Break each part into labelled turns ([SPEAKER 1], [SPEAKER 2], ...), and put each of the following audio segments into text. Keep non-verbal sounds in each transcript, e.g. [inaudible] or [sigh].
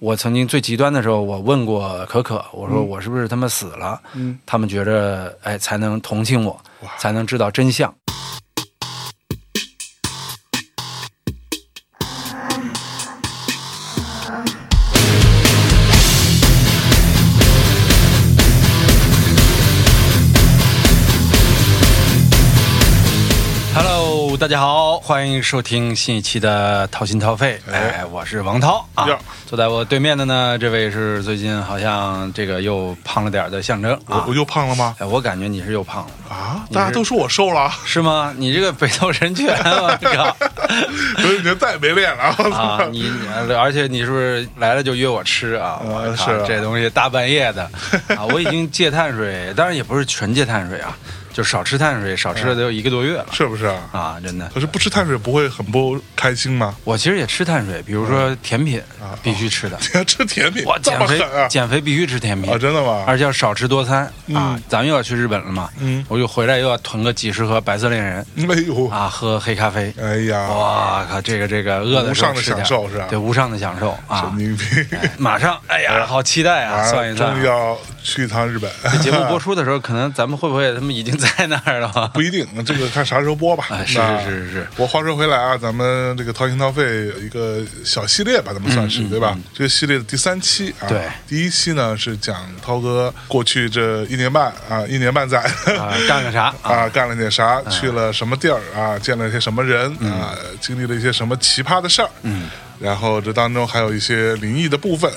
[SPEAKER 1] 我曾经最极端的时候，我问过可可，我说我是不是他妈死了？
[SPEAKER 2] 嗯
[SPEAKER 1] 他们觉着哎，才能同情我，才能知道真相。Hello，大家好，欢迎收听新一期的《掏心掏肺》。哎，我是王涛啊
[SPEAKER 2] 呀，
[SPEAKER 1] 坐在我对面的呢，这位是最近好像这个又胖了点儿的象征啊
[SPEAKER 2] 我。我又胖了吗？
[SPEAKER 1] 哎，我感觉你是又胖了，
[SPEAKER 2] 啊，
[SPEAKER 1] 你是
[SPEAKER 2] 大家都说我瘦了， [laughs] 啊，
[SPEAKER 1] 是吗？你这个北斗神拳，啊我靠！
[SPEAKER 2] 所以你就再也没练了。 [laughs] 我操
[SPEAKER 1] 啊，你而且你是不是来了就约我吃啊？
[SPEAKER 2] 呃
[SPEAKER 1] 我
[SPEAKER 2] 是
[SPEAKER 1] 靠，
[SPEAKER 2] 啊
[SPEAKER 1] 这东西大半夜的
[SPEAKER 2] [laughs]
[SPEAKER 1] 啊！我已经戒碳水，当然也不是全戒碳水啊，就少吃碳水，少
[SPEAKER 2] 哎
[SPEAKER 1] 吃了得有一个多月了
[SPEAKER 2] 是不是？
[SPEAKER 1] 啊！真的，
[SPEAKER 2] 可是不吃碳水不会很不开心吗？ [laughs]
[SPEAKER 1] 我其实也吃碳水，比如说甜品
[SPEAKER 2] 啊
[SPEAKER 1] 必须吃的，
[SPEAKER 2] 吃甜品
[SPEAKER 1] 我
[SPEAKER 2] 这
[SPEAKER 1] 减
[SPEAKER 2] 么
[SPEAKER 1] 肥
[SPEAKER 2] 狠啊？
[SPEAKER 1] 减肥必须吃甜品
[SPEAKER 2] 啊，真的吗？
[SPEAKER 1] 而且要少吃多餐啊
[SPEAKER 2] 嗯！
[SPEAKER 1] 咱们又要去日本了嘛，
[SPEAKER 2] 嗯
[SPEAKER 1] 我就回来又要囤个几十盒白色恋人
[SPEAKER 2] 哎呦，
[SPEAKER 1] 啊，喝黑咖啡。
[SPEAKER 2] 哎呀，
[SPEAKER 1] 哇靠，这个这个饿的时候
[SPEAKER 2] 无上的
[SPEAKER 1] 吃点
[SPEAKER 2] 享受是吧
[SPEAKER 1] 对，无上的享受啊
[SPEAKER 2] 神！经病！
[SPEAKER 1] 哎马上，哎呀，好期待啊！
[SPEAKER 2] 啊
[SPEAKER 1] 算一算
[SPEAKER 2] 终于
[SPEAKER 1] 啊，
[SPEAKER 2] 要去一趟日本。
[SPEAKER 1] 这节目播出的时候，可能咱们会不会他们已经在那
[SPEAKER 2] [laughs]
[SPEAKER 1] 儿 [laughs] 了？啊
[SPEAKER 2] 不一定，这个看啥时候播吧。
[SPEAKER 1] 啊，是是
[SPEAKER 2] 那
[SPEAKER 1] 是是是，
[SPEAKER 2] 我话说回来啊，咱们这个掏心掏肺有一个小系列吧，咱们算是、对吧？这个系列的第三期
[SPEAKER 1] 嗯
[SPEAKER 2] 啊，
[SPEAKER 1] 对
[SPEAKER 2] 第一期呢是讲涛哥过去这一年半啊，一年半载。
[SPEAKER 1] 啊，干个啥啊？
[SPEAKER 2] 啊，干了点啥？去了什么地儿啊？见了些什么人
[SPEAKER 1] 嗯
[SPEAKER 2] 啊？经历了一些什么奇葩的事儿？嗯，然后这当中还有一些灵异的部分。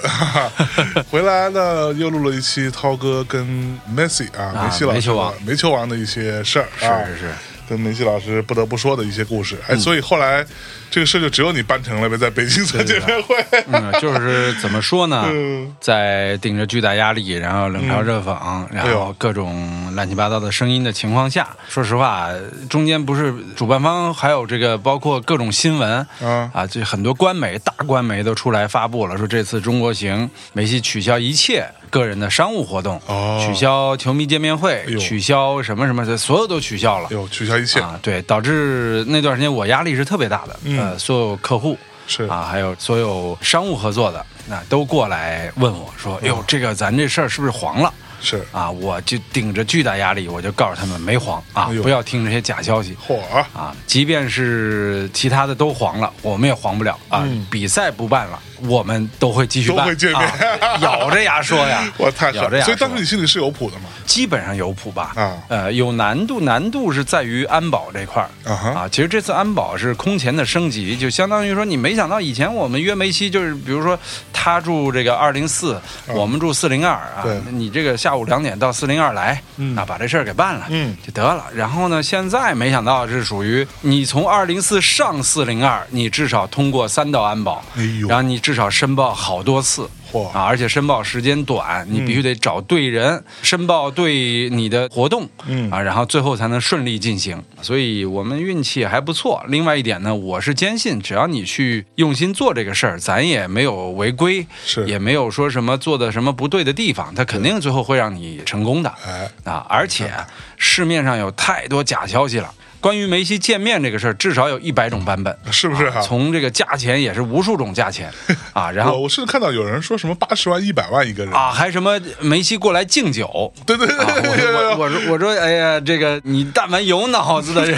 [SPEAKER 1] [laughs]
[SPEAKER 2] 哈哈回来呢，又录了一期涛哥跟 Messi 啊，
[SPEAKER 1] 啊
[SPEAKER 2] 梅西老
[SPEAKER 1] 煤
[SPEAKER 2] 师
[SPEAKER 1] 球王
[SPEAKER 2] 的、煤球王的一些事儿啊，
[SPEAKER 1] 是是嗯是
[SPEAKER 2] 跟梅西老师不得不说的一些故事。哎，所以后来这个事就只有你办成了呗，在北京参加见面会。 [laughs]
[SPEAKER 1] [laughs] 嗯，就是怎么说呢
[SPEAKER 2] 嗯，
[SPEAKER 1] 在顶着巨大压力，然后冷嘲热讽，然后各种乱七八糟的声音的情况
[SPEAKER 2] 哦
[SPEAKER 1] 下，说实话，中间不是主办方还有这个包括各种新闻
[SPEAKER 2] 啊
[SPEAKER 1] 啊，这很多官媒大官媒都出来发布了，说这次中国行梅西取消一切个人的商务活动，
[SPEAKER 2] 哦
[SPEAKER 1] 取消球迷见面会
[SPEAKER 2] 哎，呦
[SPEAKER 1] 取消什么什么的，所有都取消了
[SPEAKER 2] 哎。呦，取消一切，
[SPEAKER 1] 啊，对，导致那段时间我压力是特别大的，
[SPEAKER 2] 嗯
[SPEAKER 1] 呃，所有客户
[SPEAKER 2] 是
[SPEAKER 1] 啊，还有所有商务合作的，那都过来问我说：“
[SPEAKER 2] 嗯
[SPEAKER 1] 哎呦，这个咱这事儿是不是黄了
[SPEAKER 2] 是？”
[SPEAKER 1] 啊，我就顶着巨大压力，我就告诉他们没黄啊
[SPEAKER 2] 哎呦，
[SPEAKER 1] 不要听这些假消息
[SPEAKER 2] 嚯啊！
[SPEAKER 1] 啊，即便是其他的都黄了，我们也黄不了啊，比赛不办了，我们都会继续
[SPEAKER 2] 嗯都
[SPEAKER 1] 办，
[SPEAKER 2] 会见面 [laughs]
[SPEAKER 1] 啊咬着牙说呀，
[SPEAKER 2] 我太狠
[SPEAKER 1] 咬着
[SPEAKER 2] 了，
[SPEAKER 1] 牙
[SPEAKER 2] 所
[SPEAKER 1] 说
[SPEAKER 2] 以。当时你心里是有谱的嘛？
[SPEAKER 1] 基本上有谱吧。
[SPEAKER 2] 啊
[SPEAKER 1] 呃，有难度，难度是在于安保这块儿
[SPEAKER 2] 啊哈
[SPEAKER 1] 其实这次安保是空前的升级，就相当于说你没想到以前我们约梅西就是，比如说他住这个二零四，我们住四零二啊
[SPEAKER 2] 对，
[SPEAKER 1] 你这个下午两点到四零二来，
[SPEAKER 2] 嗯
[SPEAKER 1] 啊，把这事儿给办了，
[SPEAKER 2] 嗯
[SPEAKER 1] 就得了。然后呢，现在没想到是属于你从二零四上四零二，你至少通过三道安保，
[SPEAKER 2] 哎呦
[SPEAKER 1] 然后你至少申报好多次，
[SPEAKER 2] 嚯
[SPEAKER 1] 啊，而且申报时间短，你
[SPEAKER 2] 嗯
[SPEAKER 1] 必须得找对人，申报对你的活动，
[SPEAKER 2] 嗯
[SPEAKER 1] 啊，然后最后才能顺利进行。所以我们运气还不错。另外一点呢，我是坚信，只要你去用心做这个事儿，咱也没有违规，
[SPEAKER 2] 是
[SPEAKER 1] 也没有说什么做的什么不对的地方，它肯定最后会让你成功的。
[SPEAKER 2] 哎，
[SPEAKER 1] 啊，而且市面上有太多假消息了。关于梅西见面这个事儿，至少有一百种版本，
[SPEAKER 2] 是不是啊
[SPEAKER 1] 啊从这个价钱也是无数种价
[SPEAKER 2] [laughs]
[SPEAKER 1] 钱啊，然后
[SPEAKER 2] 我我甚至看到有人说什么八十万、一百万一个人，
[SPEAKER 1] 啊，还什么梅西过来敬酒。
[SPEAKER 2] 对对对
[SPEAKER 1] 啊、我
[SPEAKER 2] 对
[SPEAKER 1] 说我
[SPEAKER 2] 对
[SPEAKER 1] 我说我说，哎呀，这个你但凡有脑子的
[SPEAKER 2] [laughs]
[SPEAKER 1] 人，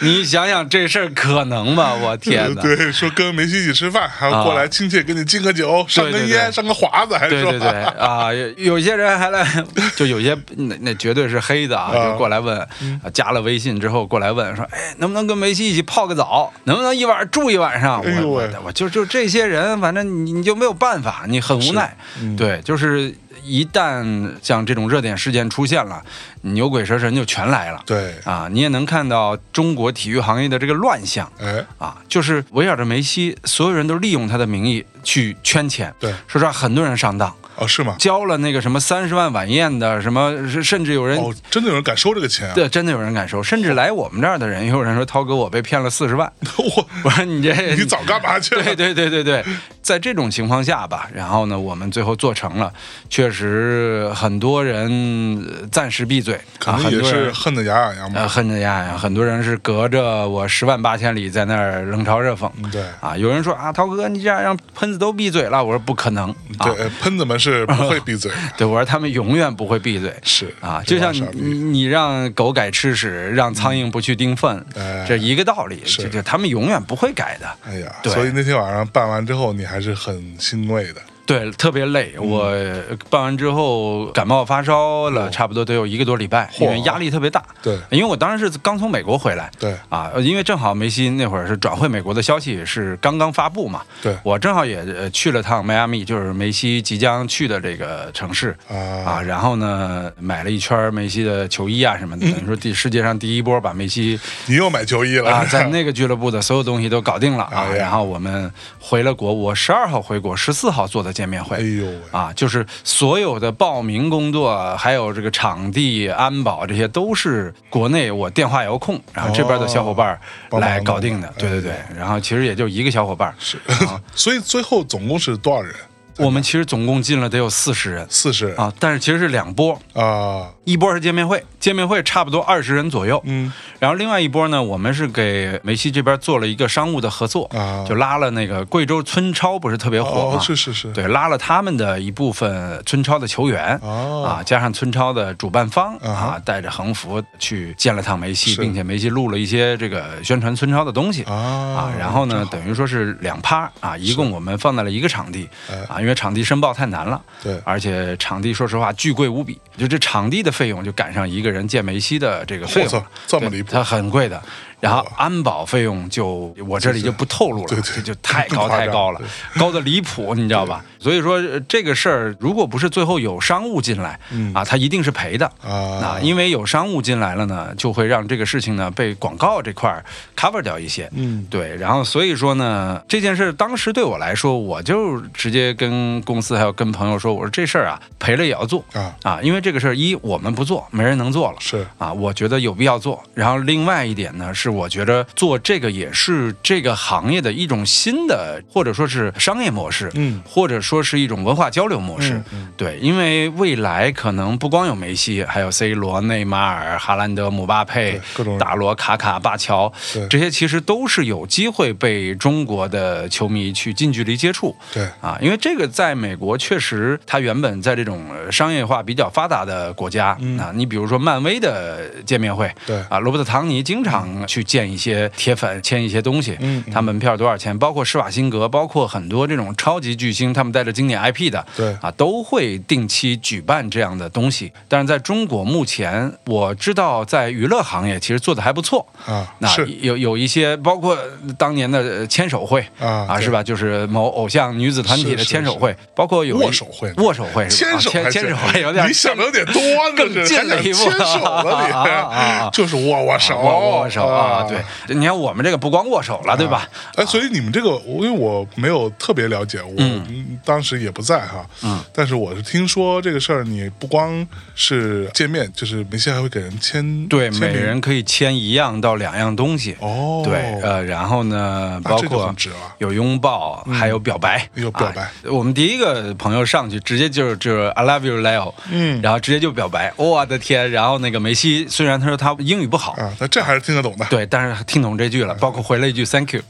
[SPEAKER 1] 你想想这事儿可能吗？我天
[SPEAKER 2] 对
[SPEAKER 1] 哪！
[SPEAKER 2] 对，对，说跟梅西一起吃饭，还要
[SPEAKER 1] 啊
[SPEAKER 2] 过来亲切跟你敬个酒，上根
[SPEAKER 1] 对对
[SPEAKER 2] 烟，
[SPEAKER 1] 对
[SPEAKER 2] 上个华 [laughs] 子，还
[SPEAKER 1] 对
[SPEAKER 2] 说
[SPEAKER 1] 对对啊，有有些人
[SPEAKER 2] [laughs]
[SPEAKER 1] 还来，就有些那那绝对是黑的啊，
[SPEAKER 2] 啊
[SPEAKER 1] 就过来问，啊加了微信之后过来问说，哎，能不能跟梅西一起泡个澡？能不能一晚上住一晚上？
[SPEAKER 2] 哎呦
[SPEAKER 1] 我我
[SPEAKER 2] 喂
[SPEAKER 1] 我就就这些人，反正你你就没有办法，你很无奈。
[SPEAKER 2] 嗯
[SPEAKER 1] 对，就是一旦像这种热点事件出现了，牛鬼蛇神就全来了。
[SPEAKER 2] 对， [laughs]
[SPEAKER 1] 啊，你也能看到中国体育行业的这个乱象。
[SPEAKER 2] 哎，
[SPEAKER 1] 啊，就是围绕着梅西，所有人都利用他的名义去圈钱。
[SPEAKER 2] 对
[SPEAKER 1] 说实话，很多人上当。
[SPEAKER 2] 哦，是吗？
[SPEAKER 1] 交了那个什么三十万晚宴的什么，甚至有人
[SPEAKER 2] 哦，真的有人敢收这个钱啊？
[SPEAKER 1] 对，真的有人敢收，甚至来我们这儿的人，也有人说：“涛哥，我被骗了四十万。”
[SPEAKER 2] [laughs] 我
[SPEAKER 1] 我说：“你这
[SPEAKER 2] [laughs] 你早干嘛去了？”
[SPEAKER 1] 嗯对对对对对，在这种情况下吧，然后呢，我们最后做成了，确实很多人暂时闭嘴，
[SPEAKER 2] 可
[SPEAKER 1] 啊
[SPEAKER 2] 能
[SPEAKER 1] 很
[SPEAKER 2] 也
[SPEAKER 1] 多人
[SPEAKER 2] 是恨得牙痒痒
[SPEAKER 1] 呃，
[SPEAKER 2] 吧。
[SPEAKER 1] 恨着呀呀，很多人是隔着我十万八千里在那儿冷嘲热讽。
[SPEAKER 2] 嗯对
[SPEAKER 1] 啊，有人说啊，涛哥，你这样让喷子都闭嘴了。我说不可能啊，
[SPEAKER 2] 对，喷子们是不会闭嘴的，
[SPEAKER 1] [laughs] 对我说他们永远不会闭嘴。
[SPEAKER 2] 是
[SPEAKER 1] 啊，
[SPEAKER 2] 这
[SPEAKER 1] 就像
[SPEAKER 2] 帮傻
[SPEAKER 1] 你
[SPEAKER 2] 逼
[SPEAKER 1] 你你让狗改吃屎，让苍蝇不去叮粪，
[SPEAKER 2] 哎
[SPEAKER 1] 这一个道理。
[SPEAKER 2] 是
[SPEAKER 1] 这这他们永远不会改的。
[SPEAKER 2] 哎呀，
[SPEAKER 1] 对
[SPEAKER 2] 所以那天晚上办完之后，你还是很欣慰的。
[SPEAKER 1] 对，特别累。
[SPEAKER 2] 嗯
[SPEAKER 1] 我办完之后感冒发烧了，差不多得有一个多礼拜，因为
[SPEAKER 2] 哦嚯
[SPEAKER 1] 压力特别大。
[SPEAKER 2] 对
[SPEAKER 1] 因为我当时是刚从美国回来。
[SPEAKER 2] 对
[SPEAKER 1] 啊，呃因为正好梅西那会儿是转会美国的消息是刚刚发布嘛，
[SPEAKER 2] 对
[SPEAKER 1] 我正好也呃去了趟迈阿密，就是梅西即将去的这个城市
[SPEAKER 2] 啊，
[SPEAKER 1] 然后呢买了一圈梅西的球衣啊什么
[SPEAKER 2] 嗯
[SPEAKER 1] 的，等于说第世界上第一波把梅西
[SPEAKER 2] 你又买球衣了
[SPEAKER 1] 啊在那个俱乐部的所有东西都搞定了啊，
[SPEAKER 2] 哎呀
[SPEAKER 1] 然后我们回了国，我十二号回国，十四号做的见面会，
[SPEAKER 2] 哎呦喂，
[SPEAKER 1] 啊，就是所有的报名工作，还有这个场地安保，这些都是国内我电话遥控，然后这边的小伙伴儿
[SPEAKER 2] 哦帮忙
[SPEAKER 1] 来搞定的。
[SPEAKER 2] 弄的
[SPEAKER 1] 对对对，然后其实也就一个小伙伴儿。
[SPEAKER 2] 是 [laughs]
[SPEAKER 1] 啊，
[SPEAKER 2] 所以最后总共是多少人？
[SPEAKER 1] 我们其实总共进了得有四十人
[SPEAKER 2] 四十
[SPEAKER 1] 啊，但是其实是两波，
[SPEAKER 2] 啊，
[SPEAKER 1] 一波是见面会，见面会差不多二十人左右。
[SPEAKER 2] 嗯
[SPEAKER 1] 然后另外一波呢，我们是给梅西这边做了一个商务的合作，
[SPEAKER 2] 啊，
[SPEAKER 1] 就拉了那个贵州村超，不是特别火
[SPEAKER 2] 哦
[SPEAKER 1] 嘛，，
[SPEAKER 2] 是是是，
[SPEAKER 1] 对，拉了他们的一部分村超的球员、
[SPEAKER 2] 哦
[SPEAKER 1] 啊，加上村超的主办方、
[SPEAKER 2] 嗯哼
[SPEAKER 1] 啊，带着横幅去见了趟梅西，
[SPEAKER 2] 是
[SPEAKER 1] 并且梅西录了一些这个宣传村超的东西。
[SPEAKER 2] 啊
[SPEAKER 1] 啊，然后呢，等于说是两趴啊，一共我们放在了一个场地
[SPEAKER 2] 哎
[SPEAKER 1] 啊，因为场地申报太难了，
[SPEAKER 2] 对
[SPEAKER 1] 而且场地说实话巨贵无比，就这场地的费用就赶上一个人见梅西的这个费用
[SPEAKER 2] 我操
[SPEAKER 1] 了，
[SPEAKER 2] 这么
[SPEAKER 1] 对
[SPEAKER 2] 离谱
[SPEAKER 1] 它很贵的。然后
[SPEAKER 2] 哇
[SPEAKER 1] 安保费用就我这里就不透露了，
[SPEAKER 2] 对对
[SPEAKER 1] 这就太高
[SPEAKER 2] 更夸张
[SPEAKER 1] 太高
[SPEAKER 2] [laughs]
[SPEAKER 1] 了，高的离谱，你知道吧？所以说呃这个事儿，如果不是最后有商务进来
[SPEAKER 2] 嗯
[SPEAKER 1] 啊，他一定是赔的。
[SPEAKER 2] 啊
[SPEAKER 1] 啊，，因为有商务进来了呢，就会让这个事情呢被广告这块儿 cover 掉一些。
[SPEAKER 2] 嗯
[SPEAKER 1] 对，然后所以说呢，这件事当时对我来说，我就直接跟公司还有跟朋友说，我说这事儿啊赔了也要做
[SPEAKER 2] 啊
[SPEAKER 1] 啊，因为这个事儿一我们不做，没人能做了。
[SPEAKER 2] 是
[SPEAKER 1] 啊，我觉得有必要做。然后另外一点呢，是我觉得做这个也是这个行业的一种新的，或者说是商业模式，
[SPEAKER 2] 嗯
[SPEAKER 1] 或者说是一种文化交流模式。
[SPEAKER 2] 嗯嗯
[SPEAKER 1] 对，因为未来可能不光有梅西，还有 C 罗、内马尔、哈兰德、姆巴佩
[SPEAKER 2] 对、各种人
[SPEAKER 1] 大罗、卡卡、巴乔
[SPEAKER 2] 对，
[SPEAKER 1] 这些其实都是有机会被中国的球迷去近距离接触。
[SPEAKER 2] 对
[SPEAKER 1] 啊，因为这个在美国确实，它原本在这种呃商业化比较发达的国家、啊，你比如说漫威的见面会，
[SPEAKER 2] 嗯对
[SPEAKER 1] 啊，罗伯特·唐尼经常去见一些铁粉，签一些东西，
[SPEAKER 2] 嗯嗯
[SPEAKER 1] 他门票多少钱？包括施瓦辛格，包括很多这种超级巨星，他们带着经典 IP 的，
[SPEAKER 2] 对
[SPEAKER 1] 啊，都会定期举办这样的东西。但是在中国目前，我知道在娱乐行业其实做的还不错，
[SPEAKER 2] 啊
[SPEAKER 1] 那
[SPEAKER 2] 是
[SPEAKER 1] 有有一些包括当年的呃牵手会
[SPEAKER 2] 啊对
[SPEAKER 1] 是吧？就是某偶像女子团体的
[SPEAKER 2] 是是
[SPEAKER 1] 牵手会，包括有一
[SPEAKER 2] 握手会
[SPEAKER 1] 握手会是吧，
[SPEAKER 2] 牵手
[SPEAKER 1] 啊牵
[SPEAKER 2] 还
[SPEAKER 1] 牵
[SPEAKER 2] 是
[SPEAKER 1] 手会有点
[SPEAKER 2] 你想的有点多呢，
[SPEAKER 1] 更
[SPEAKER 2] 这
[SPEAKER 1] 进
[SPEAKER 2] 还
[SPEAKER 1] 了
[SPEAKER 2] 想
[SPEAKER 1] 一步
[SPEAKER 2] 牵手
[SPEAKER 1] [laughs] 啊啊啊啊
[SPEAKER 2] 了
[SPEAKER 1] 啊
[SPEAKER 2] 你，就是握握手，
[SPEAKER 1] 握握手啊，对。，你看我们这个不光握手了，对吧？
[SPEAKER 2] 哎，所以
[SPEAKER 1] 啊
[SPEAKER 2] 你们这个，因为我没有特别了解，我嗯当时也不在哈，嗯，但是我是听说这个事儿，你不光是见面，就是梅西还会给人签，
[SPEAKER 1] 对，
[SPEAKER 2] 签
[SPEAKER 1] 每
[SPEAKER 2] 名
[SPEAKER 1] 人可以签一样到两样东西。
[SPEAKER 2] 哦，
[SPEAKER 1] 对，呃，然后呢，
[SPEAKER 2] 那
[SPEAKER 1] 包
[SPEAKER 2] 这就
[SPEAKER 1] 括
[SPEAKER 2] 很值了嗯
[SPEAKER 1] 有拥抱，还有表白，
[SPEAKER 2] 有表白
[SPEAKER 1] 啊我们第一个朋友上去，直接就是就是 I love you, Leo，
[SPEAKER 2] 嗯
[SPEAKER 1] 然后直接就表白，我的天！然后那个梅西，虽然他说他英语不好，
[SPEAKER 2] 啊，那这还是听得懂的， [laughs]
[SPEAKER 1] 对，但是听懂这句了，包括回了一句 Thank you、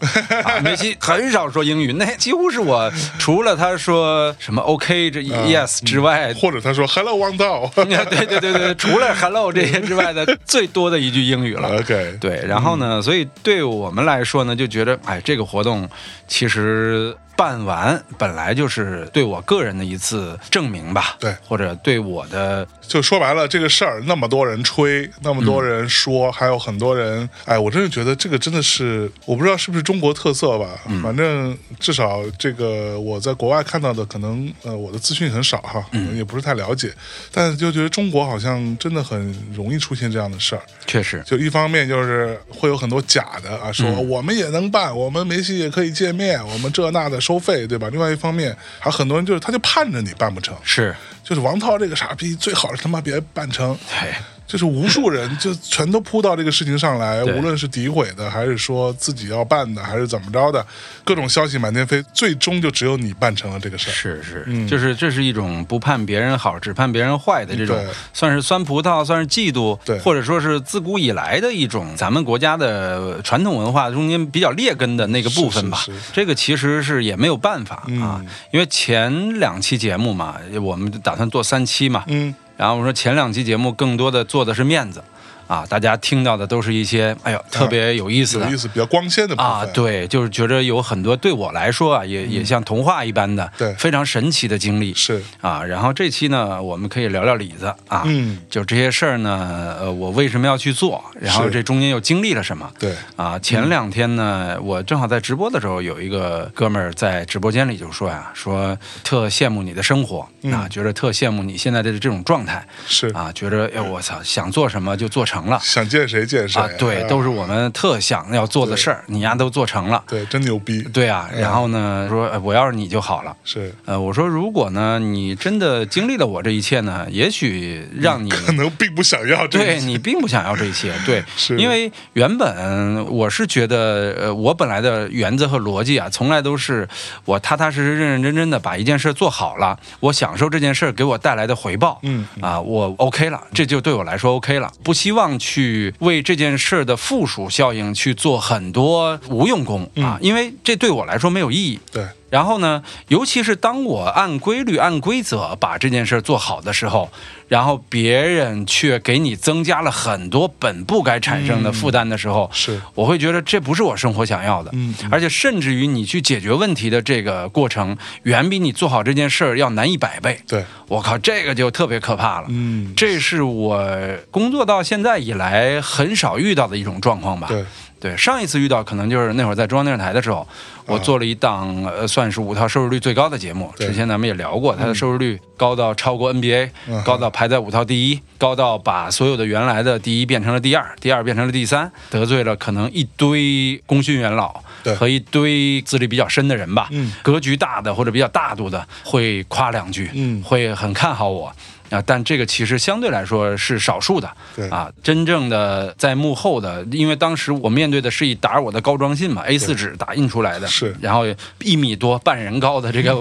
[SPEAKER 1] 啊。梅西很少说英语，那几乎是我除了他说什么 OK 这 Yes 之外，
[SPEAKER 2] 或者他说 “Hello, one dog”，
[SPEAKER 1] [laughs]
[SPEAKER 2] [laughs]
[SPEAKER 1] 对对对对，除了 Hello 这些之外的最多的一句英语了。
[SPEAKER 2] [laughs] OK，
[SPEAKER 1] 对，然后呢，所以对我们来说呢，就觉得哎，这个活动其实办完本来就是对我个人的一次证明吧，
[SPEAKER 2] 对
[SPEAKER 1] 或者对我的
[SPEAKER 2] 就说白了，这个事儿那么多人吹，那么多人说，还有很多人，哎，我真的觉得这个真的是，我不知道是不是中国特色吧，反正至少这个我在国外看到的，可能呃我的资讯很少哈，可能也不是太了解，但是就觉得中国好像真的很容易出现这样的事儿，
[SPEAKER 1] 确实
[SPEAKER 2] 就一方面就是会有很多假的啊，说我们也能办，我们梅西也可以见面，我们这那的，收费，对吧？另外一方面，还有很多人就是他就盼着你办不成，
[SPEAKER 1] 是，
[SPEAKER 2] 就是王涛这个傻逼，最好是他妈别办成。
[SPEAKER 1] 对，
[SPEAKER 2] 就是无数人就全都扑到这个事情上
[SPEAKER 1] [laughs]
[SPEAKER 2] 来，
[SPEAKER 1] 对
[SPEAKER 2] 无论是诋毁的，还是说自己要办的，还是怎么着的，各种消息满天飞，最终就只有你办成了这个事儿。
[SPEAKER 1] 是是，
[SPEAKER 2] 嗯
[SPEAKER 1] 就是这是一种不盼别人好，只盼别人坏的这种
[SPEAKER 2] 对，
[SPEAKER 1] 算是酸葡萄，算是嫉妒
[SPEAKER 2] 对，
[SPEAKER 1] 或者说是自古以来的一种咱们国家的传统文化中间比较劣根的那个部分吧。
[SPEAKER 2] 是是是
[SPEAKER 1] 这个其实是也没有办法、啊
[SPEAKER 2] 嗯，
[SPEAKER 1] 因为前两期节目嘛，我们打算做三期嘛，
[SPEAKER 2] 嗯，
[SPEAKER 1] 然后我说前两期节目更多的做的是面子。啊，大家听到的都是一些哎呦特别有意思的
[SPEAKER 2] 啊有意思，比较光鲜的部分嗯
[SPEAKER 1] 啊，，对，就是觉得有很多对我来说啊，也、也像童话一般的，
[SPEAKER 2] 对
[SPEAKER 1] 非常神奇的经历
[SPEAKER 2] 是，
[SPEAKER 1] 啊。然后这期呢，我们可以聊聊里子啊，
[SPEAKER 2] 嗯，
[SPEAKER 1] 就这些事儿呢，呃，我为什么要去做，然后
[SPEAKER 2] 是嗯
[SPEAKER 1] 这中间又经历了什么。
[SPEAKER 2] 对，
[SPEAKER 1] 啊，前两天呢，我正好在直播的时候，有一个哥们儿在直播间里就说呀、说特羡慕你的生活、啊，觉得特羡慕你现在的这种状态
[SPEAKER 2] 嗯是、
[SPEAKER 1] 啊，觉得哎我操，想做什么就做成了
[SPEAKER 2] 想见谁见谁
[SPEAKER 1] 啊，对，都是我们特想要做的事儿，你丫都做成了，
[SPEAKER 2] 对，真牛逼，
[SPEAKER 1] 对啊，然后呢，说呃我要是你就好了。
[SPEAKER 2] 是
[SPEAKER 1] 呃，我说如果呢，你真的经历了我这一切呢，也许让
[SPEAKER 2] [laughs]
[SPEAKER 1] 你。
[SPEAKER 2] 可能并不想要这个，
[SPEAKER 1] 对你并不想要这一切，对，
[SPEAKER 2] [laughs] 是
[SPEAKER 1] 因为原本我是觉得，呃，我本来的原则和逻辑啊，从来都是我踏踏实实、认认真真的把一件事做好了，我享受这件事给我带来的回报，
[SPEAKER 2] 嗯
[SPEAKER 1] 啊，我 OK 了，这就对我来说 OK 了，不希望去为这件事的附属效应去做很多无用功
[SPEAKER 2] 嗯
[SPEAKER 1] 啊，因为这对我来说没有意义，
[SPEAKER 2] 对，
[SPEAKER 1] 然后呢，尤其是当我按规律、按规则把这件事儿做好的时候，然后别人却给你增加了很多本不该产生的负担的时候，
[SPEAKER 2] 嗯是
[SPEAKER 1] 我会觉得这不是我生活想要的。
[SPEAKER 2] 嗯
[SPEAKER 1] 而且甚至于你去解决问题的这个过程，远比你做好这件事儿要难一百倍。
[SPEAKER 2] 对，
[SPEAKER 1] 我靠，这个就特别可怕了。
[SPEAKER 2] 嗯，
[SPEAKER 1] 这是我工作到现在以来很少遇到的一种状况吧。
[SPEAKER 2] 对，
[SPEAKER 1] 对，上一次遇到可能就是那会儿在中央电视台的时候，我做了一档、呃算是五套收视率最高的节目。
[SPEAKER 2] 啊对
[SPEAKER 1] 之前咱们也聊过，它的收视率高到超过 NBA，、
[SPEAKER 2] 嗯哼
[SPEAKER 1] 高到排在五套第一，高到把所有的原来的第一变成了第二，第二变成了第三，得罪了可能一堆功勋元老
[SPEAKER 2] 对
[SPEAKER 1] 和一堆资历比较深的人吧，
[SPEAKER 2] 嗯
[SPEAKER 1] 格局大的或者比较大度的会夸两句，
[SPEAKER 2] 嗯
[SPEAKER 1] 会很看好我。啊，但这个其实相对来说是少数的，
[SPEAKER 2] 对
[SPEAKER 1] 啊，真正的在幕后的，因为当时我面对的是一沓我的膏状信嘛，A 4纸打印出来的，
[SPEAKER 2] 是
[SPEAKER 1] 然后一米多半人高的这
[SPEAKER 2] [laughs]
[SPEAKER 1] 个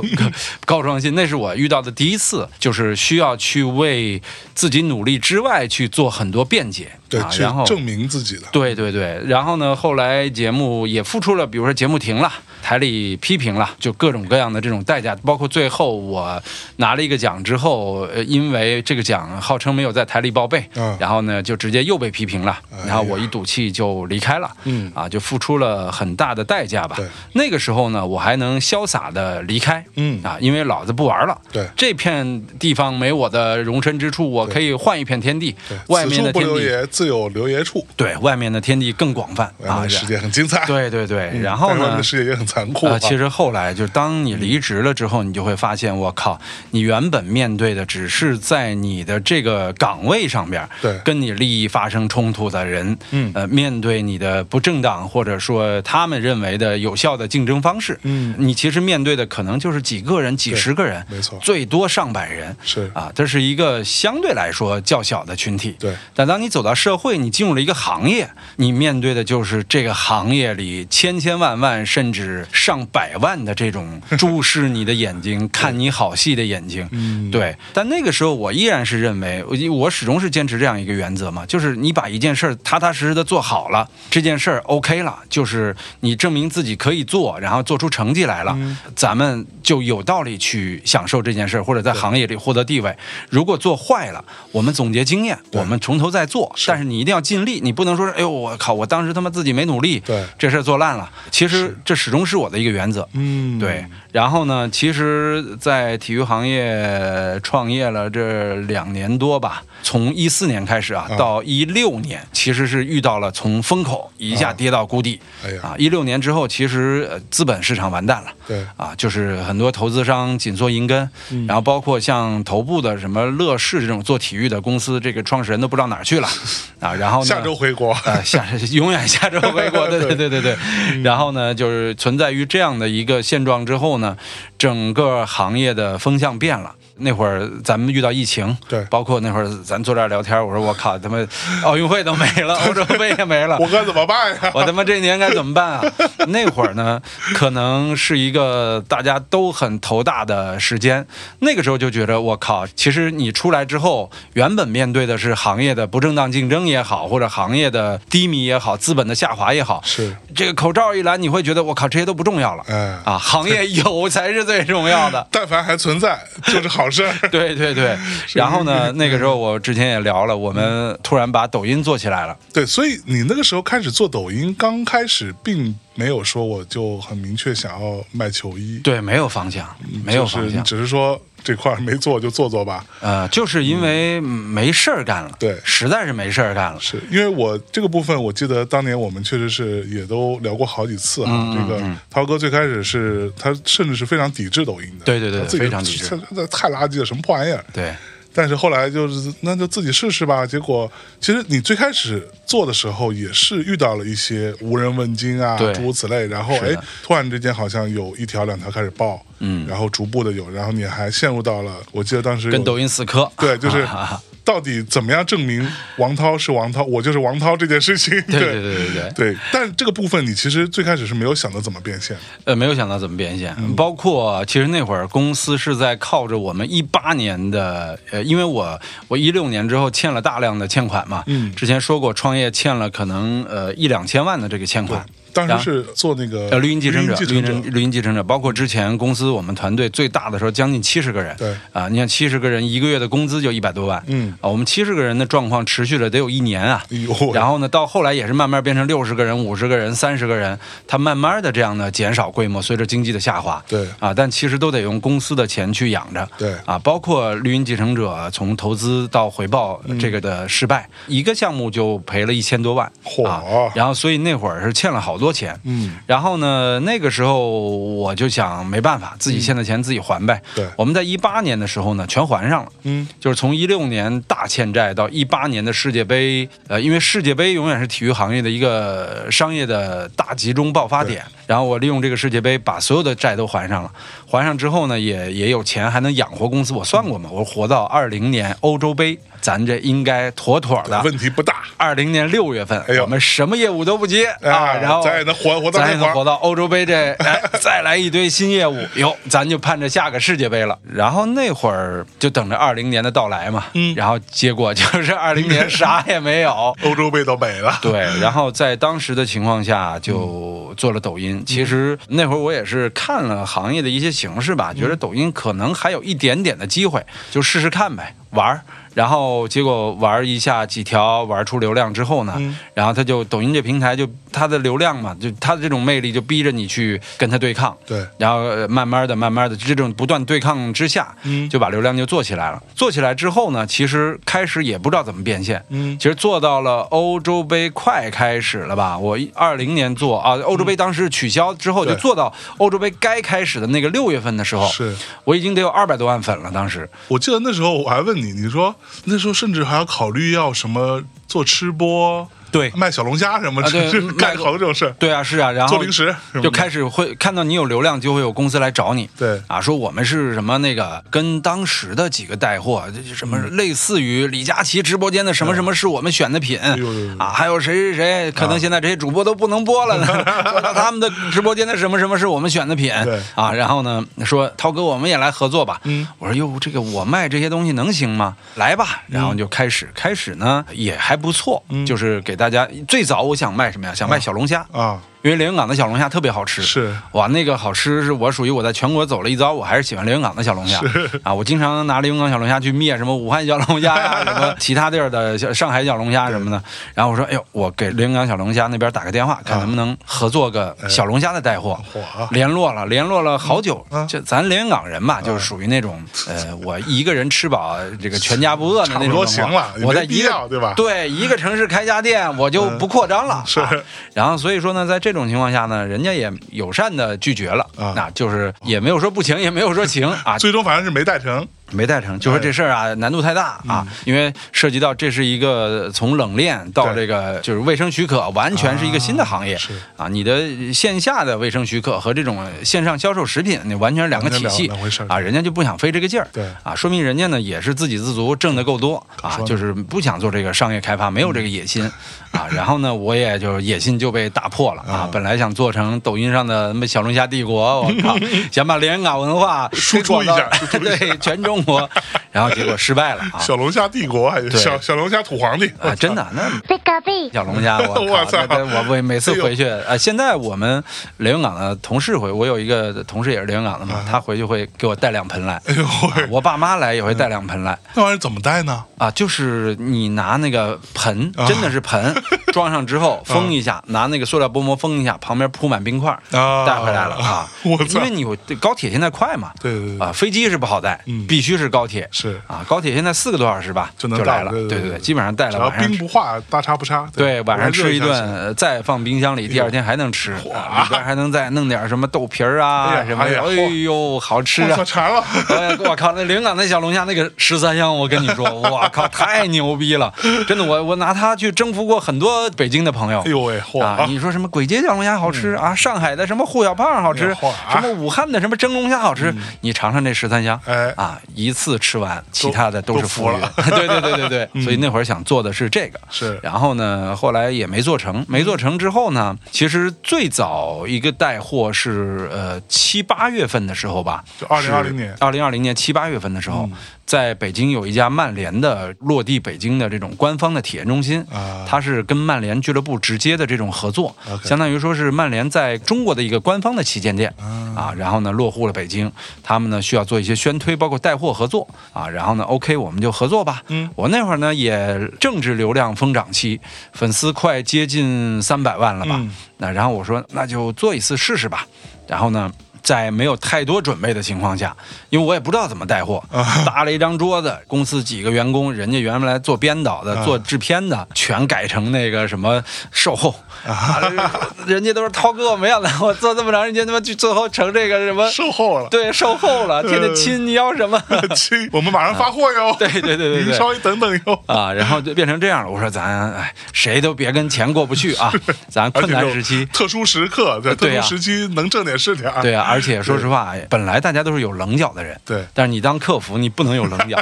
[SPEAKER 1] 膏状信，那是我遇到的第一次，就是需要去为自己努力之外去做很多辩解，
[SPEAKER 2] 对，
[SPEAKER 1] 啊，
[SPEAKER 2] 去
[SPEAKER 1] 然后
[SPEAKER 2] 证明自己的，
[SPEAKER 1] 对对对，然后呢，后来节目也付出了，比如说节目停了，台里批评了，就各种各样的这种代价，包括最后我拿了一个奖之后，呃，因为这个奖号称没有在台里报备，
[SPEAKER 2] 嗯
[SPEAKER 1] 然后呢就直接又被批评了，
[SPEAKER 2] 哎呀
[SPEAKER 1] 然后我一赌气就离开了，
[SPEAKER 2] 嗯
[SPEAKER 1] 啊，就付出了很大的代价吧
[SPEAKER 2] 对。
[SPEAKER 1] 那个时候呢，我还能潇洒的离开，
[SPEAKER 2] 嗯
[SPEAKER 1] 啊，因为老子不玩了。
[SPEAKER 2] 对
[SPEAKER 1] 这片地方没我的容身之处，我可以换一片天地
[SPEAKER 2] 对，，
[SPEAKER 1] 外
[SPEAKER 2] 此
[SPEAKER 1] 面
[SPEAKER 2] 处
[SPEAKER 1] 的
[SPEAKER 2] 不
[SPEAKER 1] 天
[SPEAKER 2] 留
[SPEAKER 1] 地。
[SPEAKER 2] 爷，自有留爷处。
[SPEAKER 1] 对外面的天地更广泛
[SPEAKER 2] 外面
[SPEAKER 1] 啊
[SPEAKER 2] 的，世界很精彩，
[SPEAKER 1] 对对对，
[SPEAKER 2] 嗯
[SPEAKER 1] 然后
[SPEAKER 2] 但是外
[SPEAKER 1] 呢
[SPEAKER 2] 面的？世界也很残酷
[SPEAKER 1] 呃，
[SPEAKER 2] 啊。
[SPEAKER 1] 其实后来就是当你离职了之后，你就会发现，我靠，你原本面对的只是在你的这个岗位上边，
[SPEAKER 2] 对
[SPEAKER 1] 跟你利益发生冲突的人，
[SPEAKER 2] 嗯
[SPEAKER 1] 呃，面对你的不正当或者说他们认为的有效的竞争方式，
[SPEAKER 2] 嗯
[SPEAKER 1] 你其实面对的可能就是几个人、几十个人，
[SPEAKER 2] 没错
[SPEAKER 1] 最多上百人，
[SPEAKER 2] 是
[SPEAKER 1] 啊，这是一个相对来说较小的群体，
[SPEAKER 2] 对
[SPEAKER 1] 但当你走到社会，你进入了一个行业，你面对的就是这个行业里千千万万甚至上百万的这种注视你的眼
[SPEAKER 2] [laughs]
[SPEAKER 1] 睛、看你好戏的眼睛。
[SPEAKER 2] 嗯
[SPEAKER 1] 对，但那个时候我依然是认为，我我始终是坚持这样一个原则嘛，就是你把一件事儿踏踏实实的做好了，这件事儿 OK 了，就是你证明自己可以做，然后做出成绩来了，咱们就有道理去享受这件事儿，或者在行业里获得地位。如果做坏了，我们总结经验，我们从头再做，但是你一定要尽力，你不能说是，哎呦，我靠，我当时他妈自己没努力，
[SPEAKER 2] 对
[SPEAKER 1] 这事儿做烂了。其实这始终是我的一个原则。
[SPEAKER 2] 嗯，
[SPEAKER 1] 对，然后呢，其实，在体育行业创业了这两年多吧，从一四年开始啊，
[SPEAKER 2] 啊
[SPEAKER 1] 到一六年，其实是遇到了从风口一下
[SPEAKER 2] 啊
[SPEAKER 1] 跌到谷底。
[SPEAKER 2] 哎呀
[SPEAKER 1] 啊，一六年之后，其实呃资本市场完蛋了。
[SPEAKER 2] 对嗯
[SPEAKER 1] 啊，就是很多投资商紧缩银根，然后包括像头部的什么乐视这种做体育的公司，这个创始人都不知道哪儿去了
[SPEAKER 2] [laughs]
[SPEAKER 1] 啊。然后呢，
[SPEAKER 2] 下周回国，
[SPEAKER 1] 啊，下永远下周回国，对对对对对。然后呢，就是存在于这样的一个现状之后呢，整个行业的风向变了。那会儿咱们遇到疫情，
[SPEAKER 2] 对
[SPEAKER 1] 包括那会儿咱坐这儿聊天，我说我靠，他妈奥运会都没了，欧洲杯也没了，
[SPEAKER 2] 我该怎么办 [laughs] 呀？
[SPEAKER 1] 我他妈这年该怎么办
[SPEAKER 2] [laughs]
[SPEAKER 1] 啊？那会儿呢，可能是一个大家都很头大的时间。那个时候就觉得，我靠，其实你出来之后，原本面对的是行业的不正当竞争也好，或者行业的低迷也好，资本的下滑也好，
[SPEAKER 2] 是，
[SPEAKER 1] 这个口罩一来，你会觉得我靠，这些都不重要了
[SPEAKER 2] 哎，
[SPEAKER 1] 啊，行
[SPEAKER 2] [laughs]
[SPEAKER 1] 业有才是最重要的。
[SPEAKER 2] 但凡还存在就是好事儿。 [laughs]
[SPEAKER 1] 对对对，然后呢？那个时候我之前也聊了，我们突然把抖音做起来了。
[SPEAKER 2] 对，所以你那个时候开始做抖音，刚开始并没有说我就很明确想要卖球衣，
[SPEAKER 1] 对，没有方向，没有
[SPEAKER 2] 就是
[SPEAKER 1] 方
[SPEAKER 2] 你
[SPEAKER 1] 向。
[SPEAKER 2] 只是说这块儿没做就做做吧。
[SPEAKER 1] 呃，就是因为没事儿干了，
[SPEAKER 2] 对
[SPEAKER 1] 实在是没事儿干了，
[SPEAKER 2] 是因为我这个部分，我记得当年我们确实是也都聊过好几次啊。
[SPEAKER 1] 嗯嗯
[SPEAKER 2] 这个
[SPEAKER 1] 嗯
[SPEAKER 2] 涛哥最开始是他甚至是非常抵制抖音的，
[SPEAKER 1] 对对对
[SPEAKER 2] 他自己
[SPEAKER 1] 非常抵制
[SPEAKER 2] 这这太垃圾了，什么破玩意儿？
[SPEAKER 1] 对，
[SPEAKER 2] 但是后来就是那就自己试试吧。结果其实你最开始做的时候也是遇到了一些无人问津啊，
[SPEAKER 1] 对
[SPEAKER 2] 诸如此类。然后
[SPEAKER 1] 是
[SPEAKER 2] 哎
[SPEAKER 1] 的，
[SPEAKER 2] 突然之间好像有一条两条开始爆，
[SPEAKER 1] 嗯
[SPEAKER 2] 然后逐步的有，然后你还陷入到了，我记得当时有
[SPEAKER 1] 跟抖音死磕，
[SPEAKER 2] 对，
[SPEAKER 1] [laughs]
[SPEAKER 2] 就是
[SPEAKER 1] 啊
[SPEAKER 2] 到底怎么样证明王涛是王涛，我就是王涛这件事情。
[SPEAKER 1] [laughs] 对
[SPEAKER 2] [laughs]
[SPEAKER 1] 对
[SPEAKER 2] 对
[SPEAKER 1] 对对对，
[SPEAKER 2] 对但这个部分你其实最开始是没有想到怎么变现的，
[SPEAKER 1] 呃，没有想到怎么变现，
[SPEAKER 2] 嗯
[SPEAKER 1] 包括其实那会儿公司是在靠着我们一八年的，呃，因为我我一六年之后欠了大量的欠款嘛，
[SPEAKER 2] 嗯
[SPEAKER 1] 之前说过创业欠了可能呃一两千万的这个欠款，
[SPEAKER 2] 当
[SPEAKER 1] 然
[SPEAKER 2] 时
[SPEAKER 1] 后
[SPEAKER 2] 是做那个
[SPEAKER 1] 呃，绿茵继承者，
[SPEAKER 2] 绿茵继承
[SPEAKER 1] 人
[SPEAKER 2] 者，
[SPEAKER 1] 绿茵继承者，包括之前公司我们团队最大的时候将近七十个人，
[SPEAKER 2] 对
[SPEAKER 1] 啊，你看七十个人一个月的工资就一百多万，
[SPEAKER 2] 嗯
[SPEAKER 1] 啊，我们七十个人的状况持续了得有一年啊。
[SPEAKER 2] 哎呦，
[SPEAKER 1] 然
[SPEAKER 2] 后
[SPEAKER 1] 后呢，到后来也是慢慢变成六十个人、五十个人、三十个人，它慢慢的这样的减少规模，随着经济的下滑，
[SPEAKER 2] 对
[SPEAKER 1] 啊，但其实都得用公司的钱去养着，
[SPEAKER 2] 对
[SPEAKER 1] 啊，包括绿茵继承者从投资到回报
[SPEAKER 2] 嗯
[SPEAKER 1] 这个的失败，一个项目就赔了一千多万，
[SPEAKER 2] 嚯
[SPEAKER 1] 啊，然后所以那会儿是欠了好多钱，
[SPEAKER 2] 嗯，
[SPEAKER 1] 然后呢，那个时候我就想没办法，自己欠的钱自己还呗。
[SPEAKER 2] 嗯对
[SPEAKER 1] 我们在一八年的时候呢，全还上了。
[SPEAKER 2] 嗯，
[SPEAKER 1] 就是从一六年大欠债到一八年的世界杯，呃，因为世界杯永远是体育行业的一个商业的大集中爆发点。然后我利用这个世界杯把所有的债都还上了，还上之后呢，也也有钱，还能养活公司。我算过嘛，我活到二零年欧洲杯，咱这应该妥妥的。
[SPEAKER 2] 问题不大
[SPEAKER 1] 二零年六月份，
[SPEAKER 2] 哎呦
[SPEAKER 1] 我们什么业务都不接
[SPEAKER 2] 啊
[SPEAKER 1] 然后
[SPEAKER 2] 咱也能活活到
[SPEAKER 1] 咱
[SPEAKER 2] 那
[SPEAKER 1] 也
[SPEAKER 2] 会
[SPEAKER 1] 能
[SPEAKER 2] 儿
[SPEAKER 1] 活到欧洲杯
[SPEAKER 2] [laughs]
[SPEAKER 1] 这，哎，再来一堆新业务，哟，咱就盼着下个世界杯了。然后那会儿就等着二零年的到来嘛，
[SPEAKER 2] 嗯
[SPEAKER 1] 然后结果就是二零
[SPEAKER 2] [laughs]。
[SPEAKER 1] 年啥也没有
[SPEAKER 2] 欧洲杯都没 [laughs] 了，
[SPEAKER 1] 对，然后在当时的情况下
[SPEAKER 2] 嗯
[SPEAKER 1] 就做了抖音。其实那会儿我也是看了行业的一些形势
[SPEAKER 2] 嗯
[SPEAKER 1] 吧，觉得抖音可能还有一点点的机会，就试试看呗，玩儿。然后结果玩儿一下几条，玩出流量之后呢，
[SPEAKER 2] 嗯
[SPEAKER 1] 然后它就抖音这平台就它的流量嘛，就它的这种魅力就逼着你去跟它对抗。
[SPEAKER 2] 对，
[SPEAKER 1] 然后呃慢慢的、慢慢的，这种不断对抗之下，
[SPEAKER 2] 嗯
[SPEAKER 1] 就把流量就做起来了。做起来之后呢，其实开始也不知道怎么变现，
[SPEAKER 2] 嗯
[SPEAKER 1] 其实做到了欧洲杯快开始了吧？我二零年做啊，欧洲杯当时取消之后，
[SPEAKER 2] 嗯对
[SPEAKER 1] 就做到欧洲杯该开始的那个六月份的时候，
[SPEAKER 2] 是
[SPEAKER 1] 我已经得有二百多万粉了。当时
[SPEAKER 2] 我记得那时候我还问你，你说那时候甚至还要考虑要什么做吃播、
[SPEAKER 1] 对
[SPEAKER 2] 卖小龙虾什么，
[SPEAKER 1] 啊对
[SPEAKER 2] 就是
[SPEAKER 1] 卖
[SPEAKER 2] 干
[SPEAKER 1] 个
[SPEAKER 2] 好多这种事儿，
[SPEAKER 1] 对啊，是啊，然后
[SPEAKER 2] 做零食什么的
[SPEAKER 1] 就开始会看到你有流量，就会有公司来找你。
[SPEAKER 2] 对
[SPEAKER 1] 啊，说我们是什么那个跟当时的几个带货，就是什么
[SPEAKER 2] 嗯
[SPEAKER 1] 类似于李佳琦直播间的什么什么是我们选的品
[SPEAKER 2] 哎呦呦啊呦
[SPEAKER 1] 啊，还有谁谁谁，可能现在这些主播都不能播了
[SPEAKER 2] [laughs]
[SPEAKER 1] 呢，说到他们的直播间的什么什么是我们选的品
[SPEAKER 2] 对
[SPEAKER 1] 啊，然后呢说涛哥我们也来合作吧，
[SPEAKER 2] 嗯，
[SPEAKER 1] 我说哟这个我卖这些东西能行吗？来吧，然后就开始开始呢也还不错，就是给大家最早我想卖什么呀？想卖小龙虾，
[SPEAKER 2] 嗯啊，
[SPEAKER 1] 因为连云港的小龙虾特别好吃，
[SPEAKER 2] 是
[SPEAKER 1] 哇，那个好吃是我属于我在全国走了一遭，我还是喜欢连云港的小龙虾啊，我经常拿连云港小龙虾去灭什么武汉小龙虾呀、什么 [laughs] 其他地儿的小上海小龙虾什么的。然后我说，哎呦，我给连云港小龙虾那边打个电话，看能不能合作个小龙虾的带货。
[SPEAKER 2] 啊火
[SPEAKER 1] 联络了，联络了好久
[SPEAKER 2] 嗯啊。
[SPEAKER 1] 就咱连云港人吧，就是属于那种，呃，我一个人吃饱这个全家不饿的那
[SPEAKER 2] 差
[SPEAKER 1] 种
[SPEAKER 2] 不多
[SPEAKER 1] 情况
[SPEAKER 2] 行了也
[SPEAKER 1] 我
[SPEAKER 2] 没
[SPEAKER 1] 在一
[SPEAKER 2] 必
[SPEAKER 1] 个
[SPEAKER 2] 要对吧嗯
[SPEAKER 1] 对，一个城市开家店，我就不扩张了。
[SPEAKER 2] [laughs] 是
[SPEAKER 1] 啊然后所以说呢，在这种情况下呢，人家也友善的拒绝了
[SPEAKER 2] 啊 [laughs]
[SPEAKER 1] 那就是也没有说不行，也没有说行啊。
[SPEAKER 2] 最终反正是没带成，
[SPEAKER 1] 没带
[SPEAKER 2] 哎
[SPEAKER 1] 成，就说这事儿啊难度太大
[SPEAKER 2] 嗯
[SPEAKER 1] 啊，因为涉及到这是一个从冷链到这个就是卫生许可，完全是一个新的行业
[SPEAKER 2] 啊是
[SPEAKER 1] 啊。你的线下的卫生许可和这种线上销售食品，那完全是两个体
[SPEAKER 2] 完全
[SPEAKER 1] 系
[SPEAKER 2] 两两回事儿
[SPEAKER 1] 啊，人家就不想费这个劲儿，
[SPEAKER 2] 对
[SPEAKER 1] 啊，说明人家呢也是自给自足，挣得够多啊
[SPEAKER 2] 说，呢
[SPEAKER 1] 就是不想做这个商业开发，没有这个野心
[SPEAKER 2] 嗯
[SPEAKER 1] 啊。然后呢，我也就是野心就被打破了啊
[SPEAKER 2] 啊，
[SPEAKER 1] 本来想做成抖音上的什么小龙虾帝国，我
[SPEAKER 2] [laughs]
[SPEAKER 1] 靠，想把连云港文化
[SPEAKER 2] 输出一下
[SPEAKER 1] 推广到 [laughs] 对全中国，然后结果失败了
[SPEAKER 2] [laughs]
[SPEAKER 1] 啊。
[SPEAKER 2] 小龙虾帝国还是
[SPEAKER 1] 对
[SPEAKER 2] 小小龙虾土皇帝
[SPEAKER 1] 啊，真的，那
[SPEAKER 3] Pika Bee.
[SPEAKER 1] 小龙虾，
[SPEAKER 2] [laughs]
[SPEAKER 1] 我
[SPEAKER 2] 我
[SPEAKER 1] 靠！
[SPEAKER 2] 操
[SPEAKER 1] 那那我我每次
[SPEAKER 2] 哎呦
[SPEAKER 1] 回去啊、呃现在我们连云港的同事回，我有一个同事也是连云港的
[SPEAKER 2] 啊
[SPEAKER 1] 嘛，他回去会给我带两盆来。 [laughs]
[SPEAKER 2] 哎呦喂，
[SPEAKER 1] 我爸妈来也会带两盆来
[SPEAKER 2] 那玩意儿怎么带呢？
[SPEAKER 1] 啊，就是你拿那个盆，
[SPEAKER 2] 啊
[SPEAKER 1] 真的是
[SPEAKER 2] [laughs]
[SPEAKER 1] 盆，装上之后封一下，拿那个塑料薄膜封一下，旁边铺满冰块，
[SPEAKER 2] 啊
[SPEAKER 1] 带回来了啊。
[SPEAKER 2] 我操
[SPEAKER 1] 因为你有高铁现在快嘛，
[SPEAKER 2] 对对对
[SPEAKER 1] 啊，飞机是不好带，
[SPEAKER 2] 嗯
[SPEAKER 1] 必须是高铁
[SPEAKER 2] 是
[SPEAKER 1] 啊，高铁现在四个多小时吧
[SPEAKER 2] 就能
[SPEAKER 1] 来
[SPEAKER 2] 到
[SPEAKER 1] 了，
[SPEAKER 2] 对对
[SPEAKER 1] 对
[SPEAKER 2] 对
[SPEAKER 1] 对，基本上带
[SPEAKER 2] 只
[SPEAKER 1] 了
[SPEAKER 2] 要
[SPEAKER 1] 晚上
[SPEAKER 2] 冰不化，大差不差。
[SPEAKER 1] 对，晚上
[SPEAKER 2] 我热
[SPEAKER 1] 吃一
[SPEAKER 2] 下
[SPEAKER 1] 顿，
[SPEAKER 2] 行
[SPEAKER 1] 呃再放冰箱里，第二天还能吃，啊里边还能再弄点什么豆皮儿
[SPEAKER 2] 哎
[SPEAKER 1] 啊
[SPEAKER 2] 呀
[SPEAKER 1] 什么
[SPEAKER 2] 哎
[SPEAKER 1] 的。
[SPEAKER 2] 呀
[SPEAKER 1] 哎呦，好吃
[SPEAKER 2] 我
[SPEAKER 1] 啊
[SPEAKER 2] 操，！
[SPEAKER 1] [laughs]
[SPEAKER 2] 馋了。
[SPEAKER 1] 哎我靠，那连云港那小龙虾那个十三香，我跟你说，我靠，太牛逼了！真的，我我拿它去征服过很多北京的朋友。
[SPEAKER 2] 哎呦喂，嚯
[SPEAKER 1] 啊！你说什么鬼街小龙虾好吃啊？上海的什么胡小胖好吃
[SPEAKER 2] 哎呀嚯？啊
[SPEAKER 1] 什么武汉的什么蒸龙虾好吃？你尝尝这十三香，
[SPEAKER 2] 哎
[SPEAKER 1] 啊，一次吃完，其他的都是
[SPEAKER 2] 都
[SPEAKER 1] 浮
[SPEAKER 2] 服
[SPEAKER 1] 云
[SPEAKER 2] 了。
[SPEAKER 1] 对对对对对，所以那会儿想做的是这个，
[SPEAKER 2] 是
[SPEAKER 1] 然后呢，后来也没做成。没做成之后呢，其实最早一个带货是呃七八月份的时候吧，
[SPEAKER 2] 就2020年
[SPEAKER 1] 二零二零年七八月份的时候，在北京有一家曼联的落地北京的这种官方的体验中心，
[SPEAKER 2] 啊
[SPEAKER 1] 它是跟曼联俱乐部直接的这种合作，
[SPEAKER 2] OK
[SPEAKER 1] 相当于说是曼联在中国的一个官方的旗舰店啊，然后呢落户了北京，他们呢需要做一些宣推，包括带货合作啊，然后呢 OK 我们就合作吧，
[SPEAKER 2] 嗯
[SPEAKER 1] 我那会儿呢也正值流量疯涨期，粉丝快接近三百万了吧，
[SPEAKER 2] 嗯
[SPEAKER 1] 那然后我说那就做一次试试吧，然后呢。在没有太多准备的情况下，因为我也不知道怎么带货，
[SPEAKER 2] 啊
[SPEAKER 1] 搭了一张桌子，公司几个员工，人家原来做编导的、
[SPEAKER 2] 啊
[SPEAKER 1] 做制片的，全改成那个什么售后，啊、人家都是涛哥，我没想到我做这么长时间，他妈就最后成这个什么，
[SPEAKER 2] [laughs] 售后嗯了，
[SPEAKER 1] 对，售后了，天天亲，你要什么？
[SPEAKER 2] [laughs] 亲，我们马上发货哟。
[SPEAKER 1] [laughs] 对对对对对
[SPEAKER 2] 您稍微等等哟。
[SPEAKER 1] 啊，然后就变成这样了。我说咱哎，谁都别跟钱过不去啊，咱 [laughs] 困难时
[SPEAKER 2] 而且这
[SPEAKER 1] 期
[SPEAKER 2] 种。特殊时刻，在特
[SPEAKER 1] 对呀
[SPEAKER 2] 殊时期能挣点是点儿。
[SPEAKER 1] 对啊，而且说实话，本来大家都是有棱角的人，
[SPEAKER 2] 对
[SPEAKER 1] 但是你当客服，你不能有棱
[SPEAKER 2] [laughs]
[SPEAKER 1] 角。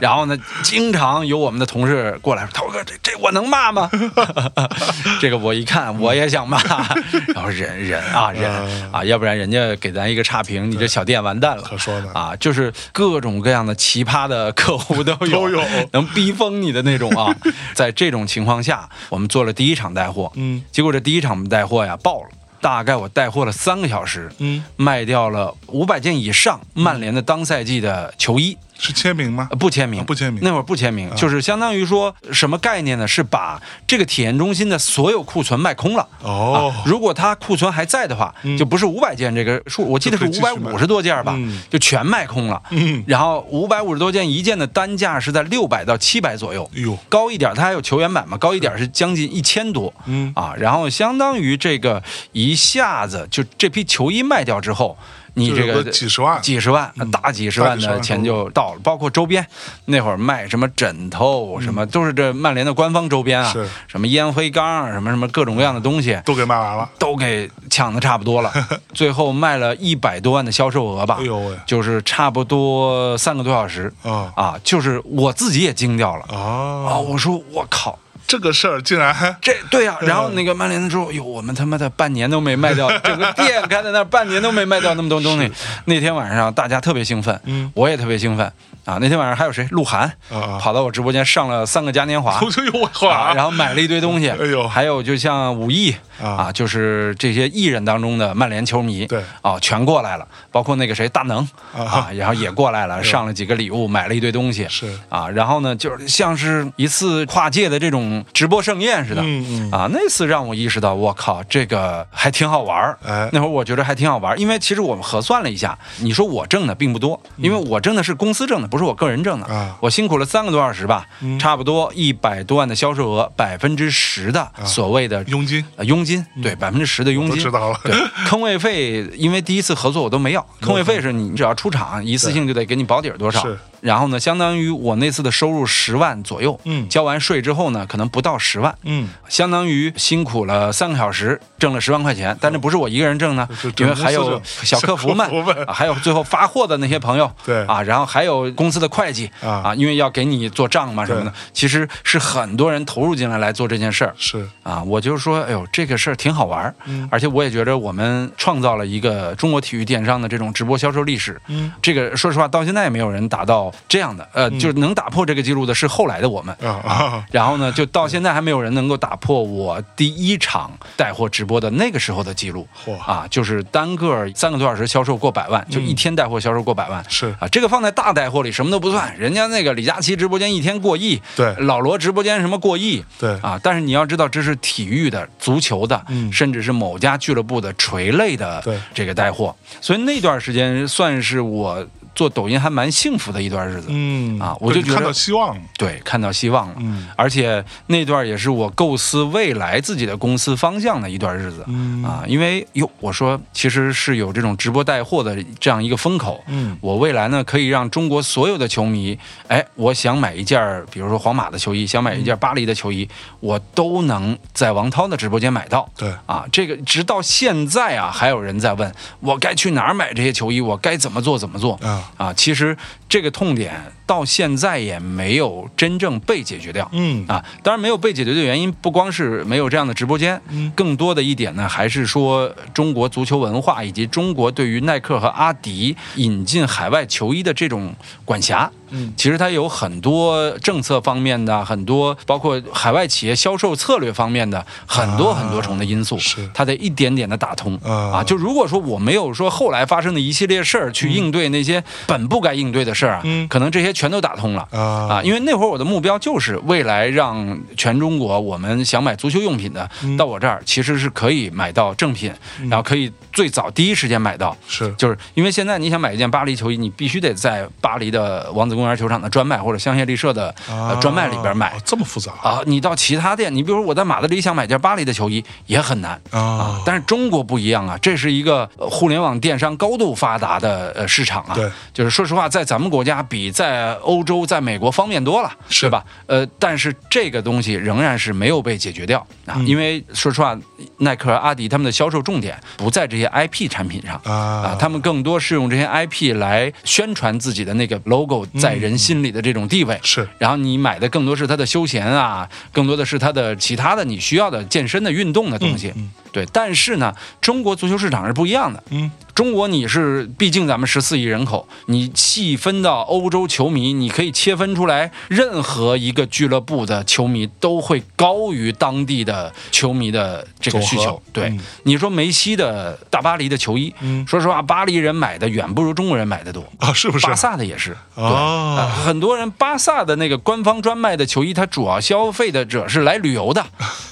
[SPEAKER 1] 然后呢，经常有我们的同事过来说：“涛哥，这这我能骂吗？” [laughs] 这个我一看我也想骂，
[SPEAKER 2] [laughs]
[SPEAKER 1] 然后忍忍啊忍啊，要不然人家给咱一个差评，你这小店完蛋了。
[SPEAKER 2] 嗯可说呢
[SPEAKER 1] 啊，就是各种各样的奇葩的客户都有，
[SPEAKER 2] [laughs] 都有
[SPEAKER 1] 能逼疯你的那种
[SPEAKER 2] [laughs]
[SPEAKER 1] 啊。在这种情况下，我们做了第一场带货，
[SPEAKER 2] 嗯，
[SPEAKER 1] 结果这第一场带货呀爆了。大概我带货了三个小时，
[SPEAKER 2] 嗯，
[SPEAKER 1] 卖掉了五百件以上曼联的当赛季的球衣，
[SPEAKER 2] 是签名吗
[SPEAKER 1] 呃？不签名，
[SPEAKER 2] 啊不签名
[SPEAKER 1] 那会儿不签名，就是相当于说什么概念呢？是把这个体验中心的所有库存卖空了。
[SPEAKER 2] 哦嗯
[SPEAKER 1] 啊，如果它库存还在的话，就不是五百件这个数，我记得是
[SPEAKER 2] 就可以
[SPEAKER 1] 五
[SPEAKER 2] 继
[SPEAKER 1] 百
[SPEAKER 2] 续卖
[SPEAKER 1] 五十多件吧，
[SPEAKER 2] 嗯
[SPEAKER 1] 就全卖空了。
[SPEAKER 2] 嗯
[SPEAKER 1] 然后五百五十多件一件的单价是在六百到七百左右。
[SPEAKER 2] 哎呦
[SPEAKER 1] 高一点，它还有球员版嘛，高一点是将近一千多，
[SPEAKER 2] 嗯
[SPEAKER 1] 啊，然后相当于这个一下子就这批球衣卖掉之后，你
[SPEAKER 2] 就
[SPEAKER 1] 这
[SPEAKER 2] 有
[SPEAKER 1] 个
[SPEAKER 2] 个几十万嗯
[SPEAKER 1] 几十万、大几十万
[SPEAKER 2] 大几十
[SPEAKER 1] 的
[SPEAKER 2] 万
[SPEAKER 1] 钱就到了，包括周边，那会儿卖什么枕头什么，都是这曼联的官方周边啊
[SPEAKER 2] 嗯是，
[SPEAKER 1] 什么烟灰缸啊，什么什么各种各样的东西。
[SPEAKER 2] 都给卖完了。
[SPEAKER 1] 都给抢的差不
[SPEAKER 2] [laughs]
[SPEAKER 1] 多了，最后卖了一百多万的销售额吧，
[SPEAKER 2] 哎呦喂
[SPEAKER 1] 就是差不多三个多小时
[SPEAKER 2] 啊
[SPEAKER 1] 啊，就是我自己也惊掉了啊！
[SPEAKER 2] 哦，
[SPEAKER 1] 我说我靠，
[SPEAKER 2] 这个事儿
[SPEAKER 1] [laughs]
[SPEAKER 2] 竟 [laughs] 然
[SPEAKER 1] 这对
[SPEAKER 2] 嗯
[SPEAKER 1] 呀、然后那个曼联的说：“哟，我们他妈的半年都没卖
[SPEAKER 2] [laughs]
[SPEAKER 1] 掉，整个店开在那儿半年都没卖掉那么多东西。”那天晚上大家特别兴奋，
[SPEAKER 2] 嗯
[SPEAKER 1] 我也特别兴奋啊。那天晚上还有谁？鹿晗、
[SPEAKER 2] 啊
[SPEAKER 1] 跑到我直播间上了三个嘉年华，
[SPEAKER 2] 我就又我靠
[SPEAKER 1] 啊，
[SPEAKER 2] 啊！
[SPEAKER 1] 然后买了一堆东西。
[SPEAKER 2] [laughs] 哎呦
[SPEAKER 1] 还有就像武艺
[SPEAKER 2] 啊
[SPEAKER 1] 啊，就是这些艺人当中的曼联球迷，
[SPEAKER 2] 对
[SPEAKER 1] 啊，全过来了，包括那个谁大能啊，然后也过来了，上了几个礼物，买了一堆东西，[laughs]
[SPEAKER 2] 哎是
[SPEAKER 1] 啊，然后呢，就是像是一次跨界的这种直播盛宴似的，
[SPEAKER 2] 嗯嗯
[SPEAKER 1] 啊，那次让我意识到，我靠，这个还挺好玩儿。
[SPEAKER 2] 哎
[SPEAKER 1] 那会儿我觉得还挺好玩儿，因为其实我们核算了一下，你说我挣的并不多，因为我挣的是公司挣的，不是我个人挣的。
[SPEAKER 2] 嗯啊
[SPEAKER 1] 我辛苦了三个多小时吧，
[SPEAKER 2] 嗯
[SPEAKER 1] 差不多一百多万的销售额，百分之十的所谓的、
[SPEAKER 2] 啊佣金
[SPEAKER 1] 呃佣金，对，百分之十的佣
[SPEAKER 2] 我
[SPEAKER 1] 金。
[SPEAKER 2] 都知道了 [laughs]
[SPEAKER 1] 对，坑位费，因为第一次合作我都没要，坑位费是你只要出场一次性就得给你保底儿多少
[SPEAKER 2] 是。
[SPEAKER 1] 然后呢，相当于我那次的收入十万左右，
[SPEAKER 2] 嗯
[SPEAKER 1] 交完税之后呢，可能不到十万，
[SPEAKER 2] 嗯，
[SPEAKER 1] 相当于辛苦了三个小时，挣了十万块钱，但这
[SPEAKER 2] 嗯
[SPEAKER 1] 不是我一个人挣呢
[SPEAKER 2] 是，
[SPEAKER 1] 因为
[SPEAKER 2] 整公
[SPEAKER 1] 还
[SPEAKER 2] 司
[SPEAKER 1] 有
[SPEAKER 2] 挣
[SPEAKER 1] 小客服们
[SPEAKER 2] 小客服们
[SPEAKER 1] 啊，还有最后发货的那些朋友，
[SPEAKER 2] 对
[SPEAKER 1] 啊，然后还有公司的会计
[SPEAKER 2] 啊
[SPEAKER 1] 因为要给你做账嘛什么的
[SPEAKER 2] 对，
[SPEAKER 1] 其实是很多人投入进来来做这件事儿，
[SPEAKER 2] 是
[SPEAKER 1] 啊，我就说，哎呦，这个事儿挺好玩儿，
[SPEAKER 2] 嗯
[SPEAKER 1] 而且我也觉得我们创造了一个中国体育电商的这种直播销售历史。
[SPEAKER 2] 嗯
[SPEAKER 1] 这个说实话，到现在也没有人达到这样的，呃，就是能打破这个记录的是后来的我们。
[SPEAKER 2] 啊啊，
[SPEAKER 1] 然后呢，就到现在还没有人能够打破我第一场带货直播的那个时候的记录
[SPEAKER 2] 嚯嗯
[SPEAKER 1] 啊，就是单个三个多小时销售过百万，就一天带货销售过百万。
[SPEAKER 2] 是
[SPEAKER 1] 啊，这个放在大带货里什么都不算，人家那个李佳琦直播间一天过亿，
[SPEAKER 2] 对
[SPEAKER 1] 老罗直播间什么过亿，
[SPEAKER 2] 对
[SPEAKER 1] 啊，但是你要知道，这是体育的、足球的，
[SPEAKER 2] 嗯
[SPEAKER 1] 甚至是某家俱乐部的垂类的
[SPEAKER 2] 对
[SPEAKER 1] 这个带货，所以那段时间算是我做抖音还蛮幸福的一段日子，
[SPEAKER 2] 嗯
[SPEAKER 1] 啊我
[SPEAKER 2] 对
[SPEAKER 1] 就
[SPEAKER 2] 你
[SPEAKER 1] 觉
[SPEAKER 2] 看
[SPEAKER 1] 得
[SPEAKER 2] 到希望了，
[SPEAKER 1] 对，看到希望了。
[SPEAKER 2] 嗯
[SPEAKER 1] 而且那段也是我构思未来自己的公司方向的一段日子。
[SPEAKER 2] 嗯
[SPEAKER 1] 啊，因为哟，我说其实是有这种直播带货的这样一个风口，
[SPEAKER 2] 嗯
[SPEAKER 1] 我未来呢可以让中国所有的球迷，哎，我想买一件儿，比如说皇马的球衣，想买一件巴黎的球衣，我都能在王涛的直播间买到。
[SPEAKER 2] 对
[SPEAKER 1] 啊，这个直到现在啊，还有人在问我该去哪儿买这些球衣，我该怎么做怎么做
[SPEAKER 2] 啊，
[SPEAKER 1] 啊？其实这个痛点到现在也没有真正被解决掉。
[SPEAKER 2] 嗯
[SPEAKER 1] 啊，当然没有被解决的原因，不光是没有这样的直播间，
[SPEAKER 2] 嗯
[SPEAKER 1] 更多的一点呢，还是说中国足球文化以及中国对于耐克和阿迪引进海外球衣的这种管辖。
[SPEAKER 2] 嗯
[SPEAKER 1] 其实它有很多政策方面的，很多包括海外企业销售策略方面的很多
[SPEAKER 2] 啊
[SPEAKER 1] 很多重的因素，
[SPEAKER 2] 是
[SPEAKER 1] 它得一点点的打通
[SPEAKER 2] 啊
[SPEAKER 1] 啊。就如果说我没有说后来发生的一系列事儿去应对那些本不该应对的事儿啊，
[SPEAKER 2] 嗯
[SPEAKER 1] 可能这些全都打通了。
[SPEAKER 2] 啊
[SPEAKER 1] 啊，因为那会儿我的目标就是未来让全中国我们想买足球用品的，
[SPEAKER 2] 嗯
[SPEAKER 1] 到我这儿其实是可以买到正品，然后可以最早第一时间买到。
[SPEAKER 2] 是
[SPEAKER 1] 就是因为现在你想买一件巴黎球衣，你必须得在巴黎的王子公园球场的专卖或者香榭丽舍的、呃专卖里边买
[SPEAKER 2] 啊哦。这么复杂
[SPEAKER 1] 啊，你到其他店，你比如说我在马德里想买件巴黎的球衣也很难，
[SPEAKER 2] 啊
[SPEAKER 1] 但是中国不一样啊，这是一个呃互联网电商高度发达的呃市场啊。
[SPEAKER 2] 对，
[SPEAKER 1] 就是说实话，在咱们国家比在欧洲、在美国方便多了，
[SPEAKER 2] 是
[SPEAKER 1] 对吧？呃，但是这个东西仍然是没有被解决掉啊，
[SPEAKER 2] 嗯
[SPEAKER 1] 因为说实话，耐克、阿迪他们的销售重点不在这些 IP 产品上。啊
[SPEAKER 2] 啊，
[SPEAKER 1] 他们更多是用这些 IP 来宣传自己的那个 logo 在
[SPEAKER 2] 嗯
[SPEAKER 1] 人心里的这种地位，
[SPEAKER 2] 是
[SPEAKER 1] 然后你买的更多是它的休闲啊，更多的是它的其他的你需要的健身的运动的东西。
[SPEAKER 2] 嗯
[SPEAKER 1] 对，但是呢，中国足球市场是不一样的。
[SPEAKER 2] 嗯
[SPEAKER 1] 中国你是，毕竟咱们十四亿人口，你细分到欧洲球迷，你可以切分出来，任何一个俱乐部的球迷都会高于当地的球迷的这个需
[SPEAKER 2] 总
[SPEAKER 1] 求
[SPEAKER 2] 和。
[SPEAKER 1] 对
[SPEAKER 2] 嗯，
[SPEAKER 1] 你说梅西的大巴黎的球衣，
[SPEAKER 2] 嗯
[SPEAKER 1] 说实话，巴黎人买的远不如中国人买的多。
[SPEAKER 2] 啊，是不是
[SPEAKER 1] 巴萨的也是，对呃
[SPEAKER 2] 啊？
[SPEAKER 1] 很多人巴萨的那个官方专卖的球衣，它主要消费的者是来旅游
[SPEAKER 2] [laughs]
[SPEAKER 1] 的，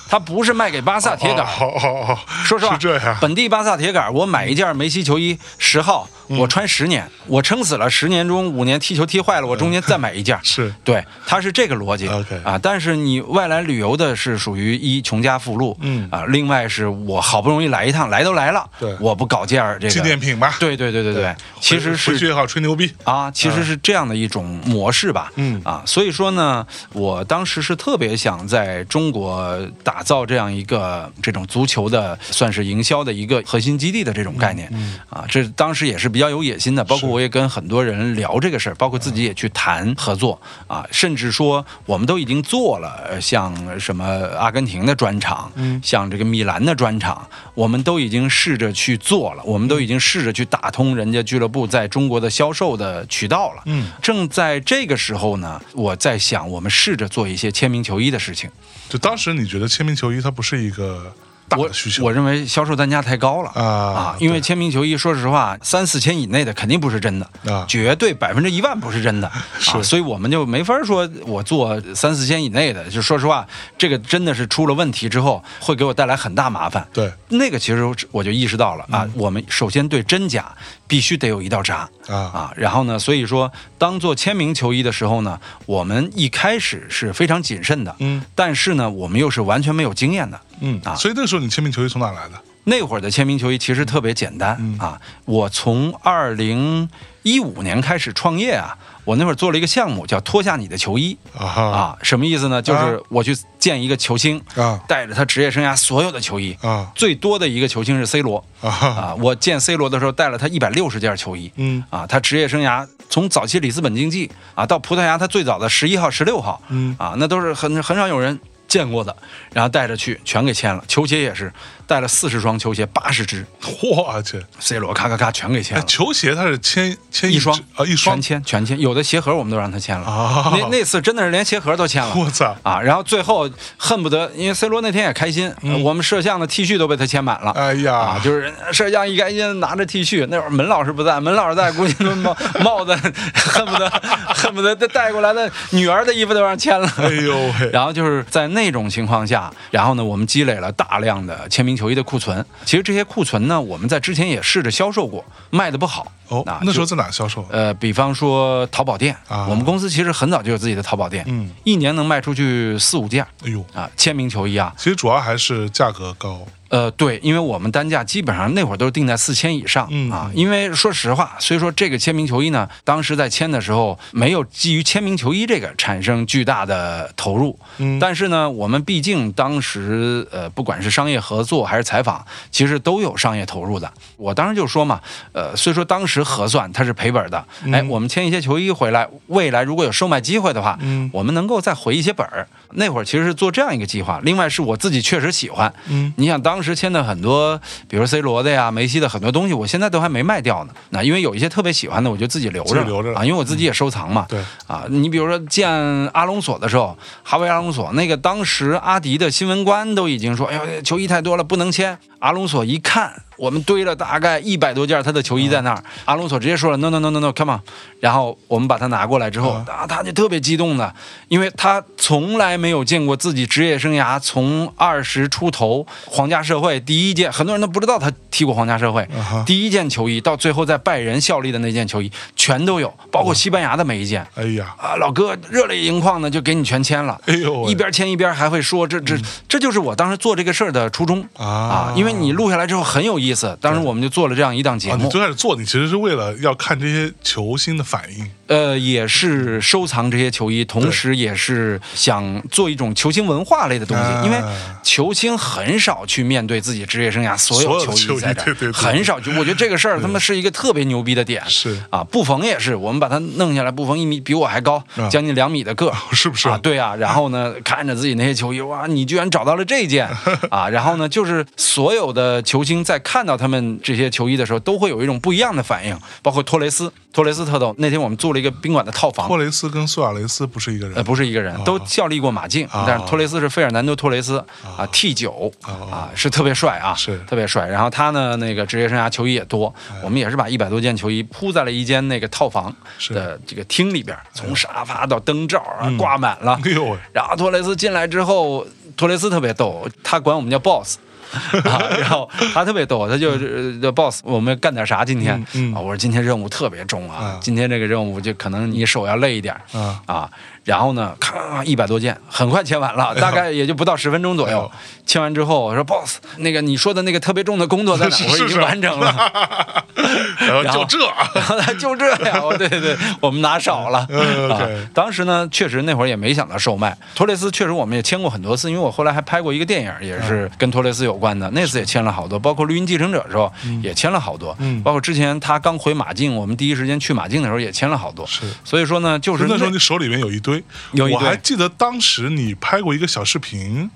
[SPEAKER 1] 它不是卖给巴萨铁杆儿。
[SPEAKER 2] 好好好，
[SPEAKER 1] 说实话，
[SPEAKER 2] 哦是这样
[SPEAKER 1] 本地巴萨铁杆儿，我买一件梅西球衣十号，
[SPEAKER 2] 嗯
[SPEAKER 1] 我穿十年，我撑死了十年中五年踢球踢坏了，我中间再买一件
[SPEAKER 2] [laughs]
[SPEAKER 1] 儿。
[SPEAKER 2] 是
[SPEAKER 1] 对，它是这个逻辑
[SPEAKER 2] 嗯 OK
[SPEAKER 1] 啊。但是你外来旅游的是属于一穷家富路，
[SPEAKER 2] 嗯
[SPEAKER 1] 啊，另外是我好不容易来一趟，来都来了，
[SPEAKER 2] 对
[SPEAKER 1] 我不搞件儿这个
[SPEAKER 2] 纪念品吧？，
[SPEAKER 1] 对对对对对，其实是
[SPEAKER 2] 回去也好吹牛逼
[SPEAKER 1] 啊，其实是这样的一种模式吧。
[SPEAKER 2] 嗯
[SPEAKER 1] 啊，所以说呢，我当时是特别想在中国打造这样一个这种足球的，算是营销的一个核心基地的这种概念。啊，这当时也是比较有野心的，包括我也跟很多人聊这个事儿，包括自己也去谈合作啊，甚至说我们都已经做了，呃像什么阿根廷的专场，
[SPEAKER 2] 嗯
[SPEAKER 1] 像这个米兰的专场，我们都已经试着去做
[SPEAKER 2] 嗯
[SPEAKER 1] 了，我们都已经试着去打通人家俱乐部在中国的销售的渠道了。
[SPEAKER 2] 嗯，
[SPEAKER 1] 正在这个时候呢，我在想，我们试着做一些签名球衣的事情。
[SPEAKER 2] 就当时你觉得签名球衣它不是一个大
[SPEAKER 1] 我
[SPEAKER 2] 的需求
[SPEAKER 1] 我认为销售单价太高了
[SPEAKER 2] 啊
[SPEAKER 1] 因为签名球衣，说实话，三四千以内的肯定不是真的，
[SPEAKER 2] 啊
[SPEAKER 1] 绝对百分之一万不是
[SPEAKER 2] [laughs]
[SPEAKER 1] 真的，啊，
[SPEAKER 2] 是
[SPEAKER 1] 所以我们就没法说我做三四千以内的，就说实话，这个真的是出了问题之后会给我带来很大麻烦。
[SPEAKER 2] 对嗯
[SPEAKER 1] 那个其实我就意识到了啊，我们首先对真假必须得有一道闸
[SPEAKER 2] 啊
[SPEAKER 1] 啊，然后呢，所以说当做签名球衣的时候呢，我们一开始是非常谨慎的，
[SPEAKER 2] 嗯
[SPEAKER 1] 但是呢，我们又是完全没有经验的。
[SPEAKER 2] 嗯
[SPEAKER 1] 啊
[SPEAKER 2] 所以那个时候你签名球衣从哪来的？嗯
[SPEAKER 1] 那会儿的签名球衣其实特别简单、啊，我从二零。一五年开始创业啊，我那会儿做了一个项目叫“脱下你的球衣”
[SPEAKER 2] 啊哈
[SPEAKER 1] 啊，什么意思呢？就
[SPEAKER 2] 啊
[SPEAKER 1] 是我去见一个球星，
[SPEAKER 2] 啊
[SPEAKER 1] 带着他职业生涯所有的球衣，
[SPEAKER 2] 啊
[SPEAKER 1] 最多的一个球星是 C 罗
[SPEAKER 2] 啊哈
[SPEAKER 1] 啊，我见 C 罗的时候带了他一百六十件球衣。
[SPEAKER 2] 嗯
[SPEAKER 1] 啊，他职业生涯从早期里斯本竞技啊，到葡萄牙，他最早的十一号、十六号，
[SPEAKER 2] 嗯
[SPEAKER 1] 啊，那都是很很少有人见过的，然后带着去全给签了，球鞋也是带了四十双球鞋，八十只
[SPEAKER 2] 我去，
[SPEAKER 1] ，C 罗咔咔咔全给签
[SPEAKER 2] 哎，
[SPEAKER 1] 了。
[SPEAKER 2] 球鞋它是签签
[SPEAKER 1] 一双
[SPEAKER 2] 只啊，一双
[SPEAKER 1] 全签全签，有的鞋盒我们都让他签了。
[SPEAKER 2] 啊
[SPEAKER 1] 那那次真的是连鞋盒都签了。
[SPEAKER 2] [laughs] 我操
[SPEAKER 1] 啊！然后最后恨不得，因为 C 罗那天也开心，呃我们摄像的 T 恤都被他签满了。
[SPEAKER 2] 嗯哎呀
[SPEAKER 1] 啊，就是摄像一开心拿着 T 恤，那会儿门老师不在，门老师在，估计都帽帽子恨不得恨不得带过来的女儿的衣服都让签了。
[SPEAKER 2] 哎呦喂，
[SPEAKER 1] 然后就是在那种情况下，然后呢，我们积累了大量的签名球衣的库存。其实这些库存呢，我们在之前也试着销售过，卖的不好。
[SPEAKER 2] 哦
[SPEAKER 1] 啊，
[SPEAKER 2] 那时
[SPEAKER 1] 就
[SPEAKER 2] 候在哪销售？
[SPEAKER 1] 呃，比方说淘宝店，
[SPEAKER 2] 啊
[SPEAKER 1] 我们公司其实很早就有自己的淘宝店，
[SPEAKER 2] 嗯，
[SPEAKER 1] 一年能卖出去四五件儿
[SPEAKER 2] 哎呦，
[SPEAKER 1] 啊，签名球衣啊，
[SPEAKER 2] 其实主要还是价格高，
[SPEAKER 1] 呃，对，因为我们单价基本上那会儿都是定在四千以上、
[SPEAKER 2] 嗯
[SPEAKER 1] 啊，因为说实话，虽说这个签名球衣呢，当时在签的时候没有基于签名球衣这个产生巨大的投入，
[SPEAKER 2] 嗯
[SPEAKER 1] 但是呢，我们毕竟当时呃，不管是商业合作还是采访，其实都有商业投入的。我当时就说嘛，呃，虽说当时核算它是赔本的，
[SPEAKER 2] 嗯
[SPEAKER 1] 哎，我们签一些球衣回来，未来如果有售卖机会的话，
[SPEAKER 2] 嗯
[SPEAKER 1] 我们能够再回一些本儿。那会儿其实是做这样一个计划，另外是我自己确实喜欢，
[SPEAKER 2] 嗯，
[SPEAKER 1] 你想当时签的很多，比如 C 罗的呀、梅西的很多东西，我现在都还没卖掉呢。那因为有一些特别喜欢的，我就自己留着
[SPEAKER 2] 自
[SPEAKER 1] 了，
[SPEAKER 2] 己留着了
[SPEAKER 1] 啊，因为我自己也收藏嘛。
[SPEAKER 2] 对
[SPEAKER 1] 啊，你比如说见阿隆索的时候，哈维阿隆索那个当时阿迪的新闻官都已经说，哎呦，球衣太多了，不能签。阿隆索一看，我们堆了大概一百多件他的球衣在那儿，阿隆索直接说了 no no no no no，come on。然后我们把它拿过来之后，啊，他就特别激动的，因为他从来没有见过自己职业生涯从二十出头皇家社会第一件，很多人都不知道他踢过皇家社会，
[SPEAKER 2] 啊哈
[SPEAKER 1] 第一件球衣到最后在拜仁效力的那件球衣全都有，包括西班牙的每一件。
[SPEAKER 2] 哎呀，
[SPEAKER 1] 啊，老哥热泪盈眶的就给你全签了，
[SPEAKER 2] 哎呦喂
[SPEAKER 1] 一边签一边还会说，这这、这就是我当时做这个事儿的初衷
[SPEAKER 2] 嗯啊
[SPEAKER 1] 因为你录下来之后很有意思，当时我们就做了这样一档节
[SPEAKER 2] 啊，你
[SPEAKER 1] 目，
[SPEAKER 2] 最开始做，你其实是为了要看这些球星的反应，
[SPEAKER 1] 呃，也是收藏这些球衣，同时也是想做一种球星文化类的东
[SPEAKER 2] 啊
[SPEAKER 1] 西，因为球星很少去面对自己职业生涯所
[SPEAKER 2] 所有
[SPEAKER 1] 有球
[SPEAKER 2] 的球衣
[SPEAKER 1] 衣在这儿，
[SPEAKER 2] 对对对
[SPEAKER 1] 很少去，我觉得这个事儿他妈是一个特别牛逼的点，
[SPEAKER 2] 是
[SPEAKER 1] 啊，布冯也是，我们把他弄下来，布冯一米比我还高
[SPEAKER 2] 啊，
[SPEAKER 1] 将近两米的个儿，
[SPEAKER 2] [laughs] 是不是？
[SPEAKER 1] 啊，对啊，然后呢，看着自己那些球衣，哇，你居然找到了这
[SPEAKER 2] [laughs]
[SPEAKER 1] 件啊！然后呢，就是所有的球星在看到他们这些球衣的时候，都会有一种不一样的反应，包括托雷斯，托雷斯特逗。那天我们住了一个宾馆的套房
[SPEAKER 2] 霍，雷斯跟哦苏亚雷斯不是一个人，
[SPEAKER 1] 啊呃，不是一个人，都效力过马竞，
[SPEAKER 2] 啊
[SPEAKER 1] 但是托雷斯是费尔南多·托雷斯啊，T 九啊，是特别帅啊，
[SPEAKER 2] 哦是哎
[SPEAKER 1] 特别帅。然后他呢，那个职业生涯球衣也多，我们也是把一百多件球衣铺在了一间那个套房
[SPEAKER 2] 是哎
[SPEAKER 1] 的这个厅里边，从沙发到灯罩啊挂满了
[SPEAKER 2] 哎。呦喂，
[SPEAKER 1] 然后托雷斯进来之后，托雷斯特别逗，他管我们叫 boss。啊，
[SPEAKER 2] [laughs]
[SPEAKER 1] 然后他特别逗，他就呃 boss，我们干点啥今天？
[SPEAKER 2] 嗯嗯
[SPEAKER 1] 啊，我说今天任务特别重啊，
[SPEAKER 2] 啊
[SPEAKER 1] 今天这个任务就可能你手要累一点
[SPEAKER 2] 啊
[SPEAKER 1] 然后呢，咔一百多件，很快签完了，大概也就不到十分钟左
[SPEAKER 2] 哎
[SPEAKER 1] 右
[SPEAKER 2] 呦。
[SPEAKER 1] 签完之后，我说 boss，那个你说的那个特别重的工
[SPEAKER 2] [laughs]
[SPEAKER 1] 作在哪？
[SPEAKER 2] 是
[SPEAKER 1] 我说已
[SPEAKER 2] 是是
[SPEAKER 1] 经完成了。
[SPEAKER 2] [laughs] 然后就这，
[SPEAKER 1] [laughs] 然后他就这样，我对对对，我们拿少了。
[SPEAKER 2] 嗯
[SPEAKER 1] 啊
[SPEAKER 2] ，OK，
[SPEAKER 1] 当时呢，确实那会儿也没想到售卖。托雷斯确实我们也签过很多次，因为我后来还拍过一个电影，也
[SPEAKER 2] 嗯
[SPEAKER 1] 是跟托雷斯有关的，那次也签了好多，包括《绿茵继承者》的时候也签了好多，
[SPEAKER 2] 嗯
[SPEAKER 1] 包括之前他刚回马竞，我们第一时间去马竞的时候也签了好多。
[SPEAKER 2] 是
[SPEAKER 1] 所以说呢，就是
[SPEAKER 2] 那时候你手里面有一堆，
[SPEAKER 1] 有一
[SPEAKER 2] 我还
[SPEAKER 1] 堆
[SPEAKER 2] 记得当时你拍过一个小视频。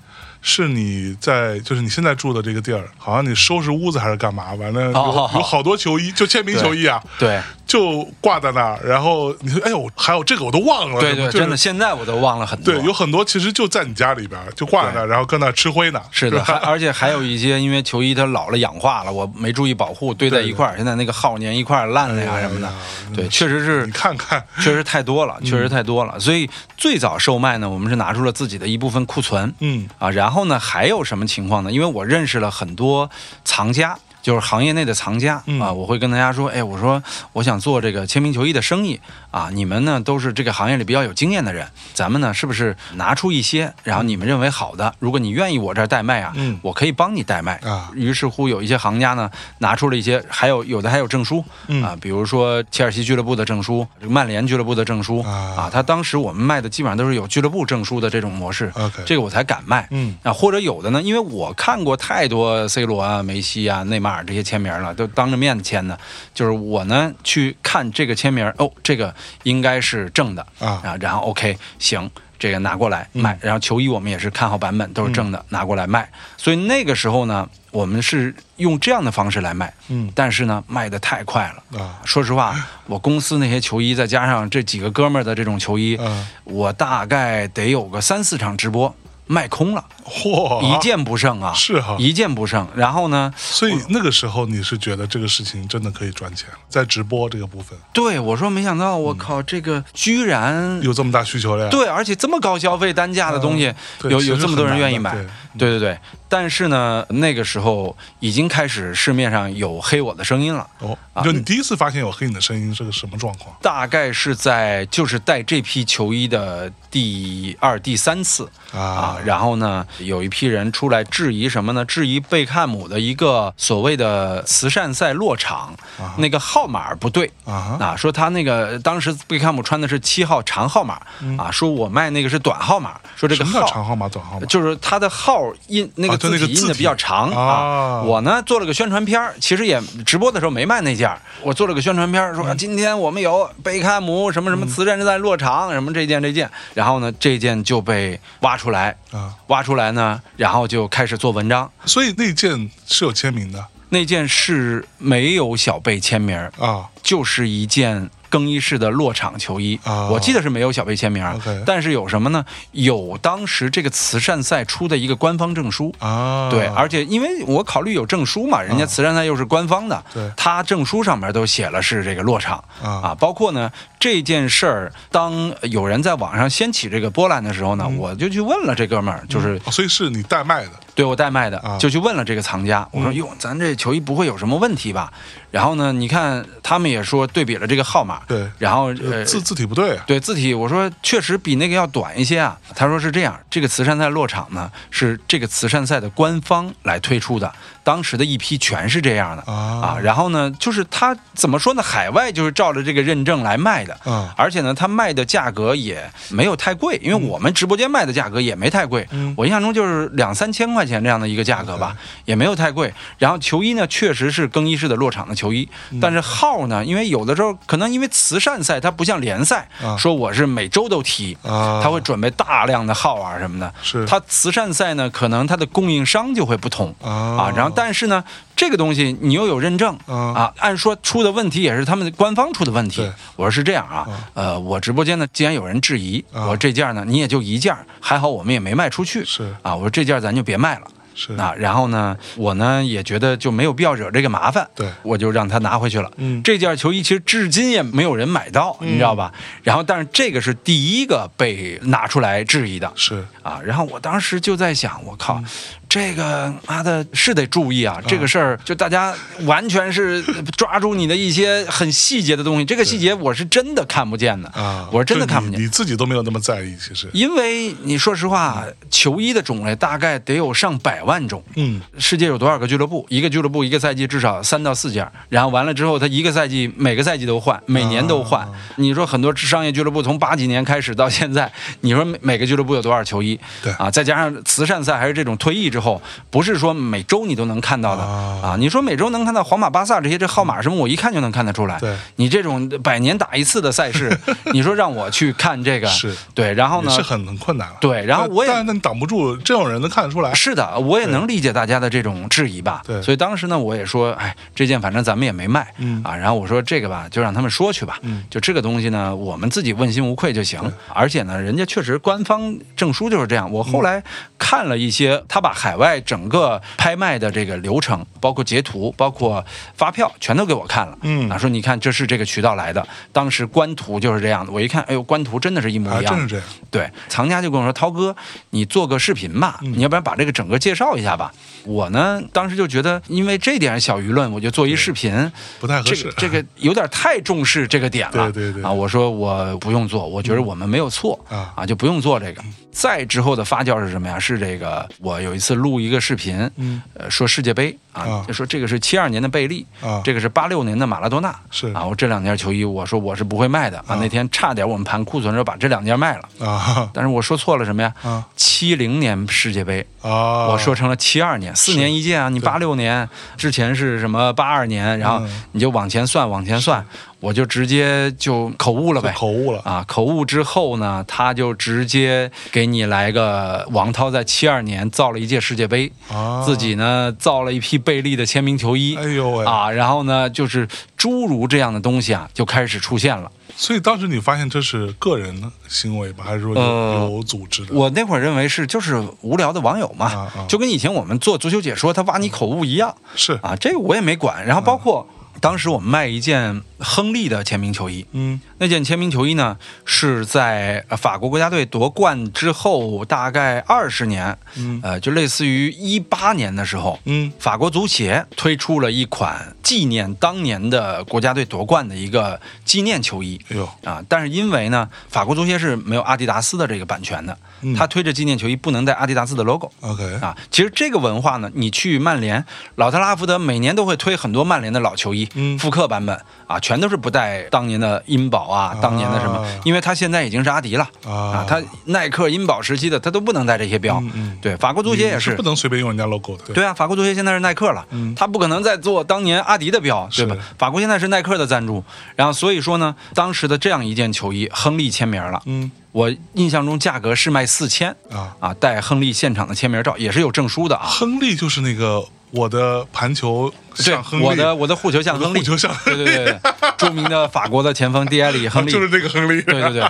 [SPEAKER 2] 是你在，就是你现在住的这个地儿，好像你收拾屋子还是干嘛？完了有
[SPEAKER 1] 哦好好
[SPEAKER 2] 有好多球衣，就签名球衣啊，
[SPEAKER 1] 对
[SPEAKER 2] 就挂在那儿。然后你说，哎呦，还有这个我都忘了，
[SPEAKER 1] 对
[SPEAKER 2] 什么
[SPEAKER 1] 对，
[SPEAKER 2] 就是
[SPEAKER 1] 真的，现在我都忘了很多。
[SPEAKER 2] 对，有很多其实就在你家里边儿，就挂在那儿，然后跟那儿吃灰呢。
[SPEAKER 1] 是的，还而且还有一些，因为球衣它老了氧化了，我没注意保护，堆在
[SPEAKER 2] 对
[SPEAKER 1] 一块儿，现在那个耗年一块儿烂了呀什么的
[SPEAKER 2] 嗯哎呀，
[SPEAKER 1] 对，确实是
[SPEAKER 2] [laughs] 你看看，
[SPEAKER 1] 确实太多了，确实太多了。所以最早售卖呢，我们是拿出了自己的一部分库存，
[SPEAKER 2] 嗯
[SPEAKER 1] 啊，然后呢，还有什么情况呢？因为我认识了很多藏家。就是行业内的藏家
[SPEAKER 2] 嗯
[SPEAKER 1] 啊，我会跟大家说，哎，我说我想做这个签名球衣的生意啊，你们呢都是这个行业里比较有经验的人，咱们呢是不是拿出一些，然后你们认为好的，如果你愿意我这儿代卖啊，
[SPEAKER 2] 嗯
[SPEAKER 1] 我可以帮你代卖
[SPEAKER 2] 啊
[SPEAKER 1] 于是乎，有一些行家呢拿出了一些，还有有的还有证书、
[SPEAKER 2] 嗯
[SPEAKER 1] 啊，比如说切尔西俱乐部的证书、这个曼联俱乐部的证书
[SPEAKER 2] 啊
[SPEAKER 1] 啊，他当时我们卖的基本上都是有俱乐部证书的这种模式。
[SPEAKER 2] OK
[SPEAKER 1] 这个我才敢卖。
[SPEAKER 2] 嗯
[SPEAKER 1] 啊，或者有的呢，因为我看过太多 C 罗啊、梅西啊、内马尔这些签名了，都当着面签的。就是我呢去看这个签名，哦，这个应该是正的
[SPEAKER 2] 啊嗯
[SPEAKER 1] 然后 OK 行。这个拿过来卖，然后球衣我们也是看好版本，都是正的，拿过来卖。所以那个时候呢，我们是用这样的方式来卖，
[SPEAKER 2] 嗯
[SPEAKER 1] 但是呢，卖的太快了，
[SPEAKER 2] 啊
[SPEAKER 1] 说实话，我公司那些球衣，再加上这几个哥们儿的这种球衣，
[SPEAKER 2] 嗯
[SPEAKER 1] 我大概得有个三四场直播卖空了，
[SPEAKER 2] 嚯，
[SPEAKER 1] 一件不剩啊，
[SPEAKER 2] 哦是哈
[SPEAKER 1] 一件不剩。然后呢，
[SPEAKER 2] 所以那个时候你是觉得这个事情真的可以赚钱了，在直播这个部分
[SPEAKER 1] 对我说，没想到，我靠，这个居然
[SPEAKER 2] 嗯有这么大需求了呀？
[SPEAKER 1] 对，而且这么高消费单价的东西，
[SPEAKER 2] 对
[SPEAKER 1] 有
[SPEAKER 2] 其
[SPEAKER 1] 有
[SPEAKER 2] 实
[SPEAKER 1] 这么
[SPEAKER 2] 很
[SPEAKER 1] 多人
[SPEAKER 2] 难
[SPEAKER 1] 愿意
[SPEAKER 2] 的
[SPEAKER 1] 买，
[SPEAKER 2] 对
[SPEAKER 1] 对对对。但是呢，那个时候已经开始市面上有黑我的声音了。
[SPEAKER 2] 哦
[SPEAKER 1] 啊，
[SPEAKER 2] 就你第一次发现有黑影的声音是个什么状况？
[SPEAKER 1] 大概是在就是带这批球衣的第二、第三次
[SPEAKER 2] 啊
[SPEAKER 1] 然后呢，有一批人出来质疑什么呢？质疑贝克汉姆的一个所谓的慈善赛落场，
[SPEAKER 2] 啊
[SPEAKER 1] 那个号码不对。
[SPEAKER 2] 啊
[SPEAKER 1] 啊，说他那个当时贝克汉姆穿的是七号长号码、啊，说我卖那个是短号码，说这个
[SPEAKER 2] 嗯什么叫
[SPEAKER 1] 号
[SPEAKER 2] 长号码、短号码？
[SPEAKER 1] 就是他的号印那个
[SPEAKER 2] 啊就
[SPEAKER 1] 字
[SPEAKER 2] 那个
[SPEAKER 1] 体印的
[SPEAKER 2] 字体
[SPEAKER 1] 比较长啊
[SPEAKER 2] 啊
[SPEAKER 1] 我呢做了个宣传片儿，其实也直播的时候没卖那件儿，我做了个宣传片儿，
[SPEAKER 2] 嗯
[SPEAKER 1] 说、啊今天我们有贝克汉姆什么什么慈善之在落场、什么这件这件，然后呢这件就被挖出来，
[SPEAKER 2] 啊，
[SPEAKER 1] 挖出来呢，然后就开始做文章。
[SPEAKER 2] 所以那件是有签名的
[SPEAKER 1] 那件是没有小贝签名儿，
[SPEAKER 2] 啊
[SPEAKER 1] 就是一件更衣室的落场球衣，
[SPEAKER 2] 哦
[SPEAKER 1] 我记得是没有小贝签名儿
[SPEAKER 2] OK
[SPEAKER 1] 但是有什么呢？有当时这个慈善赛出的一个官方证书。
[SPEAKER 2] 啊，
[SPEAKER 1] 对，而且因为我考虑有证书嘛，人家慈善赛又是官方的，
[SPEAKER 2] 嗯对
[SPEAKER 1] 他证书上面都写了是这个落场
[SPEAKER 2] 啊
[SPEAKER 1] 包括呢这件事儿，当有人在网上掀起这个波澜的时候呢，
[SPEAKER 2] 嗯
[SPEAKER 1] 我就去问了这哥们儿，就是
[SPEAKER 2] 哦所以是你代卖的
[SPEAKER 1] 对我代卖的，
[SPEAKER 2] 啊嗯
[SPEAKER 1] 就去问了这个藏家，我说哟，咱这球衣不会有什么问题吧？然后呢，你看他们也说对比了这个号码，
[SPEAKER 2] 对
[SPEAKER 1] 然后
[SPEAKER 2] 呃
[SPEAKER 1] 呃
[SPEAKER 2] 字字体不对啊
[SPEAKER 1] 对字体，我说确实比那个要短一些啊。他说是这样，这个慈善赛落场呢是这个慈善赛的官方来推出的，当时的一批全是这样的啊
[SPEAKER 2] 啊。
[SPEAKER 1] 然后呢，就是他怎么说呢？海外就是照着这个认证来卖的，
[SPEAKER 2] 啊
[SPEAKER 1] 而且呢，它卖的价格也没有太贵，因为我们直播间卖的价格也没太贵，
[SPEAKER 2] 嗯
[SPEAKER 1] 我印象中就是两三千块钱这样的一个价格吧，也没有太贵。然后球衣呢，确实是更衣室的落场的球衣，
[SPEAKER 2] 嗯
[SPEAKER 1] 但是号呢，因为有的时候可能因为慈善赛它不像联赛，
[SPEAKER 2] 啊
[SPEAKER 1] 说我是每周都踢。
[SPEAKER 2] 啊，
[SPEAKER 1] 他会准备大量的号啊什么的，
[SPEAKER 2] 是
[SPEAKER 1] 他慈善赛呢，可能它的供应商就会不同，
[SPEAKER 2] 啊
[SPEAKER 1] 啊，然后但是呢，这个东西你又有认证
[SPEAKER 2] 啊
[SPEAKER 1] 啊，按说出的问题也是他们官方出的问题
[SPEAKER 2] 对。
[SPEAKER 1] 我说是这样啊，呃，我直播间呢，既然有人质疑，
[SPEAKER 2] 啊
[SPEAKER 1] 我说这件呢你也就一件，还好我们也没卖出去，
[SPEAKER 2] 是
[SPEAKER 1] 啊，我说这件咱就别卖了。
[SPEAKER 2] 是
[SPEAKER 1] 啊，然后呢，我呢也觉得就没有必要惹这个麻烦，
[SPEAKER 2] 对
[SPEAKER 1] 我就让他拿回去了。
[SPEAKER 2] 嗯
[SPEAKER 1] 这件球衣其实至今也没有人买到，你知道吧？
[SPEAKER 2] 嗯
[SPEAKER 1] 然后，但是这个是第一个被拿出来质疑的，
[SPEAKER 2] 是
[SPEAKER 1] 啊，然后我当时就在想，我
[SPEAKER 2] 嗯
[SPEAKER 1] 靠，这个妈的是得注意啊，这个事儿就大家完全是
[SPEAKER 2] [laughs]
[SPEAKER 1] 抓住你的一些很细节的东西，这个细节我是真的看不见的
[SPEAKER 2] 啊，
[SPEAKER 1] 我是真的
[SPEAKER 2] 就
[SPEAKER 1] 看不
[SPEAKER 2] 你
[SPEAKER 1] 见。
[SPEAKER 2] 你自己都没有那么在意，其实
[SPEAKER 1] 因为你说实话，球衣的种类大概得有上百万种。
[SPEAKER 2] 嗯
[SPEAKER 1] 世界有多少个俱乐部？一个俱乐部一个赛季至少三到四家，然后完了之后，他一个赛季每个赛季都换，每年都换。
[SPEAKER 2] 啊
[SPEAKER 1] 你说很多商业俱乐部从八几年开始到现在，你说每每个俱乐部有多少球衣？
[SPEAKER 2] 对
[SPEAKER 1] 啊，再加上慈善赛还是这种退役之后，不是说每周你都能看到的
[SPEAKER 2] 啊
[SPEAKER 1] 啊。你说每周能看到皇马、巴萨这些这号码什么，我一看就能看得出来。
[SPEAKER 2] 对
[SPEAKER 1] 你这种百年打一次的赛
[SPEAKER 2] [laughs]
[SPEAKER 1] 事，你说让我去看这个，
[SPEAKER 2] 是
[SPEAKER 1] 对，然后
[SPEAKER 2] 也
[SPEAKER 1] 呢
[SPEAKER 2] 是很很困难了。
[SPEAKER 1] 对然后
[SPEAKER 2] 但
[SPEAKER 1] 我也
[SPEAKER 2] 但但你挡不住这种人能看得出来
[SPEAKER 1] 是的，我也能理解大家的这种质疑吧。
[SPEAKER 2] 对
[SPEAKER 1] 所以当时呢，我也说，哎，这件反正咱们也没卖，
[SPEAKER 2] 嗯
[SPEAKER 1] 啊，然后我说这个吧，就让他们说去吧，
[SPEAKER 2] 嗯
[SPEAKER 1] 就这个东西呢，我们自己问心无愧就行。而且呢，人家确实官方证书就是这样。我后来看了一些，他把海海外整个拍卖的这个流程，包括截图，包括发票，全都给我看了。
[SPEAKER 2] 嗯
[SPEAKER 1] 啊，说你看这是这个渠道来的，当时官图就是这样的。我一看，哎呦，官图真的是一模
[SPEAKER 2] 还
[SPEAKER 1] 一样
[SPEAKER 2] 啊真
[SPEAKER 1] 的
[SPEAKER 2] 是。这样。
[SPEAKER 1] 对，藏家就跟我说：“涛哥，你做个视频
[SPEAKER 2] 嗯
[SPEAKER 1] 吧，你要不然把这个整个介绍一下吧。”我呢，当时就觉得，因为这点小舆论，我就做一视频，
[SPEAKER 2] 不太合
[SPEAKER 1] 这
[SPEAKER 2] 适
[SPEAKER 1] 个这
[SPEAKER 2] [laughs]
[SPEAKER 1] 个有点太重视这个点了。
[SPEAKER 2] 对对对嗯
[SPEAKER 1] 啊，我说我不用做，我觉得我们没有错、
[SPEAKER 2] 啊
[SPEAKER 1] 啊，就不用做这个。再之后的发酵是什么呀？是这个，我有一次录一个视频，
[SPEAKER 2] 嗯
[SPEAKER 1] 呃，说世界杯啊，
[SPEAKER 2] 啊
[SPEAKER 1] 就说这个是七二年的贝利，
[SPEAKER 2] 啊
[SPEAKER 1] 这个是八六年的马拉多纳，
[SPEAKER 2] 是
[SPEAKER 1] 啊，我这两件球衣，我说我是不会卖的啊那天差点我们盘库存的时候把这两件卖了。
[SPEAKER 2] 啊
[SPEAKER 1] 但是我说错了什么呀？
[SPEAKER 2] 啊
[SPEAKER 1] 七零年世界杯，
[SPEAKER 2] 啊！
[SPEAKER 1] 我说成了七二年，四年一届啊！你八六年之前是什么八二年，然后
[SPEAKER 2] 嗯
[SPEAKER 1] 你就往前算，往前算，我就直接就口误了
[SPEAKER 2] 就
[SPEAKER 1] 呗。
[SPEAKER 2] 口误了，
[SPEAKER 1] 啊，口误之后呢，他就直接给你来个王涛在七二年造了一届世界杯，
[SPEAKER 2] 啊
[SPEAKER 1] 自己呢造了一批贝利的签名球衣，
[SPEAKER 2] 哎呦喂！
[SPEAKER 1] 啊，然后呢就是诸如这样的东西啊，就开始出现了。
[SPEAKER 2] 所以当时你发现这是个人行为吧，还是说有,、
[SPEAKER 1] 呃
[SPEAKER 2] 有组织的？
[SPEAKER 1] 我那会儿认为是就是无聊的网友嘛，
[SPEAKER 2] 啊啊
[SPEAKER 1] 就跟以前我们做足球解说，他挖你口误一样
[SPEAKER 2] 是，
[SPEAKER 1] 啊，这个我也没管。然后包括当时我们卖一件亨利的签名球衣，
[SPEAKER 2] 嗯
[SPEAKER 1] 那件签名球衣呢是在呃法国国家队夺冠之后大概二十年，
[SPEAKER 2] 嗯
[SPEAKER 1] 呃，就类似于一八年的时候，
[SPEAKER 2] 嗯
[SPEAKER 1] 法国足协推出了一款纪念当年的国家队夺冠的一个纪念球衣。
[SPEAKER 2] 哎呦，
[SPEAKER 1] 啊，但是因为呢，法国足协是没有阿迪达斯的这个版权的，
[SPEAKER 2] 嗯
[SPEAKER 1] 他推着纪念球衣不能带阿迪达斯的 logo。
[SPEAKER 2] ，OK，
[SPEAKER 1] 啊，其实这个文化呢，你去曼联，老特拉福德每年都会推很多曼联的老球衣，
[SPEAKER 2] 嗯
[SPEAKER 1] 复刻版本啊，全都是不带当年的英宝啊，当年的什么，
[SPEAKER 2] 啊
[SPEAKER 1] 因为他现在已经是阿迪了
[SPEAKER 2] 啊
[SPEAKER 1] 他耐克、英宝时期的他都不能带这些标，
[SPEAKER 2] 嗯嗯
[SPEAKER 1] 对，法国足协也
[SPEAKER 2] 是不能随便用人家 logo 的，对
[SPEAKER 1] 对啊，法国足协现在是耐克了，
[SPEAKER 2] 嗯
[SPEAKER 1] 他不可能再做当年阿迪的标，对吧
[SPEAKER 2] 是？
[SPEAKER 1] 法国现在是耐克的赞助，然后所以说呢，当时的这样一件球衣，亨利签名了，
[SPEAKER 2] 嗯
[SPEAKER 1] 我印象中价格是卖四千
[SPEAKER 2] 啊，
[SPEAKER 1] 啊，带亨利现场的签名照，也是有证书的啊。
[SPEAKER 2] 亨利就是那个我的盘球
[SPEAKER 1] 对
[SPEAKER 2] 像亨，利，
[SPEAKER 1] 我的我的护球像亨利，
[SPEAKER 2] 我的护球像
[SPEAKER 1] 对
[SPEAKER 2] [laughs]
[SPEAKER 1] 对对，对著名的法国的前锋迪埃里亨利，
[SPEAKER 2] 啊就是那个亨利，
[SPEAKER 1] 对对
[SPEAKER 2] [laughs]
[SPEAKER 1] 对。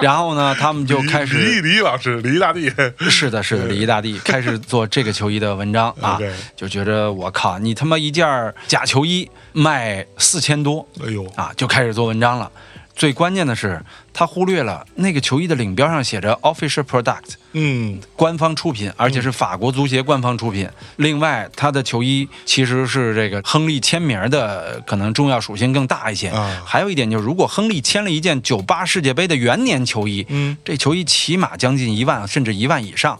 [SPEAKER 1] 然后呢，他们就
[SPEAKER 2] 李
[SPEAKER 1] 开始
[SPEAKER 2] 李毅李毅老师，李毅大 [laughs] 哎
[SPEAKER 1] [laughs]
[SPEAKER 2] 帝，
[SPEAKER 1] 是的，是的，李毅大帝开始做这个球衣的文
[SPEAKER 2] [laughs]
[SPEAKER 1] 章啊
[SPEAKER 2] OK，
[SPEAKER 1] 就觉着我靠，你他妈一件儿假球衣卖四千多
[SPEAKER 2] 哎呦，
[SPEAKER 1] 啊，就开始做文章了。最关键的是，他忽略了那个球衣的领标上写着 “official product”，
[SPEAKER 2] 嗯，
[SPEAKER 1] 官方出品，而且是法国足协官方出品。另外，他的球衣其实是这个亨利签名的，可能重要属性更大一些。
[SPEAKER 2] 啊
[SPEAKER 1] 还有一点就是，如果亨利签了一件九八世界杯的元年球衣，
[SPEAKER 2] 嗯
[SPEAKER 1] 这球衣起码将近一万，甚至一万以上。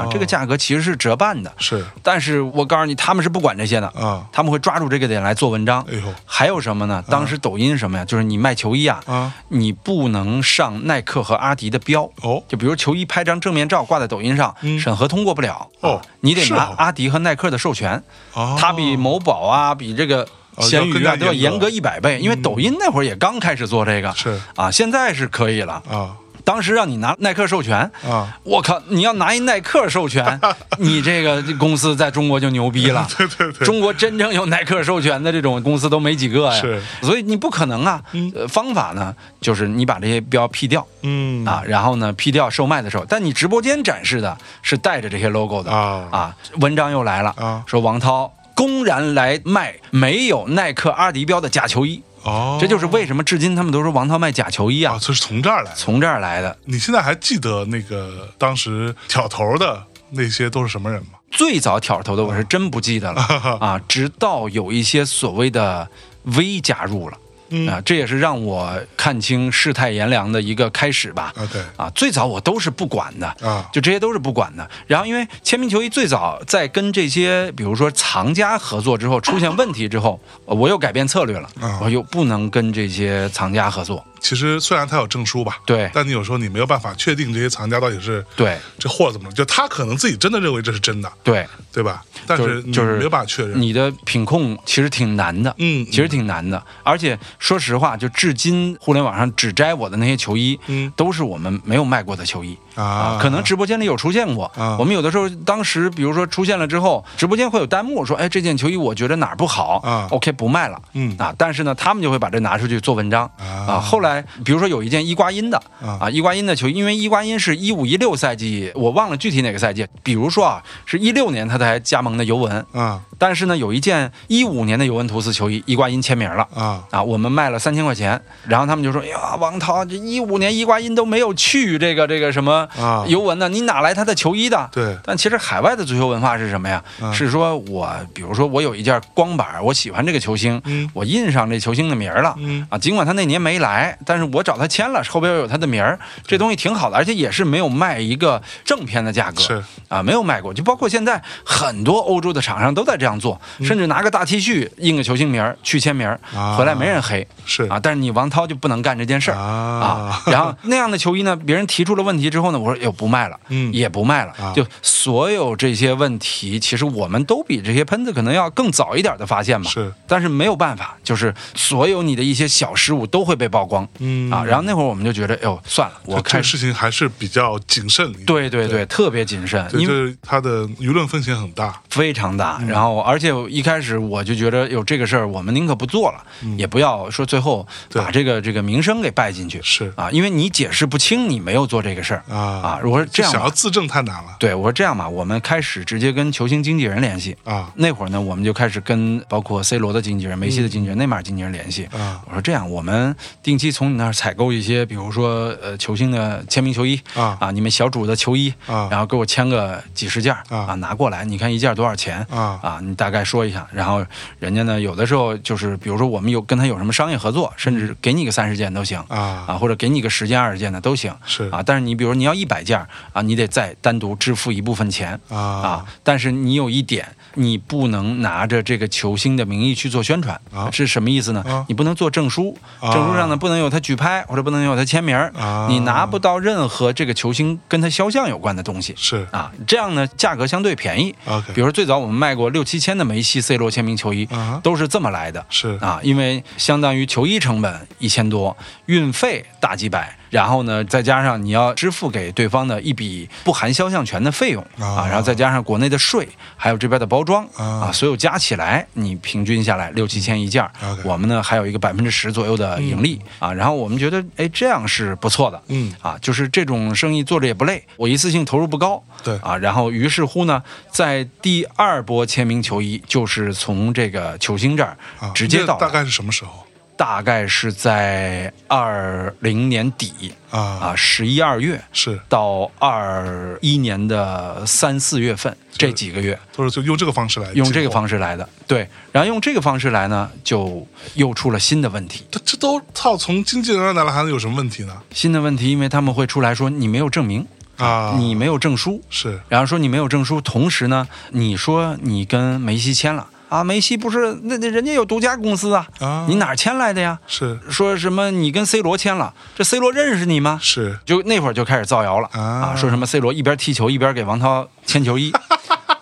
[SPEAKER 1] 啊，这个价格其实是折半的。
[SPEAKER 2] 是
[SPEAKER 1] 但是我告诉你，他们是不管这些的，
[SPEAKER 2] 啊，
[SPEAKER 1] 他们会抓住这个点来做文章。
[SPEAKER 2] 哎呦
[SPEAKER 1] 还有什么呢？当时抖音是什么呀？就是你卖球衣啊，
[SPEAKER 2] 啊
[SPEAKER 1] 你不能上耐克和阿迪的标。
[SPEAKER 2] 哦，
[SPEAKER 1] 就比如球衣拍张正面照挂在抖音上，
[SPEAKER 2] 嗯
[SPEAKER 1] 审核通过不了。啊
[SPEAKER 2] 哦
[SPEAKER 1] 你得
[SPEAKER 2] 是
[SPEAKER 1] 拿
[SPEAKER 2] 哦
[SPEAKER 1] 阿迪和耐克的授权，
[SPEAKER 2] 哦
[SPEAKER 1] 它比某宝啊，比这个。
[SPEAKER 2] 哦
[SPEAKER 1] 闲鱼
[SPEAKER 2] 要
[SPEAKER 1] 啊
[SPEAKER 2] 更加
[SPEAKER 1] 都要
[SPEAKER 2] 严
[SPEAKER 1] 严
[SPEAKER 2] 格嗯
[SPEAKER 1] 格一百倍，因为抖音那会儿也刚开始做这个，
[SPEAKER 2] 是
[SPEAKER 1] 啊，现在是可以了。
[SPEAKER 2] 啊 [laughs]
[SPEAKER 1] 当时让你拿耐克授权，
[SPEAKER 2] 啊，
[SPEAKER 1] 我靠，你要拿一耐克授
[SPEAKER 2] [laughs]
[SPEAKER 1] 权，你这个公司在中国就牛逼了。
[SPEAKER 2] 对对对，
[SPEAKER 1] 中国真正有耐克授权的这种公司都没几个呀，
[SPEAKER 2] 是
[SPEAKER 1] 所以你不可能啊。呃方法呢，就是你把这些标 P 掉，
[SPEAKER 2] 嗯
[SPEAKER 1] 啊，然后呢，P 掉售卖的时候，但你直播间展示的是带着这些 logo 的
[SPEAKER 2] 啊
[SPEAKER 1] 文章又来了，
[SPEAKER 2] 啊
[SPEAKER 1] 说王涛公然来卖没有耐克、阿迪标的假球衣，
[SPEAKER 2] 哦，
[SPEAKER 1] 这就是为什么至今他们都说王涛卖假球衣啊，
[SPEAKER 2] 啊，这是从这儿来的。
[SPEAKER 1] 从这儿来的。
[SPEAKER 2] 你现在还记得那个当时挑头的那些都是什么人吗？ [laughs]
[SPEAKER 1] 最早挑头的我是真不记得了啊，直到有一些所谓的 V 加入了
[SPEAKER 2] 嗯
[SPEAKER 1] 啊，这也是让我看清世态炎凉的一个开始吧。
[SPEAKER 2] 啊，对
[SPEAKER 1] 啊，最早我都是不管的
[SPEAKER 2] 啊
[SPEAKER 1] 就这些都是不管的。然后因为签名球衣最早在跟这些比如说藏家合作之后出现问题之后，呃我又改变策略了，
[SPEAKER 2] 啊
[SPEAKER 1] 我又不能跟这些藏家合作。
[SPEAKER 2] 其实虽然他有证书吧，
[SPEAKER 1] 对
[SPEAKER 2] 但你有时候你没有办法确定这些藏家到底是
[SPEAKER 1] 对
[SPEAKER 2] 这货怎么了，就他可能自己真的认为这是真的，
[SPEAKER 1] 对，
[SPEAKER 2] 对吧？但
[SPEAKER 1] 就是
[SPEAKER 2] 是你
[SPEAKER 1] 就是
[SPEAKER 2] 没有办法确认。
[SPEAKER 1] 你的品控其实挺难的，
[SPEAKER 2] 嗯
[SPEAKER 1] 其实挺难的。而且说实话，就至今互联网上只摘我的那些球衣，
[SPEAKER 2] 嗯
[SPEAKER 1] 都是我们没有卖过的球衣。
[SPEAKER 2] 啊，
[SPEAKER 1] 可能直播间里有出现过。
[SPEAKER 2] 啊
[SPEAKER 1] 我们有的时候，当时比如说出现了之后，直播间会有弹幕说：“哎，这件球衣我觉得哪儿不好、
[SPEAKER 2] 啊
[SPEAKER 1] o k 不卖了。
[SPEAKER 2] 嗯
[SPEAKER 1] 啊，但是呢，他们就会把这拿出去做文章
[SPEAKER 2] 啊
[SPEAKER 1] 后来，比如说有一件伊瓜因的
[SPEAKER 2] 啊
[SPEAKER 1] 啊，伊瓜因的球，因为伊瓜因是一五一六赛季，我忘了具体哪个赛季，比如说啊，是一六年他才加盟的尤文，
[SPEAKER 2] 啊
[SPEAKER 1] 但是呢，有一件一五年的尤文图斯球衣伊瓜因签名了。
[SPEAKER 2] 啊
[SPEAKER 1] 啊，我们卖了三千块钱，然后他们就说：“哎呀，王涛，这一五年伊瓜因都没有去这个这个什么
[SPEAKER 2] 啊！
[SPEAKER 1] 尤文呢，你哪来他的球衣的？”
[SPEAKER 2] 对，
[SPEAKER 1] 但其实海外的足球文化是什么呀？
[SPEAKER 2] 嗯
[SPEAKER 1] 是说我，比如说我有一件光板，我喜欢这个球星，
[SPEAKER 2] 嗯
[SPEAKER 1] 我印上这球星的名儿了。
[SPEAKER 2] 嗯
[SPEAKER 1] 啊，尽管他那年没来，但是我找他签了，后边有他的名儿，这东西挺好的，而且也是没有卖一个正片的价格，
[SPEAKER 2] 是
[SPEAKER 1] 啊，没有卖过，就包括现在很多欧洲的厂商都在这样做，甚至拿个大 T 恤印个球星名儿去签名儿，
[SPEAKER 2] 嗯啊
[SPEAKER 1] 回来没人黑
[SPEAKER 2] 是
[SPEAKER 1] 啊，但是你王涛就不能干这件事儿啊
[SPEAKER 2] [laughs] 啊，
[SPEAKER 1] 然后那样的球衣呢，别人提出了问题之后呢，我说哟不卖了，
[SPEAKER 2] 嗯
[SPEAKER 1] 也不卖了，
[SPEAKER 2] 啊
[SPEAKER 1] 就所有这些问题，其实我们都比这些喷子可能要更早一点的发现嘛，
[SPEAKER 2] 是
[SPEAKER 1] 但是没有办法，就是所有你的一些小失误都会被曝光、
[SPEAKER 2] 嗯
[SPEAKER 1] 啊。然后那会儿我们就觉得，哎呦，算了，我
[SPEAKER 2] 这
[SPEAKER 1] 开
[SPEAKER 2] 个
[SPEAKER 1] 始。
[SPEAKER 2] 事情还是比较谨慎一点，
[SPEAKER 1] 对对对，特别谨慎，
[SPEAKER 2] 对，
[SPEAKER 1] 因为
[SPEAKER 2] 就是嗯他的舆论风险很大，
[SPEAKER 1] 非常大。然后，而且一开始我就觉得有这个事儿，我们宁可不做了，也不要说最后
[SPEAKER 2] 嗯对
[SPEAKER 1] 把这个这个名声给败进去。
[SPEAKER 2] 是
[SPEAKER 1] 啊，因为你解释不清，你没有做这个事儿
[SPEAKER 2] 啊
[SPEAKER 1] 啊。我说这样
[SPEAKER 2] 想要
[SPEAKER 1] 吧，
[SPEAKER 2] 自证太难了
[SPEAKER 1] 对我说这样吧，我们开始直接跟球星经纪人联系。
[SPEAKER 2] 啊
[SPEAKER 1] 那会儿呢，我们就开始跟包括 C 罗的经纪人、梅西的经纪人、内马尔经纪人联系。
[SPEAKER 2] 嗯啊
[SPEAKER 1] 我说这样，我们定期从你那儿采购一些，比如说呃球星的签名球衣
[SPEAKER 2] 啊
[SPEAKER 1] 啊，你们小组的球衣
[SPEAKER 2] 啊
[SPEAKER 1] 然后给我签个几十件儿
[SPEAKER 2] 啊
[SPEAKER 1] 拿过来，你看一件儿多少钱
[SPEAKER 2] 啊
[SPEAKER 1] 啊？你大概说一下，然后人家呢有的时候就是，比如说我们有跟他有什么商业合作，甚至给你个三十件都行
[SPEAKER 2] 嗯啊
[SPEAKER 1] 啊，或者给你个十件、二十件的都行
[SPEAKER 2] 是
[SPEAKER 1] 啊。但是你比如你要一百件儿啊，你得再单独支付一部分钱
[SPEAKER 2] 啊
[SPEAKER 1] 啊，但是你有一点，你不能拿着这个球星的名义去做宣传
[SPEAKER 2] 啊
[SPEAKER 1] 是什么意思呢？
[SPEAKER 2] 啊
[SPEAKER 1] 你不能做证书，
[SPEAKER 2] 啊
[SPEAKER 1] 证书上呢不能有他举拍或者不能有他签名儿，
[SPEAKER 2] 啊
[SPEAKER 1] 你拿不到任何这个球星跟他肖像有关的东西
[SPEAKER 2] 是
[SPEAKER 1] 啊。这样呢，价格相对便宜。
[SPEAKER 2] OK
[SPEAKER 1] 比如说最早我们卖过六七千的梅西、C 罗签名球衣，
[SPEAKER 2] 啊哈
[SPEAKER 1] 都是这么来的。
[SPEAKER 2] 是
[SPEAKER 1] 啊，因为相当于球衣成本一千多，运费大几百，然后呢，再加上你要支付给对方的一笔不含肖像权的费用啊
[SPEAKER 2] 啊，
[SPEAKER 1] 然后再加上国内的税，还有这边的包装
[SPEAKER 2] 啊
[SPEAKER 1] 啊，所有加起来，你平均下来六七千一件儿
[SPEAKER 2] 嗯 OK，
[SPEAKER 1] 我们呢还有一个百分之十左右的盈利啊，然后我们觉得哎这样是不错的，
[SPEAKER 2] 嗯
[SPEAKER 1] 啊，就是这种生意做着也不累，我一次性投入不高，
[SPEAKER 2] 对
[SPEAKER 1] 啊，然后于是乎呢，在第二波签名球衣就是从这个球星这儿
[SPEAKER 2] 啊，
[SPEAKER 1] 直接
[SPEAKER 2] 那
[SPEAKER 1] 到来、
[SPEAKER 2] 大概是什么时候
[SPEAKER 1] 大概是在二零年底
[SPEAKER 2] 啊？
[SPEAKER 1] 啊，十一二月
[SPEAKER 2] 是
[SPEAKER 1] 到二一年的三四月份这几个月，
[SPEAKER 2] 都是就用这个方式来
[SPEAKER 1] 用这个
[SPEAKER 2] 式，
[SPEAKER 1] 方式来的。对，然后用这个方式来呢，就又出了新的问题。
[SPEAKER 2] 这这都套从经纪人那来了，还能有什么问题呢？
[SPEAKER 1] 新的问题，因为他们会出来说你没有证明，
[SPEAKER 2] 啊，
[SPEAKER 1] 你没有证书，
[SPEAKER 2] 是
[SPEAKER 1] 然后说你没有证书，同时呢，你说你跟梅西签了啊，梅西不是那那人家有独家公司啊，
[SPEAKER 2] 啊
[SPEAKER 1] 你哪儿签来的呀？
[SPEAKER 2] 是
[SPEAKER 1] 说什么你跟 C 罗签了，这 C 罗认识你吗？
[SPEAKER 2] 是 [laughs]
[SPEAKER 1] 就那会儿就开始造谣了
[SPEAKER 2] 啊
[SPEAKER 1] 啊说什么 C 罗一边踢球一边给王涛签球
[SPEAKER 2] [laughs]
[SPEAKER 1] 衣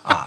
[SPEAKER 1] 啊，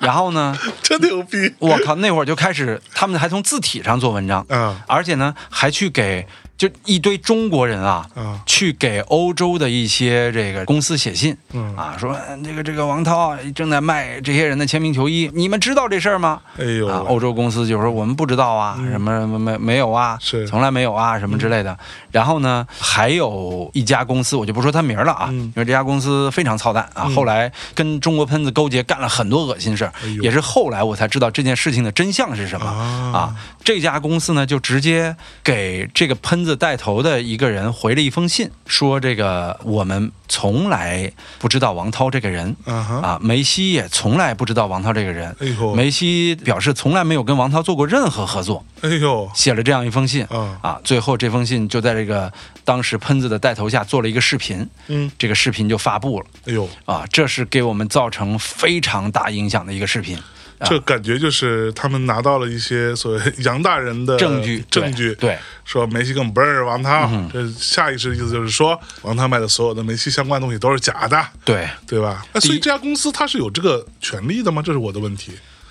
[SPEAKER 1] 然后呢，
[SPEAKER 2] 真牛逼
[SPEAKER 1] 我靠，那会儿就开始他们还从字体上做文章，
[SPEAKER 2] 啊
[SPEAKER 1] 而且呢还去给就一堆中国人啊。
[SPEAKER 2] 啊
[SPEAKER 1] 去给欧洲的一些这个公司写信，
[SPEAKER 2] 嗯
[SPEAKER 1] 啊，说嗯这个这个王涛啊正在卖这些人的签名球衣，你们知道这事儿吗？
[SPEAKER 2] 哎呦嗯
[SPEAKER 1] 啊，欧洲公司就说我们不知道啊，什么什么没没有啊，
[SPEAKER 2] 是
[SPEAKER 1] 从来没有啊，什么之类
[SPEAKER 2] 嗯
[SPEAKER 1] 的。然后呢，还有一家公司，我就不说他名儿了啊，
[SPEAKER 2] 嗯
[SPEAKER 1] 因为这家公司非常操蛋啊，后来跟中国喷子勾结，干了很多恶心事儿
[SPEAKER 2] 哎，呦
[SPEAKER 1] 也是后来我才知道这件事情的真相是什么
[SPEAKER 2] 啊
[SPEAKER 1] 啊。这家公司呢，就直接给这个喷子带头的一个人回了一封信，说这个我们从来不知道王涛这个人。
[SPEAKER 2] 啊哈，
[SPEAKER 1] 啊，梅西也从来不知道王涛这个人，
[SPEAKER 2] 哎呦
[SPEAKER 1] 梅西表示从来没有跟王涛做过任何合作，
[SPEAKER 2] 哎呦
[SPEAKER 1] 写了这样一封信。
[SPEAKER 2] 啊
[SPEAKER 1] 啊，最后这封信就在这个当时喷子的带头下做了一个视频，
[SPEAKER 2] 嗯，
[SPEAKER 1] 这个视频就发布了
[SPEAKER 2] 哎呦，
[SPEAKER 1] 啊，这是给我们造成非常大影响的一个视频。啊
[SPEAKER 2] 这感觉就是他们拿到了一些所谓 [laughs] 杨大人的
[SPEAKER 1] 证据对
[SPEAKER 2] 证据，
[SPEAKER 1] 对嗯
[SPEAKER 2] 说梅西根本不认识王涛，这下意识的意思就是说，王涛卖的所有的梅西相关的东西都是假的，
[SPEAKER 1] 对，
[SPEAKER 2] 对吧？那所以这家公司它是有这个权利的吗？这是我的问题。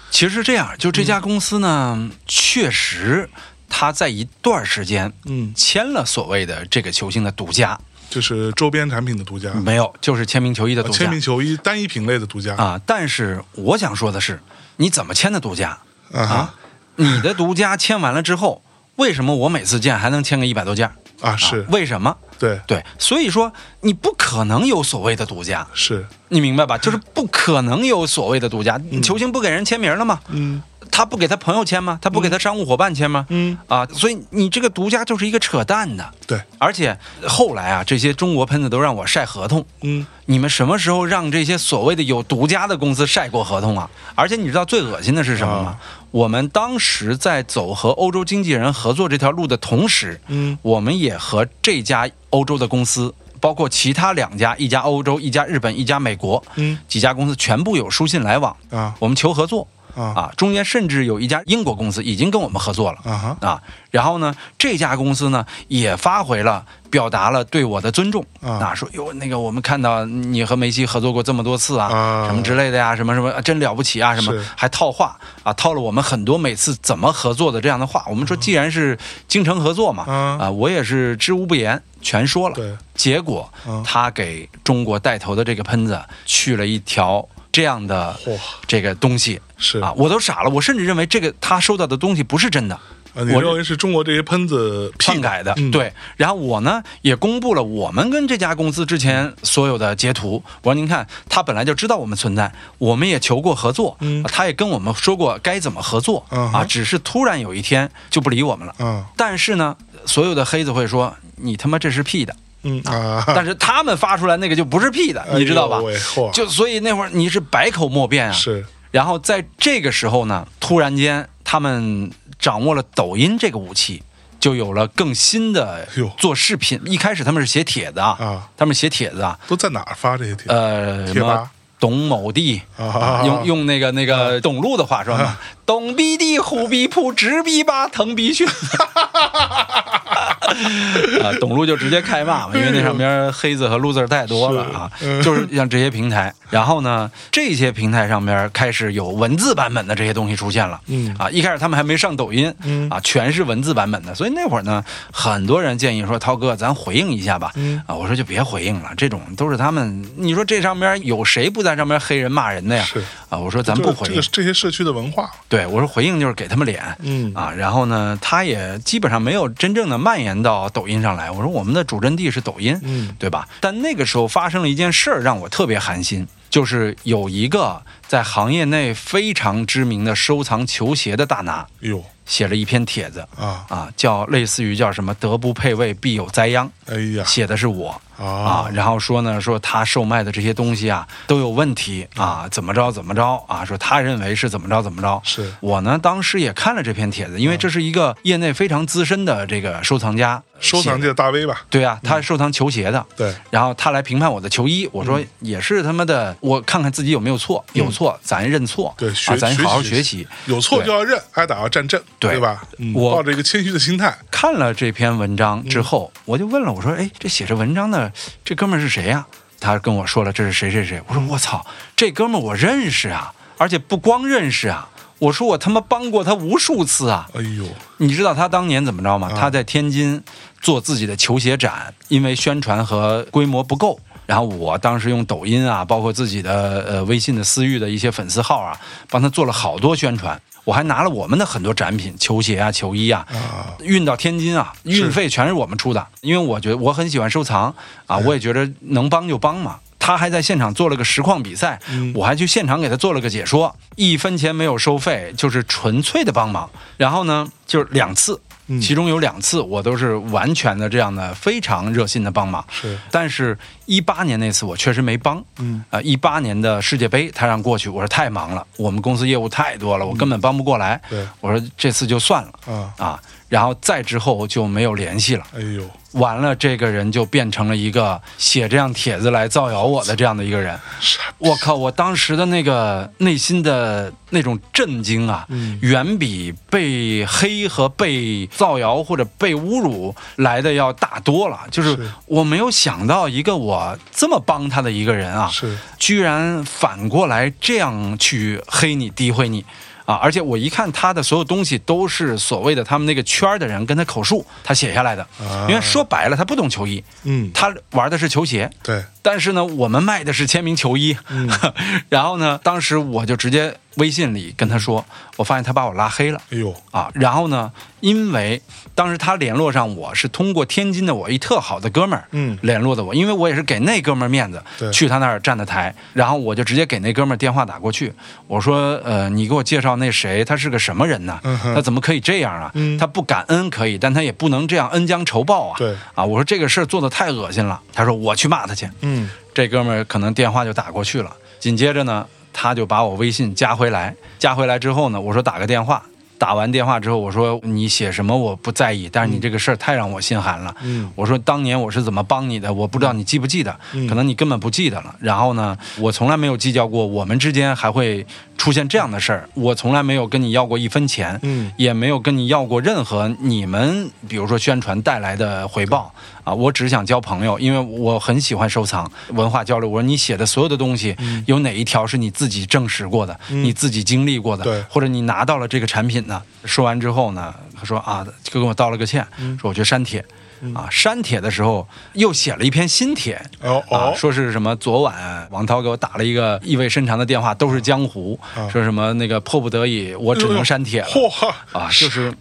[SPEAKER 1] 其实这样，就这家公司呢，
[SPEAKER 2] 嗯
[SPEAKER 1] 确实他在一段时间
[SPEAKER 2] 嗯，
[SPEAKER 1] 签了所谓的这个球星的独家，
[SPEAKER 2] 就是周边产品的独家，啊
[SPEAKER 1] 没有，就是签名球衣的嗯独家。
[SPEAKER 2] 嗯哦签名球衣单一品类的独家
[SPEAKER 1] 啊，但是我想说的是，你怎么签的独家
[SPEAKER 2] 啊哈
[SPEAKER 1] 啊？你的独家签完了之后，为什么我每次见还能签个一百多件儿
[SPEAKER 2] 啊是
[SPEAKER 1] 为什么？
[SPEAKER 2] 对
[SPEAKER 1] 对，所以说你不可能有所谓的独家，
[SPEAKER 2] 是，
[SPEAKER 1] 你明白吧？就是不可能有所谓的独家。球星不给人签名了吗？
[SPEAKER 2] 嗯
[SPEAKER 1] 他不给他朋友签吗？他不给他商务伙伴签吗？
[SPEAKER 2] 嗯
[SPEAKER 1] 啊，所以你这个独家就是一个扯淡的。
[SPEAKER 2] 对，
[SPEAKER 1] 而且后来啊，这些中国喷子都让我晒合同。
[SPEAKER 2] 嗯
[SPEAKER 1] 你们什么时候让这些所谓的有独家的公司晒过合同啊？而且你知道最恶心的是什么
[SPEAKER 2] 啊
[SPEAKER 1] 吗？我们当时在走和欧洲经纪人合作这条路的同时，
[SPEAKER 2] 嗯
[SPEAKER 1] 我们也和这家欧洲的公司，包括其他两家，一家欧洲，一家日本，一家美国，
[SPEAKER 2] 嗯
[SPEAKER 1] 几家公司全部有书信来往，
[SPEAKER 2] 啊
[SPEAKER 1] 我们求合作。
[SPEAKER 2] 啊
[SPEAKER 1] 啊，中间甚至有一家英国公司已经跟我们合作了
[SPEAKER 2] 啊哈
[SPEAKER 1] 啊。然后呢，这家公司呢也发回了表达了对我的尊重
[SPEAKER 2] 啊
[SPEAKER 1] 啊，说哟那个我们看到你和梅西合作过这么多次啊，
[SPEAKER 2] 啊
[SPEAKER 1] 什么之类的呀，什么什么、啊真了不起啊，什么
[SPEAKER 2] 是
[SPEAKER 1] 还套话啊，套了我们很多每次怎么合作的这样的话。我们说既然是精诚合作嘛，
[SPEAKER 2] 啊
[SPEAKER 1] 啊，我也是知无不言，全说了。
[SPEAKER 2] 对
[SPEAKER 1] 结果、
[SPEAKER 2] 啊
[SPEAKER 1] 他给中国带头的这个喷子去了一条这样的
[SPEAKER 2] 嚯
[SPEAKER 1] 这个东西。
[SPEAKER 2] 是
[SPEAKER 1] 啊，我都傻了，我甚至认为这个他收到的东西不是真的，
[SPEAKER 2] 啊，你
[SPEAKER 1] 我
[SPEAKER 2] 认为是中国这些喷子
[SPEAKER 1] 篡
[SPEAKER 2] 屁
[SPEAKER 1] 改的，
[SPEAKER 2] 嗯
[SPEAKER 1] 对。然后我呢也公布了我们跟这家公司之前所有的截图，我说您看，他本来就知道我们存在，我们也求过合作，
[SPEAKER 2] 嗯
[SPEAKER 1] 他也跟我们说过该怎么合作、
[SPEAKER 2] 嗯
[SPEAKER 1] 啊，
[SPEAKER 2] 哼
[SPEAKER 1] 只是突然有一天就不理我们了。
[SPEAKER 2] 啊
[SPEAKER 1] 但是呢，所有的黑子会说你他妈这是屁的，
[SPEAKER 2] 嗯啊，
[SPEAKER 1] 但是他们发出来那个就不是屁的，你知道吧
[SPEAKER 2] 哎呦？喂嚯
[SPEAKER 1] 就所以那会儿你是百口莫辩啊，
[SPEAKER 2] 是
[SPEAKER 1] 然后在这个时候呢，突然间他们掌握了抖音这个武器，就有了更新的
[SPEAKER 2] 哟
[SPEAKER 1] 做视频。一开始他们是写帖子啊，
[SPEAKER 2] 啊，
[SPEAKER 1] 他们写帖子啊，
[SPEAKER 2] 都在哪儿发这些帖
[SPEAKER 1] 呃，什
[SPEAKER 2] 贴吧
[SPEAKER 1] 么董某地。
[SPEAKER 2] 啊
[SPEAKER 1] 呃用用那个那个董路的话说嘛，董逼地虎逼扑直逼吧腾逼
[SPEAKER 2] [laughs]
[SPEAKER 1] 训，啊，董路就直接开骂嘛，因为那上边黑子和 loser 太多了啊，
[SPEAKER 2] 是嗯
[SPEAKER 1] 就是像这些平台，然后呢，这些平台上边开始有文字版本的这些东西出现了，
[SPEAKER 2] 嗯
[SPEAKER 1] 啊，一开始他们还没上抖音，
[SPEAKER 2] 嗯
[SPEAKER 1] 啊，全是文字版本的，所以那会儿呢，很多人建议说，涛哥，咱回应一下吧，
[SPEAKER 2] 嗯
[SPEAKER 1] 啊，我说就别回应了，这种都是他们，你说这上边有谁不在上边黑人骂人的呀？
[SPEAKER 2] 是
[SPEAKER 1] 啊，我说咱不
[SPEAKER 2] 这
[SPEAKER 1] 回
[SPEAKER 2] 这
[SPEAKER 1] 应，
[SPEAKER 2] 个这些社区的文化，
[SPEAKER 1] 对我说回应就是给他们脸，
[SPEAKER 2] 嗯
[SPEAKER 1] 啊，然后呢，他也基本上没有真正的蔓延到抖音上来。我说我们的主阵地是抖音，
[SPEAKER 2] 嗯
[SPEAKER 1] 对吧？但那个时候发生了一件事儿，让我特别寒心，就是有一个在行业内非常知名的收藏球鞋的大拿
[SPEAKER 2] 哟
[SPEAKER 1] 写了一篇帖子，
[SPEAKER 2] 啊，
[SPEAKER 1] 啊，叫类似于叫什么“德不配位，必有灾殃
[SPEAKER 2] 哎”，呀
[SPEAKER 1] 写的是我。啊
[SPEAKER 2] 啊，，
[SPEAKER 1] 然后说呢，说他售卖的这些东西啊都有问题啊，怎么着怎么着啊，说他认为是怎么着怎么着。
[SPEAKER 2] 是嗯
[SPEAKER 1] 我呢，当时也看了这篇帖子，因为这是一个业内非常资深的这个收藏家
[SPEAKER 2] 收藏
[SPEAKER 1] 写
[SPEAKER 2] 界
[SPEAKER 1] 的，
[SPEAKER 2] 的大 V 吧？
[SPEAKER 1] 对啊，他收藏球鞋的。
[SPEAKER 2] 对，嗯
[SPEAKER 1] 然后他来评判我的球衣，我说也是他妈的，我看看自己有没有错，有错咱认错，
[SPEAKER 2] 对学
[SPEAKER 1] 啊，咱
[SPEAKER 2] 学
[SPEAKER 1] 好好
[SPEAKER 2] 习
[SPEAKER 1] 学习。
[SPEAKER 2] 有错
[SPEAKER 1] 对
[SPEAKER 2] 就要认，挨打要站正，
[SPEAKER 1] 对
[SPEAKER 2] 对吧？嗯
[SPEAKER 1] 我
[SPEAKER 2] 抱着一个谦虚的心态，
[SPEAKER 1] 看了这篇文章之后，我就问了，我说：“哎，这写这文章的这哥们儿是谁呀、他跟我说了，这是谁谁谁。我说：“我操，这哥们儿我认识啊，而且不光认识啊。”我说我他妈帮过他无数次啊！
[SPEAKER 2] 哎呦，
[SPEAKER 1] 你知道他当年怎么着吗？
[SPEAKER 2] 啊
[SPEAKER 1] 他在天津做自己的球鞋展，因为宣传和规模不够，然后我当时用抖音啊，包括自己的呃微信的私域的一些粉丝号啊，帮他做了好多宣传。我还拿了我们的很多展品，球鞋啊、球衣啊，
[SPEAKER 2] 啊
[SPEAKER 1] 运到天津啊，运费全是我们出的，因为我觉得我很喜欢收藏
[SPEAKER 2] 嗯
[SPEAKER 1] 啊，我也觉得能帮就帮嘛。他还在现场做了个实况比赛，
[SPEAKER 2] 嗯
[SPEAKER 1] 我还去现场给他做了个解说，一分钱没有收费，就是纯粹的帮忙。然后呢，就是两次，
[SPEAKER 2] 嗯
[SPEAKER 1] 其中有两次我都是完全的这样的非常热心的帮忙。
[SPEAKER 2] 是，
[SPEAKER 1] 但是，一八年那次我确实没帮，
[SPEAKER 2] 嗯
[SPEAKER 1] 啊，一八年的世界杯他让过去，我说太忙了，我们公司业务太多了，我根本帮不过来。
[SPEAKER 2] 嗯对
[SPEAKER 1] 我说这次就算了。
[SPEAKER 2] 啊，
[SPEAKER 1] 啊，然后再之后就没有联系了。
[SPEAKER 2] 哎呦，
[SPEAKER 1] 完了，这个人就变成了一个写这样帖子来造谣我的这样的一个人。
[SPEAKER 2] 傻逼
[SPEAKER 1] 我靠！我当时的那个内心的那种震惊啊，
[SPEAKER 2] 嗯
[SPEAKER 1] 远比被黑和被造谣或者被侮辱来的要大多了。就是
[SPEAKER 2] 是
[SPEAKER 1] 我没有想到一个我这么帮他的一个人啊，
[SPEAKER 2] 是
[SPEAKER 1] 居然反过来这样去黑你、诋毁你。啊！而且我一看他的所有东西都是所谓的他们那个圈儿的人跟他口述，他写下来的。
[SPEAKER 2] 啊
[SPEAKER 1] 因为说白了，他不懂球衣，
[SPEAKER 2] 嗯，
[SPEAKER 1] 他玩的是球鞋。
[SPEAKER 2] 对，
[SPEAKER 1] [laughs] 但是呢，我们卖的是签名球衣。然后呢，当时我就直接微信里跟他说，我发现他把我拉黑了。
[SPEAKER 2] 哎呦，
[SPEAKER 1] 啊，然后呢，因为当时他联络上我是通过天津的我一特好的哥们儿，
[SPEAKER 2] 嗯
[SPEAKER 1] 联络的我，因为我也是给那哥们儿面子
[SPEAKER 2] 对，
[SPEAKER 1] 去他那儿站的台，然后我就直接给那哥们儿电话打过去，我说，呃，你给我介绍那谁，他是个什么人呢？
[SPEAKER 2] 嗯哼
[SPEAKER 1] 他怎么可以这样啊？
[SPEAKER 2] 嗯
[SPEAKER 1] 他不感恩可以，但他也不能这样恩将仇报啊。
[SPEAKER 2] 对
[SPEAKER 1] 啊，我说这个事儿做的太恶心了，他说我去骂他去，
[SPEAKER 2] 嗯，
[SPEAKER 1] 这哥们儿可能电话就打过去了。紧接着呢，他就把我微信加回来，加回来之后呢，我说打个电话。打完电话之后，我说你写什么我不在意，但是你这个事儿太让我心寒了。
[SPEAKER 2] 嗯
[SPEAKER 1] 我说当年我是怎么帮你的，我不知道你记不记得，
[SPEAKER 2] 嗯
[SPEAKER 1] 可能你根本不记得了。然后呢，我从来没有计较过我们之间还会出现这样的事儿，我从来没有跟你要过一分钱，
[SPEAKER 2] 嗯
[SPEAKER 1] 也没有跟你要过任何你们比如说宣传带来的回报啊，我只想交朋友，因为我很喜欢收藏文化交流。我说你写的所有的东西，
[SPEAKER 2] 嗯
[SPEAKER 1] 有哪一条是你自己证实过的，你自己经历过的，
[SPEAKER 2] 对
[SPEAKER 1] 或者你拿到了这个产品呢？说完之后呢，他说啊，就跟我道了个歉，
[SPEAKER 2] 嗯
[SPEAKER 1] 说我去删帖。啊，删帖的时候又写了一篇新帖，
[SPEAKER 2] 哦
[SPEAKER 1] 啊，
[SPEAKER 2] 哦，
[SPEAKER 1] 说是什么？昨晚王涛给我打了一个意味深长的电话，都是江湖，
[SPEAKER 2] 啊
[SPEAKER 1] 说什么那个迫不得已，我只能删帖了。
[SPEAKER 2] 嚯
[SPEAKER 1] 啊，就是，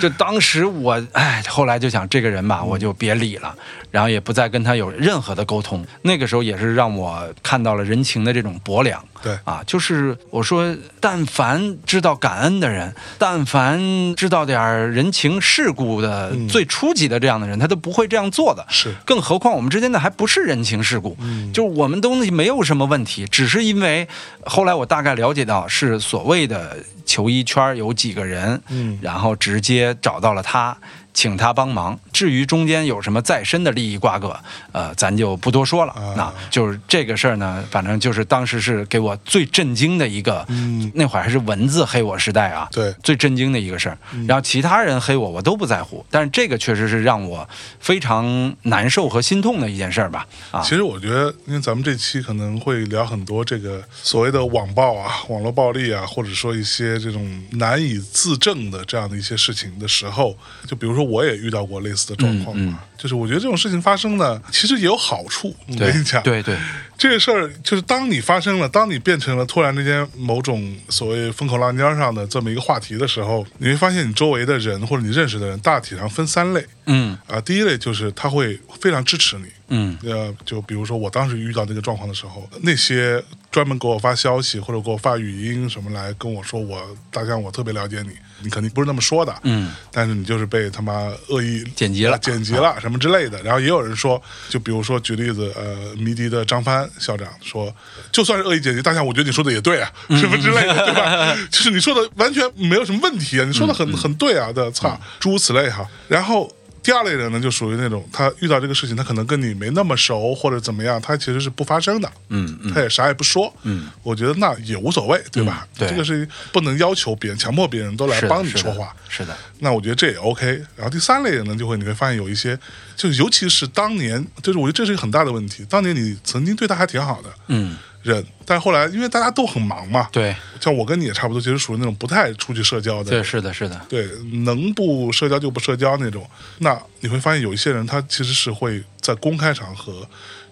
[SPEAKER 1] 就当时我，哎，后来就想这个人吧，我就别理了，然后也不再跟他有任何的沟通。那个时候也是让我看到了人情的这种薄凉。
[SPEAKER 2] 对
[SPEAKER 1] 啊，就是我说，但凡知道感恩的人，但凡知道点儿人情世故的、最初级的这样的人，他都不会这样做的。
[SPEAKER 2] 是
[SPEAKER 1] 更何况我们之间的还不是人情世故，就是我们东西没有什么问题，只是因为后来我大概了解到是所谓的球衣圈有几个人，
[SPEAKER 2] 嗯
[SPEAKER 1] 然后直接找到了他。请他帮忙。至于中间有什么再深的利益瓜葛，呃，咱就不多说了。
[SPEAKER 2] 啊
[SPEAKER 1] 那就是这个事儿呢，反正就是当时是给我最震惊的一个，
[SPEAKER 2] 嗯
[SPEAKER 1] 那会儿还是文字黑我时代啊，
[SPEAKER 2] 对
[SPEAKER 1] 最震惊的一个事儿。然后其他人黑我，我都不在乎，但是这个确实是让我非常难受和心痛的一件事儿吧。啊，
[SPEAKER 2] 其实我觉得，因为咱们这期可能会聊很多这个所谓的网暴啊、 [laughs] 网络暴力啊，或者说一些这种难以自证的这样的一些事情的时候，就比如说我也遇到过类似的状况
[SPEAKER 1] 嗯嗯
[SPEAKER 2] 嘛。就是我觉得这种事情发生呢，其实也有好处。我
[SPEAKER 1] 对
[SPEAKER 2] 跟你讲，
[SPEAKER 1] 对对，
[SPEAKER 2] 这个事儿就是当你发生了，当你变成了突然之间某种所谓风口浪尖上的这么一个话题的时候，你会发现你周围的人或者你认识的人大体上分三类
[SPEAKER 1] 嗯
[SPEAKER 2] 啊。第一类就是他会非常支持你，
[SPEAKER 1] 嗯
[SPEAKER 2] 呃，就比如说我当时遇到那个状况的时候，那些专门给我发消息或者给我发语音什么来跟我说我大象我特别了解你，你肯定不是那么说的，
[SPEAKER 1] 嗯，
[SPEAKER 2] 但是你就是被他妈恶意
[SPEAKER 1] 剪辑了
[SPEAKER 2] 啊剪辑了什么之类的。然后也有人说，就比如说举例子，呃，迷笛的张帆校长说，就算是恶意剪辑，大象我觉得你说的也对啊，
[SPEAKER 1] 嗯
[SPEAKER 2] 什么之
[SPEAKER 1] [laughs]
[SPEAKER 2] 类的，对吧？就是你说的完全没有什么问题啊，你说的很
[SPEAKER 1] 嗯
[SPEAKER 2] 很对啊的，操，诸如此类哈。然后。第二类人呢，就属于那种他遇到这个事情，他可能跟你没那么熟或者怎么样，他其实是不发声的，
[SPEAKER 1] 嗯嗯
[SPEAKER 2] 他也啥也不说，嗯，我觉得那也无所谓，对吧？
[SPEAKER 1] 嗯对
[SPEAKER 2] 这个是不能要求别人、强迫别人都来
[SPEAKER 1] 是的
[SPEAKER 2] 帮你
[SPEAKER 1] 是的
[SPEAKER 2] 说话，
[SPEAKER 1] 是的，
[SPEAKER 2] 那我觉得这也 OK。然后第三类人呢，就会你会发现有一些，就是尤其是当年，就是我觉得这是一个很大的问题。当年你曾经对他还挺好的
[SPEAKER 1] 嗯
[SPEAKER 2] 人，但后来因为大家都很忙嘛，
[SPEAKER 1] 对
[SPEAKER 2] 像我跟你也差不多，其实属于那种不太出去社交的
[SPEAKER 1] 对
[SPEAKER 2] 人，
[SPEAKER 1] 是的是的，
[SPEAKER 2] 对，能不社交就不社交那种。那你会发现有一些人，他其实是会在公开场合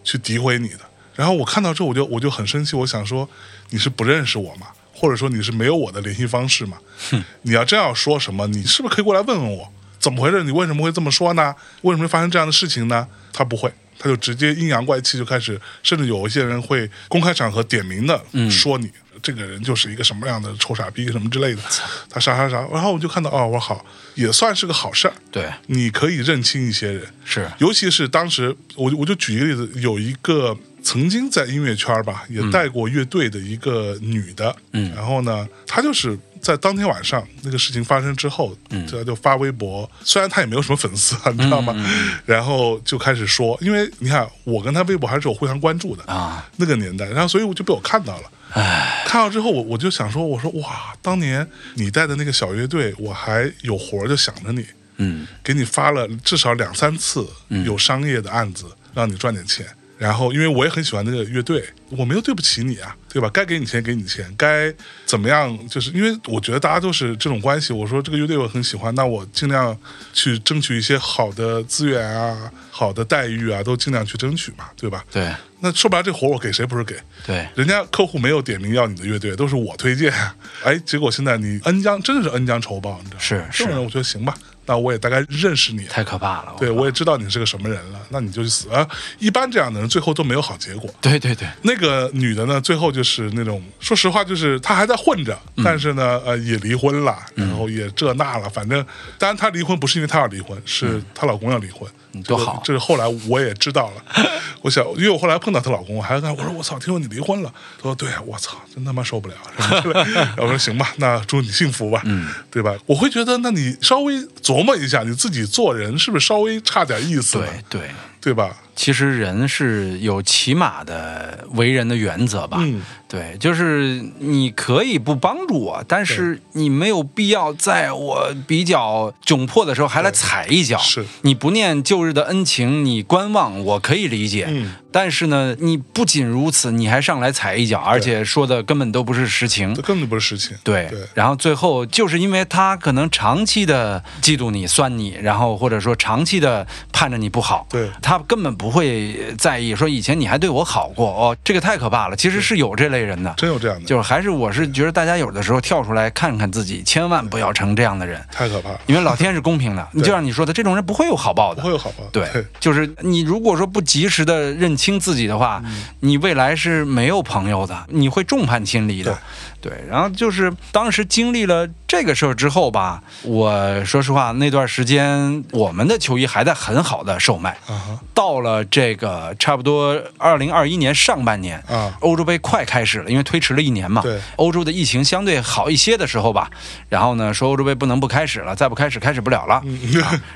[SPEAKER 2] 去诋毁你的。然后我看到之后，我就我就很生气，我想说你是不认识我吗？或者说你是没有我的联系方式吗？你要真要说什么，你是不是可以过来问问我怎么回事？你为什么会这么说呢？为什么会发生这样的事情呢？他不会。他就直接阴阳怪气，就开始，甚至有一些人会公开场合点名的说你、这个人就是一个什么样的臭傻逼什么之类的，他啥啥啥。然后我就看到，哦，我好，也算是个好事儿，
[SPEAKER 1] 对
[SPEAKER 2] 你可以认清一些人，
[SPEAKER 1] 是，
[SPEAKER 2] 尤其是当时，我就我就举一个例子，有一个曾经在音乐圈儿吧，也带过乐队的一个女的，嗯，然后呢，她就是在当天晚上那个事情发生之后，嗯，她就发微博，虽然她也没有什么粉丝，你知道吗？然后就开始说，因为你看我跟她微博还是有互相关注的
[SPEAKER 1] 啊，
[SPEAKER 2] 那个年代，然后所以我就被我看到了。看到之后，我我就想说，我说哇，当年你带的那个小乐队，我还有活儿就想着你，
[SPEAKER 1] 嗯
[SPEAKER 2] 给你发了至少两三次有商业的案子，让你赚点钱。然后，因为我也很喜欢那个乐队，我没有对不起你啊，对吧？该给你钱给你钱，该怎么样？就是因为我觉得大家都是这种关系。我说这个乐队我很喜欢，那我尽量去争取一些好的资源啊、好的待遇啊，都尽量去争取嘛，对吧？
[SPEAKER 1] 对
[SPEAKER 2] 那说白了，这活我给谁不是给？
[SPEAKER 1] 对，
[SPEAKER 2] 人家客户没有点名要你的乐队，都是我
[SPEAKER 1] [laughs]
[SPEAKER 2] 推荐。哎，结果现在你恩将真的是恩将仇报，你知道吗？
[SPEAKER 1] 是
[SPEAKER 2] 这种
[SPEAKER 1] 是
[SPEAKER 2] 人，我觉得行吧，那我也大概认识你，
[SPEAKER 1] 太可怕了。
[SPEAKER 2] 对
[SPEAKER 1] 靠
[SPEAKER 2] 我也知道你是个什么人了，那你就去死啊！一般这样的人最后都没有好结果。
[SPEAKER 1] 对对对，
[SPEAKER 2] 那个女的呢，最后就是那种，说实话，就是她还在混着，
[SPEAKER 1] 嗯
[SPEAKER 2] 但是呢，呃，也离婚了，然后也这那了，反正，当然她离婚不是因为她要离婚，是她老公要离婚，这
[SPEAKER 1] 嗯多
[SPEAKER 2] 个
[SPEAKER 1] 好
[SPEAKER 2] 这是后来我也
[SPEAKER 1] [laughs]
[SPEAKER 2] 知道了，我想，因为我后来碰到她老公，我还跟她我说我操，听说你离婚了，她说对，我操，真他妈受不了，什么之类的我说行吧，那祝你幸福吧，
[SPEAKER 1] 嗯
[SPEAKER 2] 对吧？我会觉得，那你稍微琢磨一下，你自己做人是不是稍微差点意思了，
[SPEAKER 1] 对对，
[SPEAKER 2] 对吧？
[SPEAKER 1] 其实人是有起码的为人的原则吧。
[SPEAKER 2] 嗯
[SPEAKER 1] 对，就是你可以不帮助我，但是你没有必要在我比较窘迫的时候还来踩一脚。
[SPEAKER 2] 是
[SPEAKER 1] 你不念旧日的恩情，你观望，我可以理解。
[SPEAKER 2] 嗯
[SPEAKER 1] 但是呢，你不仅如此，你还上来踩一脚，而且说的根本都不是实情
[SPEAKER 2] 这。根本就不是事情，
[SPEAKER 1] 对，
[SPEAKER 2] 对。
[SPEAKER 1] 然后最后就是因为他可能长期的嫉妒你、酸你，然后或者说长期的盼着你不好，
[SPEAKER 2] 对
[SPEAKER 1] 他根本不会在意说以前你还对我好过哦，这个太可怕了。其实是有这类人的，
[SPEAKER 2] 真有这样的，
[SPEAKER 1] 就是还是我是觉得大家有的时候跳出来看看自己，千万不要成这样的人，
[SPEAKER 2] 太可怕了，
[SPEAKER 1] 因为老天是公平的，就像你说的，这种人不会有好报
[SPEAKER 2] 不
[SPEAKER 1] 的
[SPEAKER 2] 会。有好啊报。
[SPEAKER 1] 对，就是你如果说不及时的认清自己的话，你未来是没有朋友的，你会众叛亲离的。对然后就是当时经历了这个事儿之后吧，我说实话，那段时间我们的球衣还在很好的售卖，
[SPEAKER 2] [laughs] 啊哈
[SPEAKER 1] 到了这个差不多二零二一年上半年。
[SPEAKER 2] 啊，
[SPEAKER 1] 欧洲杯快开始了，因为推迟了一年嘛。
[SPEAKER 2] 对
[SPEAKER 1] 欧洲的疫情相对好一些的时候吧，然后呢，说欧洲杯不能不开始了，再不开始开始不了了。
[SPEAKER 2] [laughs] 嗯，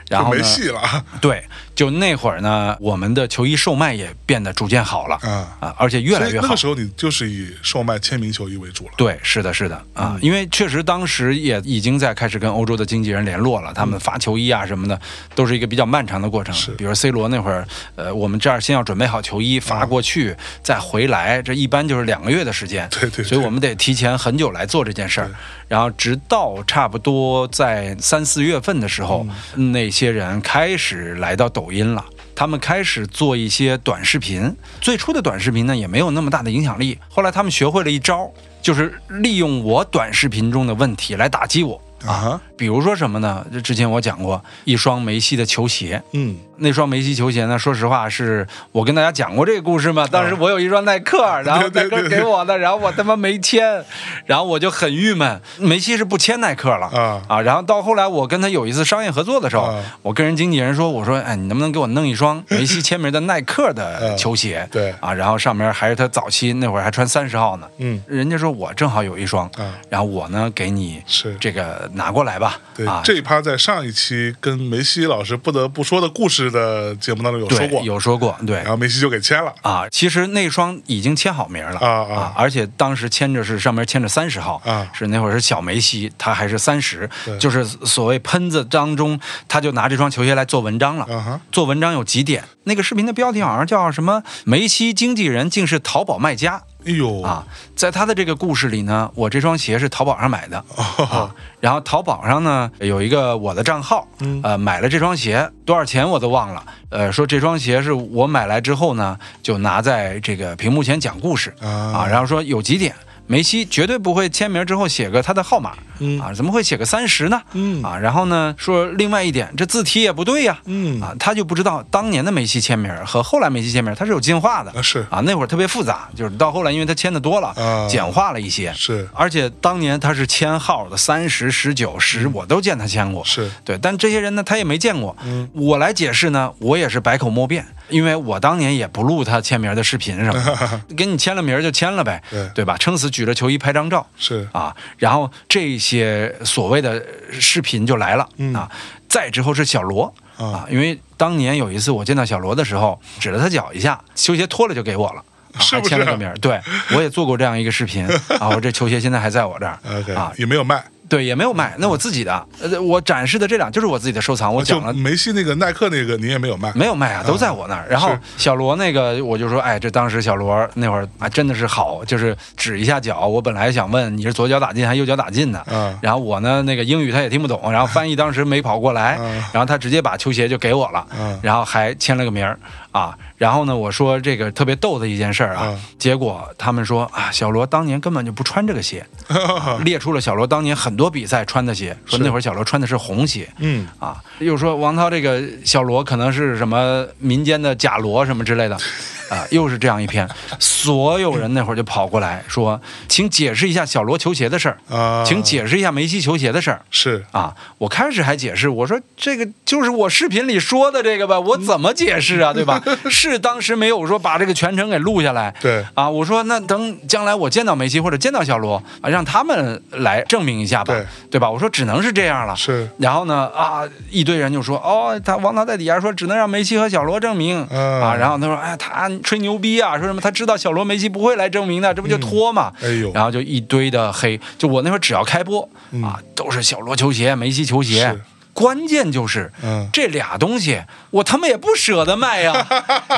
[SPEAKER 1] 然后
[SPEAKER 2] 就
[SPEAKER 1] 呢
[SPEAKER 2] 没戏了啊
[SPEAKER 1] 对，就那会儿呢，我们的球衣售卖也变得逐渐好了
[SPEAKER 2] 啊！
[SPEAKER 1] 啊，而且越来越
[SPEAKER 2] 所以那
[SPEAKER 1] 好
[SPEAKER 2] 个。时候你就是以售卖签名球衣为主了。
[SPEAKER 1] 对，是的，是的
[SPEAKER 2] 嗯
[SPEAKER 1] 啊，因为确实当时也已经在开始跟欧洲的经纪人联络了，他们发球衣啊什么的，都是一个比较漫长的过程
[SPEAKER 2] 嗯是。
[SPEAKER 1] 比如 C 罗那会儿，呃，我们这儿先要准备好球衣
[SPEAKER 2] 嗯
[SPEAKER 1] 发过去，再回来，这一般就是两个月的时间。
[SPEAKER 2] 对对对
[SPEAKER 1] 所以我们得提前很久来做这件事儿，然后直到差不多在三四月份的时候，那些人开始来到抖音了。他们开始做一些短视频，最初的短视频呢也没有那么大的影响力。后来他们学会了一招，就是利用我短视频中的问题来打击我。
[SPEAKER 2] 啊哈，
[SPEAKER 1] 比如说什么呢？这之前我讲过一双梅西的球鞋，
[SPEAKER 2] 嗯，
[SPEAKER 1] 那双梅西球鞋呢，说实话是我跟大家讲过这个故事嘛。当时我有一双耐克，然后
[SPEAKER 2] 啊对
[SPEAKER 1] 耐
[SPEAKER 2] 对对
[SPEAKER 1] 克给我的，然后我他妈没签，然后我就很郁闷。梅西是不签耐克了
[SPEAKER 2] 啊
[SPEAKER 1] 然后到后来我跟他有一次商业合作的时候，
[SPEAKER 2] 啊
[SPEAKER 1] 我跟人经纪人说，我说，哎，你能不能给我弄一双梅西签名的耐克
[SPEAKER 2] [laughs]
[SPEAKER 1] 的球鞋？
[SPEAKER 2] 对
[SPEAKER 1] 啊，然后上面还是他早期那会儿还穿三十号呢。
[SPEAKER 2] 嗯
[SPEAKER 1] 人家说我正好有一双，
[SPEAKER 2] 啊
[SPEAKER 1] 然后我呢给你
[SPEAKER 2] 是
[SPEAKER 1] 这个拿过来吧。
[SPEAKER 2] 对
[SPEAKER 1] 啊，，
[SPEAKER 2] 这一趴在上一期跟梅西老师不得不说的故事的节目当中有说
[SPEAKER 1] 对
[SPEAKER 2] 过，
[SPEAKER 1] 有说过，对
[SPEAKER 2] 然。后梅西就给签了
[SPEAKER 1] 啊，其实那双已经签好名了
[SPEAKER 2] 啊啊
[SPEAKER 1] 而且当时签着是上面签着三十号
[SPEAKER 2] 啊
[SPEAKER 1] 是那会儿是小梅西，他还是三十
[SPEAKER 2] 对，
[SPEAKER 1] 就是所谓喷子当中，他就拿这双球鞋来做文章了。
[SPEAKER 2] 啊哈，
[SPEAKER 1] 做文章有几点，那个视频的标题好像叫什么“梅西经纪人竟是淘宝卖家
[SPEAKER 2] 哎呦”
[SPEAKER 1] 啊，在他的这个故事里呢，我这双鞋是淘宝上买的，
[SPEAKER 2] 哦
[SPEAKER 1] 啊，然后淘宝上呢有一个我的账号，
[SPEAKER 2] 嗯
[SPEAKER 1] 呃，买了这双鞋多少钱我都忘了，呃，说这双鞋是我买来之后呢，就拿在这个屏幕前讲故事啊，
[SPEAKER 2] 啊，
[SPEAKER 1] 然后说有几点，梅西绝对不会签名之后写个他的号码
[SPEAKER 2] 嗯
[SPEAKER 1] 啊，怎么会写个三十呢？
[SPEAKER 2] 嗯
[SPEAKER 1] 啊，然后呢说另外一点，这字体也不对呀，
[SPEAKER 2] 嗯
[SPEAKER 1] 啊，他就不知道当年的梅西签名和后来梅西签名它是有进化的
[SPEAKER 2] 啊是
[SPEAKER 1] 啊，那会儿特别复杂，就是到后来因为他签的多了
[SPEAKER 2] 啊，
[SPEAKER 1] 简化了一些，
[SPEAKER 2] 是
[SPEAKER 1] 而且当年他是签号的，三十、十九、十，我都见他签过。
[SPEAKER 2] 嗯是
[SPEAKER 1] 对，但这些人呢，他也没见过。
[SPEAKER 2] 嗯
[SPEAKER 1] 我来解释呢，我也是百口莫辩，因为我当年也不录他签名的视频什么
[SPEAKER 2] [laughs]
[SPEAKER 1] 的，给你签了名儿就签了呗，
[SPEAKER 2] 对
[SPEAKER 1] 对吧？撑死举着球衣拍张照
[SPEAKER 2] 是
[SPEAKER 1] 啊，然后这些所谓的视频就来了、
[SPEAKER 2] 嗯
[SPEAKER 1] 啊。再之后是小罗
[SPEAKER 2] 啊，
[SPEAKER 1] 因为当年有一次我见到小罗的时候，指了他脚一下，球鞋脱了就给我了。啊
[SPEAKER 2] 是
[SPEAKER 1] 还
[SPEAKER 2] 不是
[SPEAKER 1] 签
[SPEAKER 2] [laughs]
[SPEAKER 1] 了个名儿，对我也做过这样一个视频啊，我这球鞋现在还在我这儿
[SPEAKER 2] OK，
[SPEAKER 1] 啊，
[SPEAKER 2] 也没有卖，
[SPEAKER 1] 对，也没有卖，那我自己的，呃，我展示的这两就是我自己的收藏，我
[SPEAKER 2] 啊就
[SPEAKER 1] 讲了。
[SPEAKER 2] 梅西那个耐克那个你也没有卖，
[SPEAKER 1] 没有卖啊，都在我那儿。然后
[SPEAKER 2] 是
[SPEAKER 1] 小罗那个，我就说，哎，这当时小罗那会儿啊，真的是好，就是指一下脚。我本来想问你是左脚打进还是右脚打进的，
[SPEAKER 2] 嗯
[SPEAKER 1] 然后我呢那个英语他也听不懂，然后翻译当时没跑过来，
[SPEAKER 2] 嗯
[SPEAKER 1] 然后他直接把球鞋就给我了，
[SPEAKER 2] 嗯
[SPEAKER 1] 然后还签了个名儿啊。然后呢，我说这个特别逗的一件事儿啊，
[SPEAKER 2] 嗯
[SPEAKER 1] 结果他们说啊，小罗当年根本就不穿这个
[SPEAKER 2] [laughs]
[SPEAKER 1] 鞋，列出了小罗当年很多比赛穿的鞋，说
[SPEAKER 2] 是
[SPEAKER 1] 那会儿小罗穿的是红鞋，
[SPEAKER 2] 嗯，
[SPEAKER 1] 啊，又说王涛这个小罗可能是什么民间的假罗什么之类的，
[SPEAKER 2] [laughs]
[SPEAKER 1] 啊，又是这样一篇，所有人那会儿就跑过来说，请解释一下小罗球鞋的事儿，
[SPEAKER 2] 啊，
[SPEAKER 1] 请解释一下梅西球鞋的事儿。
[SPEAKER 2] 是
[SPEAKER 1] 啊！我开始还解释，我说这个就是我视频里说的这个吧，我怎么解释
[SPEAKER 2] [laughs]
[SPEAKER 1] 啊，对吧？是当时没有说把这个全程给录下来，
[SPEAKER 2] 对
[SPEAKER 1] 啊，我说那等将来我见到梅西或者见到小罗啊，让他们来证明一下吧，
[SPEAKER 2] 对
[SPEAKER 1] 对吧？我说只能是这样了，
[SPEAKER 2] 是
[SPEAKER 1] 然后呢，啊，一堆人就说，哦，他王涛在底下说，只能让梅西和小罗证明、
[SPEAKER 2] 嗯
[SPEAKER 1] 啊。然后他说，哎，他吹牛逼啊，说什么他知道小罗、梅西不会来证明的，这不就拖嘛、
[SPEAKER 2] 哎呦
[SPEAKER 1] 然后就一堆的黑，就我那会儿只要开播、啊，都是小罗球鞋、梅西球鞋
[SPEAKER 2] 嗯是。
[SPEAKER 1] 关键就是、
[SPEAKER 2] 嗯
[SPEAKER 1] 这俩东西，我他妈也不舍得卖
[SPEAKER 2] [laughs]
[SPEAKER 1] 呀、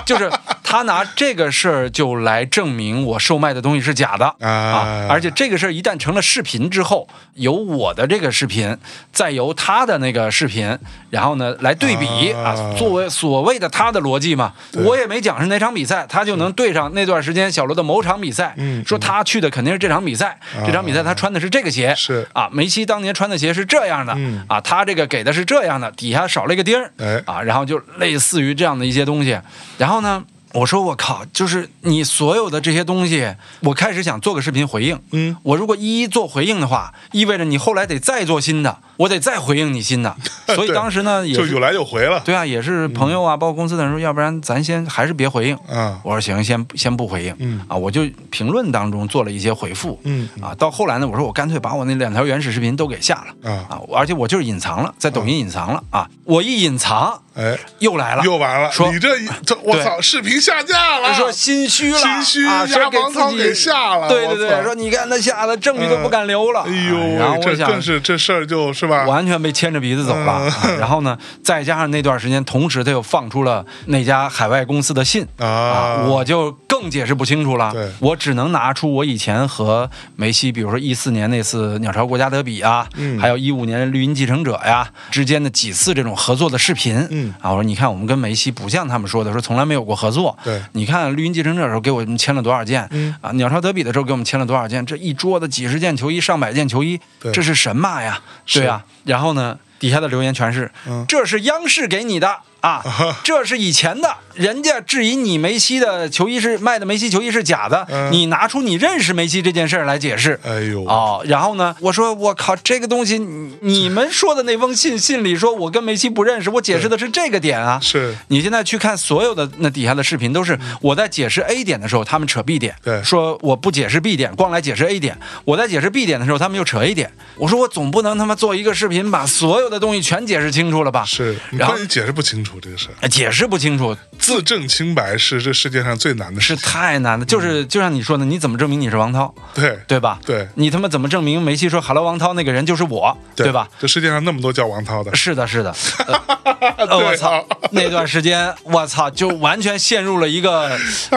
[SPEAKER 1] 就是他拿这个事儿就来证明我售卖的东西是假的
[SPEAKER 2] 啊
[SPEAKER 1] 而且这个事儿一旦成了视频之后，由我的这个视频，再由他的那个视频，然后呢来对比
[SPEAKER 2] 啊
[SPEAKER 1] 啊，作为所谓的他的逻辑嘛，我也没讲是哪场比赛，他就能对上那段时间小罗的某场比赛
[SPEAKER 2] 嗯，
[SPEAKER 1] 说他去的肯定是这场比赛，这场比赛他穿的是这个鞋，
[SPEAKER 2] 是
[SPEAKER 1] 啊，梅西当年穿的鞋是这样的
[SPEAKER 2] 嗯，
[SPEAKER 1] 啊，他这个给的是这样的，底下少了一个钉儿，
[SPEAKER 2] 哎
[SPEAKER 1] 啊，然后就类似于这样的一些东西。然后呢，我说我靠，就是你所有的这些东西，我开始想做个视频回应。
[SPEAKER 2] 嗯，
[SPEAKER 1] 我如果一一做回应的话，意味着你后来得再做新的，我得再回应你新
[SPEAKER 2] [laughs]
[SPEAKER 1] 的。所以
[SPEAKER 2] 对
[SPEAKER 1] 当时呢，也
[SPEAKER 2] 就是有来有回了，
[SPEAKER 1] 对啊，也是朋友啊，包括公司的人说，要不然咱先还是别回应。
[SPEAKER 2] 啊，
[SPEAKER 1] 我说行，先先不回应，
[SPEAKER 2] 嗯
[SPEAKER 1] 啊，我就评论当中做了一些回复，
[SPEAKER 2] 嗯
[SPEAKER 1] 啊，到后来呢，我说我干脆把我那两条原始视频都给下了，
[SPEAKER 2] 啊
[SPEAKER 1] 我而且我就是隐藏了，在抖音隐藏了啊，我一隐藏
[SPEAKER 2] 哎，
[SPEAKER 1] 又来了，
[SPEAKER 2] 又完了，
[SPEAKER 1] 啊说
[SPEAKER 2] 你这一这我操，视频下架了，
[SPEAKER 1] 说心虚了，
[SPEAKER 2] 啊心虚
[SPEAKER 1] 啊，
[SPEAKER 2] 压
[SPEAKER 1] 说给
[SPEAKER 2] 王
[SPEAKER 1] 自
[SPEAKER 2] 涛
[SPEAKER 1] 己
[SPEAKER 2] 给下了
[SPEAKER 1] 对
[SPEAKER 2] 我
[SPEAKER 1] 对对，
[SPEAKER 2] 操
[SPEAKER 1] 说你看他下的证据都不敢留了，
[SPEAKER 2] 哎
[SPEAKER 1] 啊然后
[SPEAKER 2] 呦，
[SPEAKER 1] 我
[SPEAKER 2] 这
[SPEAKER 1] 想
[SPEAKER 2] 更是这事儿就是吧，
[SPEAKER 1] 完全被牵着鼻子走了、
[SPEAKER 2] 嗯
[SPEAKER 1] 啊然后呢，再加上那段时间，同时他又放出了那家海外公司的信
[SPEAKER 2] 啊
[SPEAKER 1] 我就更解释不清楚了
[SPEAKER 2] 对。
[SPEAKER 1] 我只能拿出我以前和梅西，比如说一四年那次鸟巢国家德比啊，
[SPEAKER 2] 嗯
[SPEAKER 1] 还有一五年绿茵继承者呀之间的几次这种合作的视频。
[SPEAKER 2] 嗯
[SPEAKER 1] 啊，我说你看，我们跟梅西不像他们说的，说从来没有过合作。
[SPEAKER 2] 对
[SPEAKER 1] 你看绿茵继承者的时候给我们签了多少件，
[SPEAKER 2] 嗯
[SPEAKER 1] 啊，鸟巢德比的时候给我们签了多少件，这一桌子几十件球衣，上百件球衣
[SPEAKER 2] 对，
[SPEAKER 1] 这是神马呀，
[SPEAKER 2] 是
[SPEAKER 1] 对啊。然后呢，底下的留言全是，
[SPEAKER 2] 嗯
[SPEAKER 1] 这是央视给你的
[SPEAKER 2] [laughs]
[SPEAKER 1] 啊，这是以前的，人家质疑你梅西的球衣是卖的梅西球衣是假的，
[SPEAKER 2] 嗯
[SPEAKER 1] 你拿出你认识梅西这件事儿来解释。
[SPEAKER 2] 哎呦，
[SPEAKER 1] 哦，然后呢？我说我靠，这个东西你你们说的那封信，信里说我跟梅西不认识，我解释的是这个点啊。
[SPEAKER 2] 是
[SPEAKER 1] 你现在去看所有的那底下的视频，都是我在解释 A 点的时候，他们扯 B 点，
[SPEAKER 2] 嗯对
[SPEAKER 1] 说我不解释 B 点，光来解释 A 点。我在解释 B 点的时候，他们又扯 A 点。我说我总不能他妈做一个视频把所有的东西全解释清楚了吧？
[SPEAKER 2] 是，你
[SPEAKER 1] 然后
[SPEAKER 2] 关键解释不清楚这个事儿，
[SPEAKER 1] 解释不清楚
[SPEAKER 2] 自证清白是这世界上最难的
[SPEAKER 1] 是
[SPEAKER 2] 事情，
[SPEAKER 1] 太难了。就是就像你说的，你怎么证明你是王涛，
[SPEAKER 2] 对
[SPEAKER 1] 对吧？
[SPEAKER 2] 嗯对
[SPEAKER 1] 你他妈怎么证明梅西说 “hello 王涛”那个人就是我，对吧？？
[SPEAKER 2] 这世界上那么多叫王涛的，
[SPEAKER 1] 是的，是的，
[SPEAKER 2] [laughs]
[SPEAKER 1] 呃呃
[SPEAKER 2] 对啊
[SPEAKER 1] 我操，那段时间，我操，就完全陷入了一个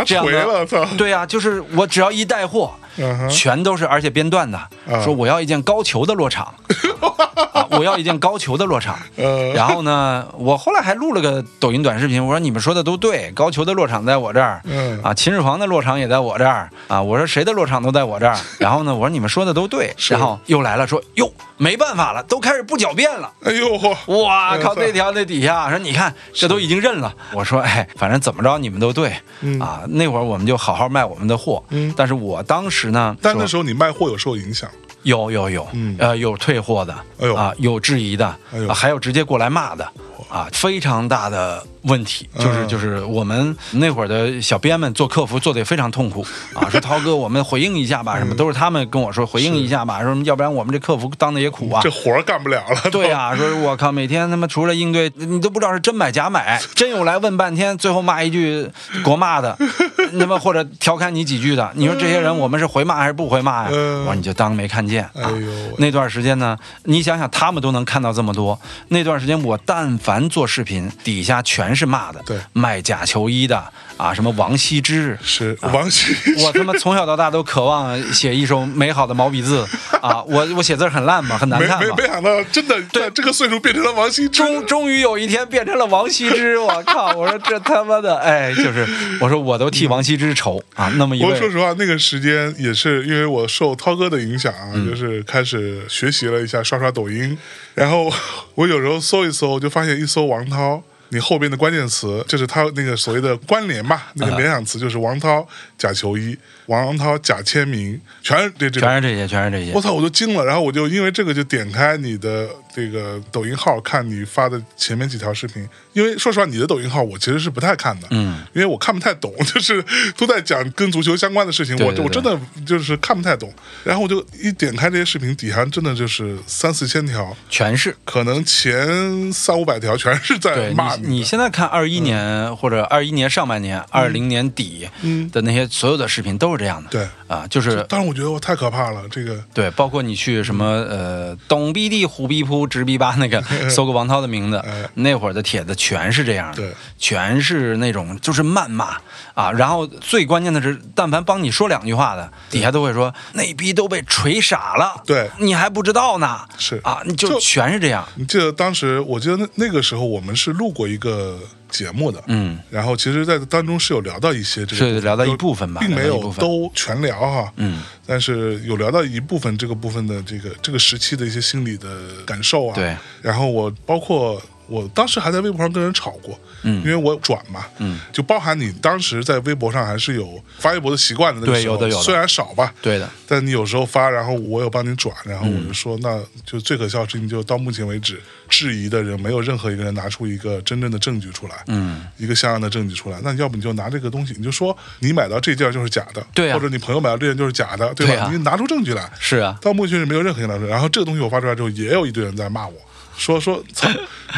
[SPEAKER 1] 这样
[SPEAKER 2] 回
[SPEAKER 1] 的
[SPEAKER 2] 了操，
[SPEAKER 1] 对呀、就是我只要一带货
[SPEAKER 2] 嗯哼，
[SPEAKER 1] 全都是而且编段的，
[SPEAKER 2] 啊
[SPEAKER 1] 说我要一件高球的落
[SPEAKER 2] [laughs]
[SPEAKER 1] 场，啊，我要一件高球的落场。
[SPEAKER 2] 呃，
[SPEAKER 1] 然后呢，我后来还录了个抖音短视频，我说你们说的都对，高球的落场在我这儿，
[SPEAKER 2] 嗯
[SPEAKER 1] 啊，秦始皇的落场也在我这儿啊，我说谁的落场都在我这儿。然后呢，我说你们说的都对，
[SPEAKER 2] 是
[SPEAKER 1] 然后又来了说哟，没办法了，都开始不狡辩了。
[SPEAKER 2] 哎呦嚯，
[SPEAKER 1] 哇
[SPEAKER 2] 哎
[SPEAKER 1] 靠！
[SPEAKER 2] 算
[SPEAKER 1] 那条那底下说，你看这都已经认了。我说，哎，反正怎么着你们都对、
[SPEAKER 2] 嗯
[SPEAKER 1] 啊。那会儿我们就好好卖我们的货。
[SPEAKER 2] 嗯
[SPEAKER 1] 但是我当时呢，
[SPEAKER 2] 但那
[SPEAKER 1] 说
[SPEAKER 2] 时候你卖货有受影响，
[SPEAKER 1] 有有有，
[SPEAKER 2] 嗯
[SPEAKER 1] 呃，有退货的，
[SPEAKER 2] 哎呦
[SPEAKER 1] 啊，有质疑的，
[SPEAKER 2] 哎呦
[SPEAKER 1] 啊还有直接过来骂的，啊，非常大的问题，
[SPEAKER 2] 嗯
[SPEAKER 1] 就是就是我们那会儿的小编们做客服做得也非常痛苦啊，
[SPEAKER 2] [laughs]
[SPEAKER 1] 说涛哥我们回应一下吧，什
[SPEAKER 2] 嗯
[SPEAKER 1] 么都是他们跟我说回应一下吧，说要不然我们这客服当的也苦啊
[SPEAKER 2] 这。活儿干不了 [laughs] 了。
[SPEAKER 1] 对啊， [laughs] 说我靠，每天他妈除了应对，你都不知道是真买假买，真有来问半天，最后骂一句国骂
[SPEAKER 2] [laughs]
[SPEAKER 1] 的，那么或者调侃你几句的，你说这些人我们是回骂还是不回骂呀？
[SPEAKER 2] 嗯
[SPEAKER 1] 我说你就当没看见啊。
[SPEAKER 2] 哎呦喂
[SPEAKER 1] 那段时间呢，你想想他们都能看到这么多，那段时间我但凡做视频，底下全是骂的，
[SPEAKER 2] 对
[SPEAKER 1] 卖假球衣的啊，什么王羲
[SPEAKER 2] [laughs]
[SPEAKER 1] 之，
[SPEAKER 2] 是王羲之
[SPEAKER 1] 啊我他妈从小到大都渴望写一手美好的毛笔字啊！我我写字儿很烂嘛，很难
[SPEAKER 2] 没
[SPEAKER 1] 看
[SPEAKER 2] 没
[SPEAKER 1] 嘛
[SPEAKER 2] 没。想到，真的在这个岁数变成了王羲之。 [laughs]
[SPEAKER 1] 终终于有一天变成了王羲之，我靠！我说这他妈的，哎，就是我说我都替王羲之愁啊！那么一
[SPEAKER 2] 不过说
[SPEAKER 1] 位，
[SPEAKER 2] 实话，那个时间也是因为我受涛哥的影响啊，
[SPEAKER 1] 嗯
[SPEAKER 2] 就是开始学习了一下刷刷抖音，然后 [laughs] 我有时候搜一搜，就发现一搜王涛。你后边的关键词就是他那个所谓的关联吧，那
[SPEAKER 1] 啊
[SPEAKER 2] 个联想词就是王涛假球衣、王涛假签名，全是这这种
[SPEAKER 1] 全是这些，全是这些
[SPEAKER 2] 我。操，我就惊了，然后我就因为这个就点开你的这个抖音号看你发的前面几条视频，因为说实话，你的抖音号我其实是不太看的，嗯，因为我看不太懂， [laughs] 就是都在讲跟足球相关的事情，
[SPEAKER 1] 对对
[SPEAKER 2] 我我真的就是看不太懂，然后我就一点开这些视频，底下真的就是三四千条，
[SPEAKER 1] 全是。
[SPEAKER 2] 可能前三五百条全是在
[SPEAKER 1] 对
[SPEAKER 2] 呃骂
[SPEAKER 1] 你，你
[SPEAKER 2] 的嗯
[SPEAKER 1] 现在看二一年或者二一年上半年、二零年底的那些所有的视频都是这样的。
[SPEAKER 2] 对
[SPEAKER 1] 啊，就是
[SPEAKER 2] 当然，我觉得我太可怕了，这个
[SPEAKER 1] 对，包括你去什么呃，懂逼地虎逼扑直逼吧那
[SPEAKER 2] [laughs]
[SPEAKER 1] 个搜个王涛的名字
[SPEAKER 2] 哎，
[SPEAKER 1] 那会儿的帖子全是这样的
[SPEAKER 2] 对，
[SPEAKER 1] 全是那种就是谩骂啊。然后最关键的是，但凡帮你说两句话的，底下都会说那逼都被锤傻了，
[SPEAKER 2] 对
[SPEAKER 1] 你还不知道呢，
[SPEAKER 2] 是
[SPEAKER 1] 啊，你就
[SPEAKER 2] 就
[SPEAKER 1] 全是这样，
[SPEAKER 2] 你记得当时，我记得那那个时候我们是录过一个节目的，
[SPEAKER 1] 嗯，
[SPEAKER 2] 然后其实，在当中是有聊到一些这个部
[SPEAKER 1] 是
[SPEAKER 2] 分，
[SPEAKER 1] 聊到一部分吧
[SPEAKER 2] 并没
[SPEAKER 1] 聊到一
[SPEAKER 2] 有
[SPEAKER 1] 部分
[SPEAKER 2] 都全聊哈，
[SPEAKER 1] 嗯，
[SPEAKER 2] 但是有聊到一部分这个部分的这个这个时期的一些心理的感受啊，
[SPEAKER 1] 对，
[SPEAKER 2] 然后我包括。我当时还在微博上跟人吵过，嗯，因为我转嘛，嗯，就包含你当时在微博上还是有发微博的习惯的，那个
[SPEAKER 1] 对
[SPEAKER 2] 时候
[SPEAKER 1] 有的有的
[SPEAKER 2] 虽然少吧，
[SPEAKER 1] 对的。
[SPEAKER 2] 但你有时候发，然后我有帮你转，然后我就说，那就最可笑的事情，就到目前为止，质疑的人没有任何一个人拿出一个真正的证据出来，嗯，一个像样的证据出来。那要不你就拿这个东西，你就说你买到这件就是假的，
[SPEAKER 1] 对啊
[SPEAKER 2] 或者你朋友买到这件就是假的，对吧？
[SPEAKER 1] 对啊
[SPEAKER 2] 你拿出证据来。
[SPEAKER 1] 是啊，
[SPEAKER 2] 到目前为止没有任何人拿出来。然后这个东西我发出来之后，也有一堆人在骂我。说 [laughs] 说操，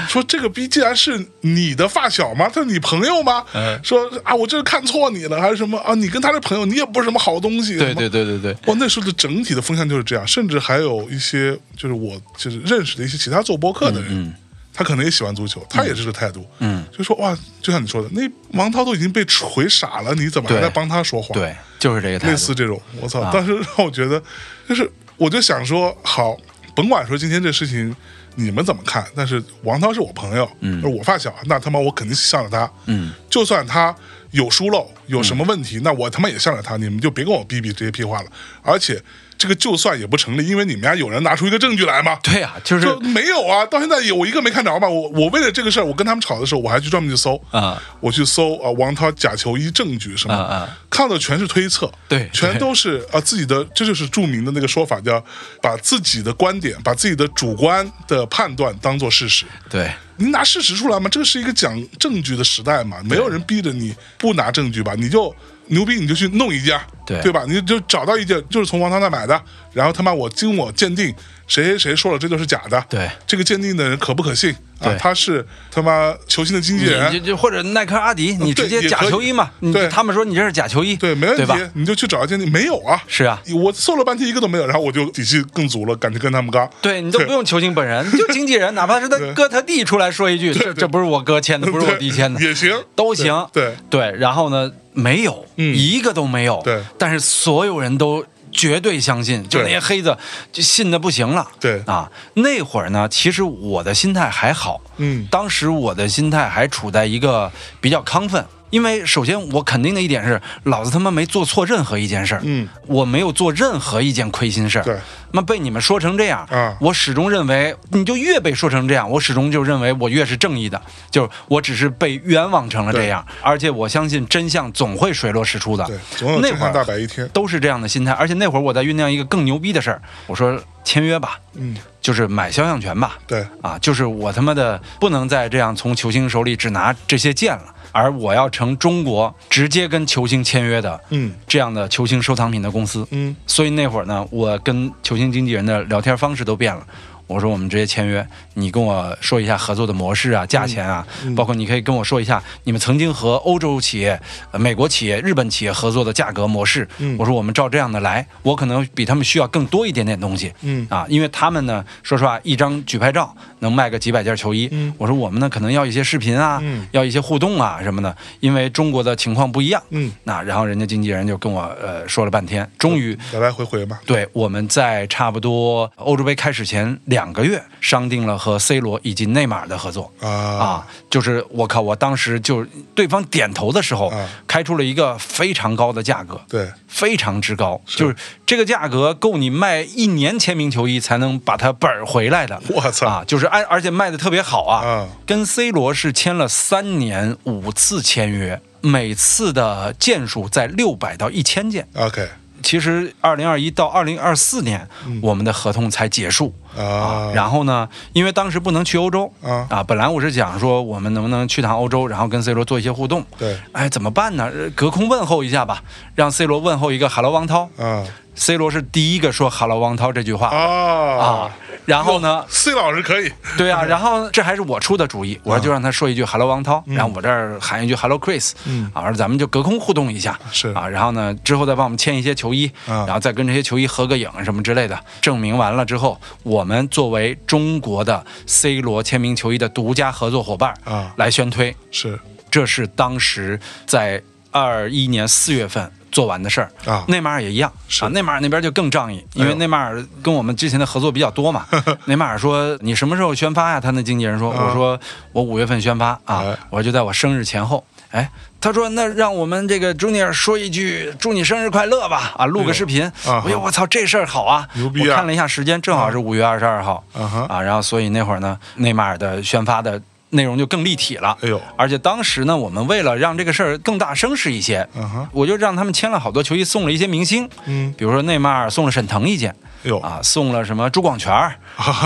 [SPEAKER 2] 说这个逼既然是你的发小吗？他是你朋友吗？
[SPEAKER 1] 嗯
[SPEAKER 2] 说啊，我这是看错你了，还是什么啊？你跟他是朋友，你也不是什么好东西。
[SPEAKER 1] 对
[SPEAKER 2] 什么
[SPEAKER 1] 对对对对。
[SPEAKER 2] 哇，那时候的整体的风向就是这样，甚至还有一些就是我就是认识的一些其他做播客的人，
[SPEAKER 1] 嗯
[SPEAKER 2] 他可能也喜欢足球，他也是这个态度，嗯，就说哇，就像你说的，那王涛都已经被锤傻了，你怎么还
[SPEAKER 1] 对
[SPEAKER 2] 在帮他说话？，
[SPEAKER 1] 对，就是这个态
[SPEAKER 2] 类
[SPEAKER 1] 度啊
[SPEAKER 2] 似。这种，我操，当时让我觉得，就是我就想说，好，甭管说今天这事情。你们怎么看？但是王涛是我朋友，嗯，我发小，那他妈我肯定向着他，嗯，就算他有疏漏，有什么
[SPEAKER 1] 嗯
[SPEAKER 2] 问题，那我他妈也向着他，你们就别跟我逼逼这些屁话了。而且这个就算也不成立，因为你们家有人拿出一个证据来嘛，
[SPEAKER 1] 对呀、啊，就是
[SPEAKER 2] 就没有啊，到现在有一个没看着嘛。我我为了这个事儿，我跟他们吵的时候，我还去专门去搜
[SPEAKER 1] 啊，
[SPEAKER 2] 我去搜啊、王涛假球衣证据什么，
[SPEAKER 1] 啊啊
[SPEAKER 2] 看到全是推测，
[SPEAKER 1] 对
[SPEAKER 2] [laughs] 全都是啊、自己的，这就是著名的那个说法，叫把自己的观点，把自己的主观的判断当做事实。
[SPEAKER 1] 对。
[SPEAKER 2] 你拿事实出来嘛，这是一个讲证据的时代嘛，没有人逼着你不拿证据吧，你就牛逼你就去弄一件，
[SPEAKER 1] 对
[SPEAKER 2] 对吧？你就找到一件就是从王涛那买的，然后他妈我经我鉴定，谁谁谁说了这就是假的，
[SPEAKER 1] 对
[SPEAKER 2] 这个鉴定的人可不可信啊
[SPEAKER 1] 对？
[SPEAKER 2] 他是他妈球星的经纪
[SPEAKER 1] 你就
[SPEAKER 2] 人。
[SPEAKER 1] 就或者耐克、阿迪，你直接
[SPEAKER 2] 啊对也
[SPEAKER 1] 假
[SPEAKER 2] 可以
[SPEAKER 1] 球衣嘛？你
[SPEAKER 2] 对
[SPEAKER 1] 他们说你这是假球衣，
[SPEAKER 2] 对，没问题
[SPEAKER 1] 吧？，
[SPEAKER 2] 你就去找一鉴定，没有啊？
[SPEAKER 1] 是啊，
[SPEAKER 2] 我搜了半天一个都没有，然后我就底气更足了，敢去跟他们刚。
[SPEAKER 1] 对你都不用求星本
[SPEAKER 2] [laughs]
[SPEAKER 1] 人，就经纪人，哪怕是他
[SPEAKER 2] 对
[SPEAKER 1] 哥他弟出来说一句，这这不是我哥签的，不是我弟签的，
[SPEAKER 2] [laughs] 也行，
[SPEAKER 1] 都行。
[SPEAKER 2] 对
[SPEAKER 1] 对，然后呢，没有
[SPEAKER 2] 嗯
[SPEAKER 1] 一个都没有，
[SPEAKER 2] 对
[SPEAKER 1] 但是所有人都。绝对相信，就
[SPEAKER 2] 对
[SPEAKER 1] 那些黑子就信的不行了。
[SPEAKER 2] 对
[SPEAKER 1] 啊，那会儿呢，其实我的心态还好，
[SPEAKER 2] 嗯
[SPEAKER 1] 当时我的心态还处在一个比较亢奋，因为首先我肯定的一点是，老子他妈没做错任何一件事儿，
[SPEAKER 2] 嗯，
[SPEAKER 1] 我没有做任何一件亏心事儿。
[SPEAKER 2] 对，
[SPEAKER 1] 那被你们说成这样，
[SPEAKER 2] 啊
[SPEAKER 1] 我始终认为，你就越被说成这样，我始终就认为我越是正义的，就是我只是被冤枉成了这样，而且我相信真相总会水落石出的。
[SPEAKER 2] 对，总有
[SPEAKER 1] 那
[SPEAKER 2] 真
[SPEAKER 1] 会
[SPEAKER 2] 相
[SPEAKER 1] 儿
[SPEAKER 2] 大白一天。
[SPEAKER 1] 都是这样的心态，而且那会儿我在酝酿一个更牛逼的事儿，我说签约吧，
[SPEAKER 2] 嗯，
[SPEAKER 1] 就是买肖像权吧，
[SPEAKER 2] 对，
[SPEAKER 1] 啊，就是我他妈的不能再这样从球星手里只拿这些剑了，而我要成中国直接跟球星签约的
[SPEAKER 2] 嗯
[SPEAKER 1] 这样的球星收藏品的公司。
[SPEAKER 2] 嗯
[SPEAKER 1] 所以那会儿呢，我跟球星经纪人的聊天方式都变了。我说我们直接签约，你跟我说一下合作的模式啊、价钱啊，
[SPEAKER 2] 嗯
[SPEAKER 1] 包括你可以跟我说一下你们曾经和欧洲企业、呃美国企业、日本企业合作的价格模式。
[SPEAKER 2] 嗯
[SPEAKER 1] 我说我们照这样的来，我可能比他们需要更多一点点东西。
[SPEAKER 2] 嗯
[SPEAKER 1] 啊，因为他们呢，说实话，一张举牌照能卖个几百件球衣。
[SPEAKER 2] 嗯
[SPEAKER 1] 我说我们呢，可能要一些视频啊，
[SPEAKER 2] 嗯
[SPEAKER 1] 要一些互动啊什么的，因为中国的情况不一样。
[SPEAKER 2] 嗯，
[SPEAKER 1] 那然后人家经纪人就跟我呃说了半天，终于
[SPEAKER 2] 来来回回嘛。
[SPEAKER 1] 对，我们在差不多欧洲杯开始前两个月商定了和 C 罗以及内马尔的合作。
[SPEAKER 2] 啊
[SPEAKER 1] 啊，就是我靠！我当时就对方点头的时候
[SPEAKER 2] 啊，
[SPEAKER 1] 开出了一个非常高的价格，
[SPEAKER 2] 对，
[SPEAKER 1] 非常之高，
[SPEAKER 2] 是
[SPEAKER 1] 就是这个价格够你卖一年签名球衣才能把它本儿回来的。
[SPEAKER 2] 我操
[SPEAKER 1] 啊，就是按而且卖的特别好啊，
[SPEAKER 2] 啊
[SPEAKER 1] 跟 C 罗是签了三年五次签约，每次的件数在六百到一千件。
[SPEAKER 2] ，OK
[SPEAKER 1] 其实二零二一到二零二四年，我们的合同才结束。
[SPEAKER 2] 嗯啊，
[SPEAKER 1] 然后呢，因为当时不能去欧洲
[SPEAKER 2] 啊
[SPEAKER 1] 本来我是想说我们能不能去趟欧洲，然后跟 C 罗做一些互动。
[SPEAKER 2] 对
[SPEAKER 1] 哎，怎么办呢？呃隔空问候一下吧，让 C 罗问候一个 “hello 王涛
[SPEAKER 2] 啊
[SPEAKER 1] ”，C 罗是第一个说 “hello 王涛”这句话
[SPEAKER 2] 啊
[SPEAKER 1] 啊。然后呢，
[SPEAKER 2] ，C 老师可以，
[SPEAKER 1] 对啊，然后这还是我出的主意，我说就让他说一句 “hello 王涛”，然后我这儿喊一句 “hello Chris”，
[SPEAKER 2] 嗯
[SPEAKER 1] 啊，我说咱们就隔空互动一下，
[SPEAKER 2] 是
[SPEAKER 1] 啊，然后呢之后再帮我们签一些球衣，
[SPEAKER 2] 啊
[SPEAKER 1] 然后再跟这些球衣合个影什么之类的，证明完了之后，我们作为中国的 C 罗签名球衣的独家合作伙伴
[SPEAKER 2] 啊
[SPEAKER 1] 来宣推，
[SPEAKER 2] 是
[SPEAKER 1] 这是当时在二一年四月份做完的事儿
[SPEAKER 2] 啊
[SPEAKER 1] 内马尔也一样，
[SPEAKER 2] 是
[SPEAKER 1] 啊，内马尔那边就更仗义，因
[SPEAKER 2] 哎
[SPEAKER 1] 为
[SPEAKER 2] 呦
[SPEAKER 1] 内马尔跟我们之前的合作比较多
[SPEAKER 2] [laughs]
[SPEAKER 1] 嘛。内马尔说：“你什么时候宣发呀？”他那经纪人说：“
[SPEAKER 2] 啊
[SPEAKER 1] 我说我五月份宣发啊
[SPEAKER 2] 哎，
[SPEAKER 1] 我说就在我生日前后。”哎，他说：“那让我们这个 Junior 说一句祝你生日快乐吧，啊，录
[SPEAKER 2] 哎呦
[SPEAKER 1] 个视频。”
[SPEAKER 2] 啊
[SPEAKER 1] 哎呦，我操，这事儿好啊！
[SPEAKER 2] 牛逼啊
[SPEAKER 1] 我看了一下时间，正好是五月二十二号
[SPEAKER 2] 啊哈
[SPEAKER 1] 啊，然后所以那会儿呢，内马尔的宣发的内容就更立体了。
[SPEAKER 2] 哎呦
[SPEAKER 1] 而且当时呢，我们为了让这个事儿更大声势一些，
[SPEAKER 2] 嗯哼
[SPEAKER 1] 我就让他们签了好多球衣，送了一些明星，
[SPEAKER 2] 嗯
[SPEAKER 1] 比如说内马尔送了沈腾一件，
[SPEAKER 2] 哎呦
[SPEAKER 1] 啊，送了什么朱广权
[SPEAKER 2] [laughs]
[SPEAKER 1] 儿，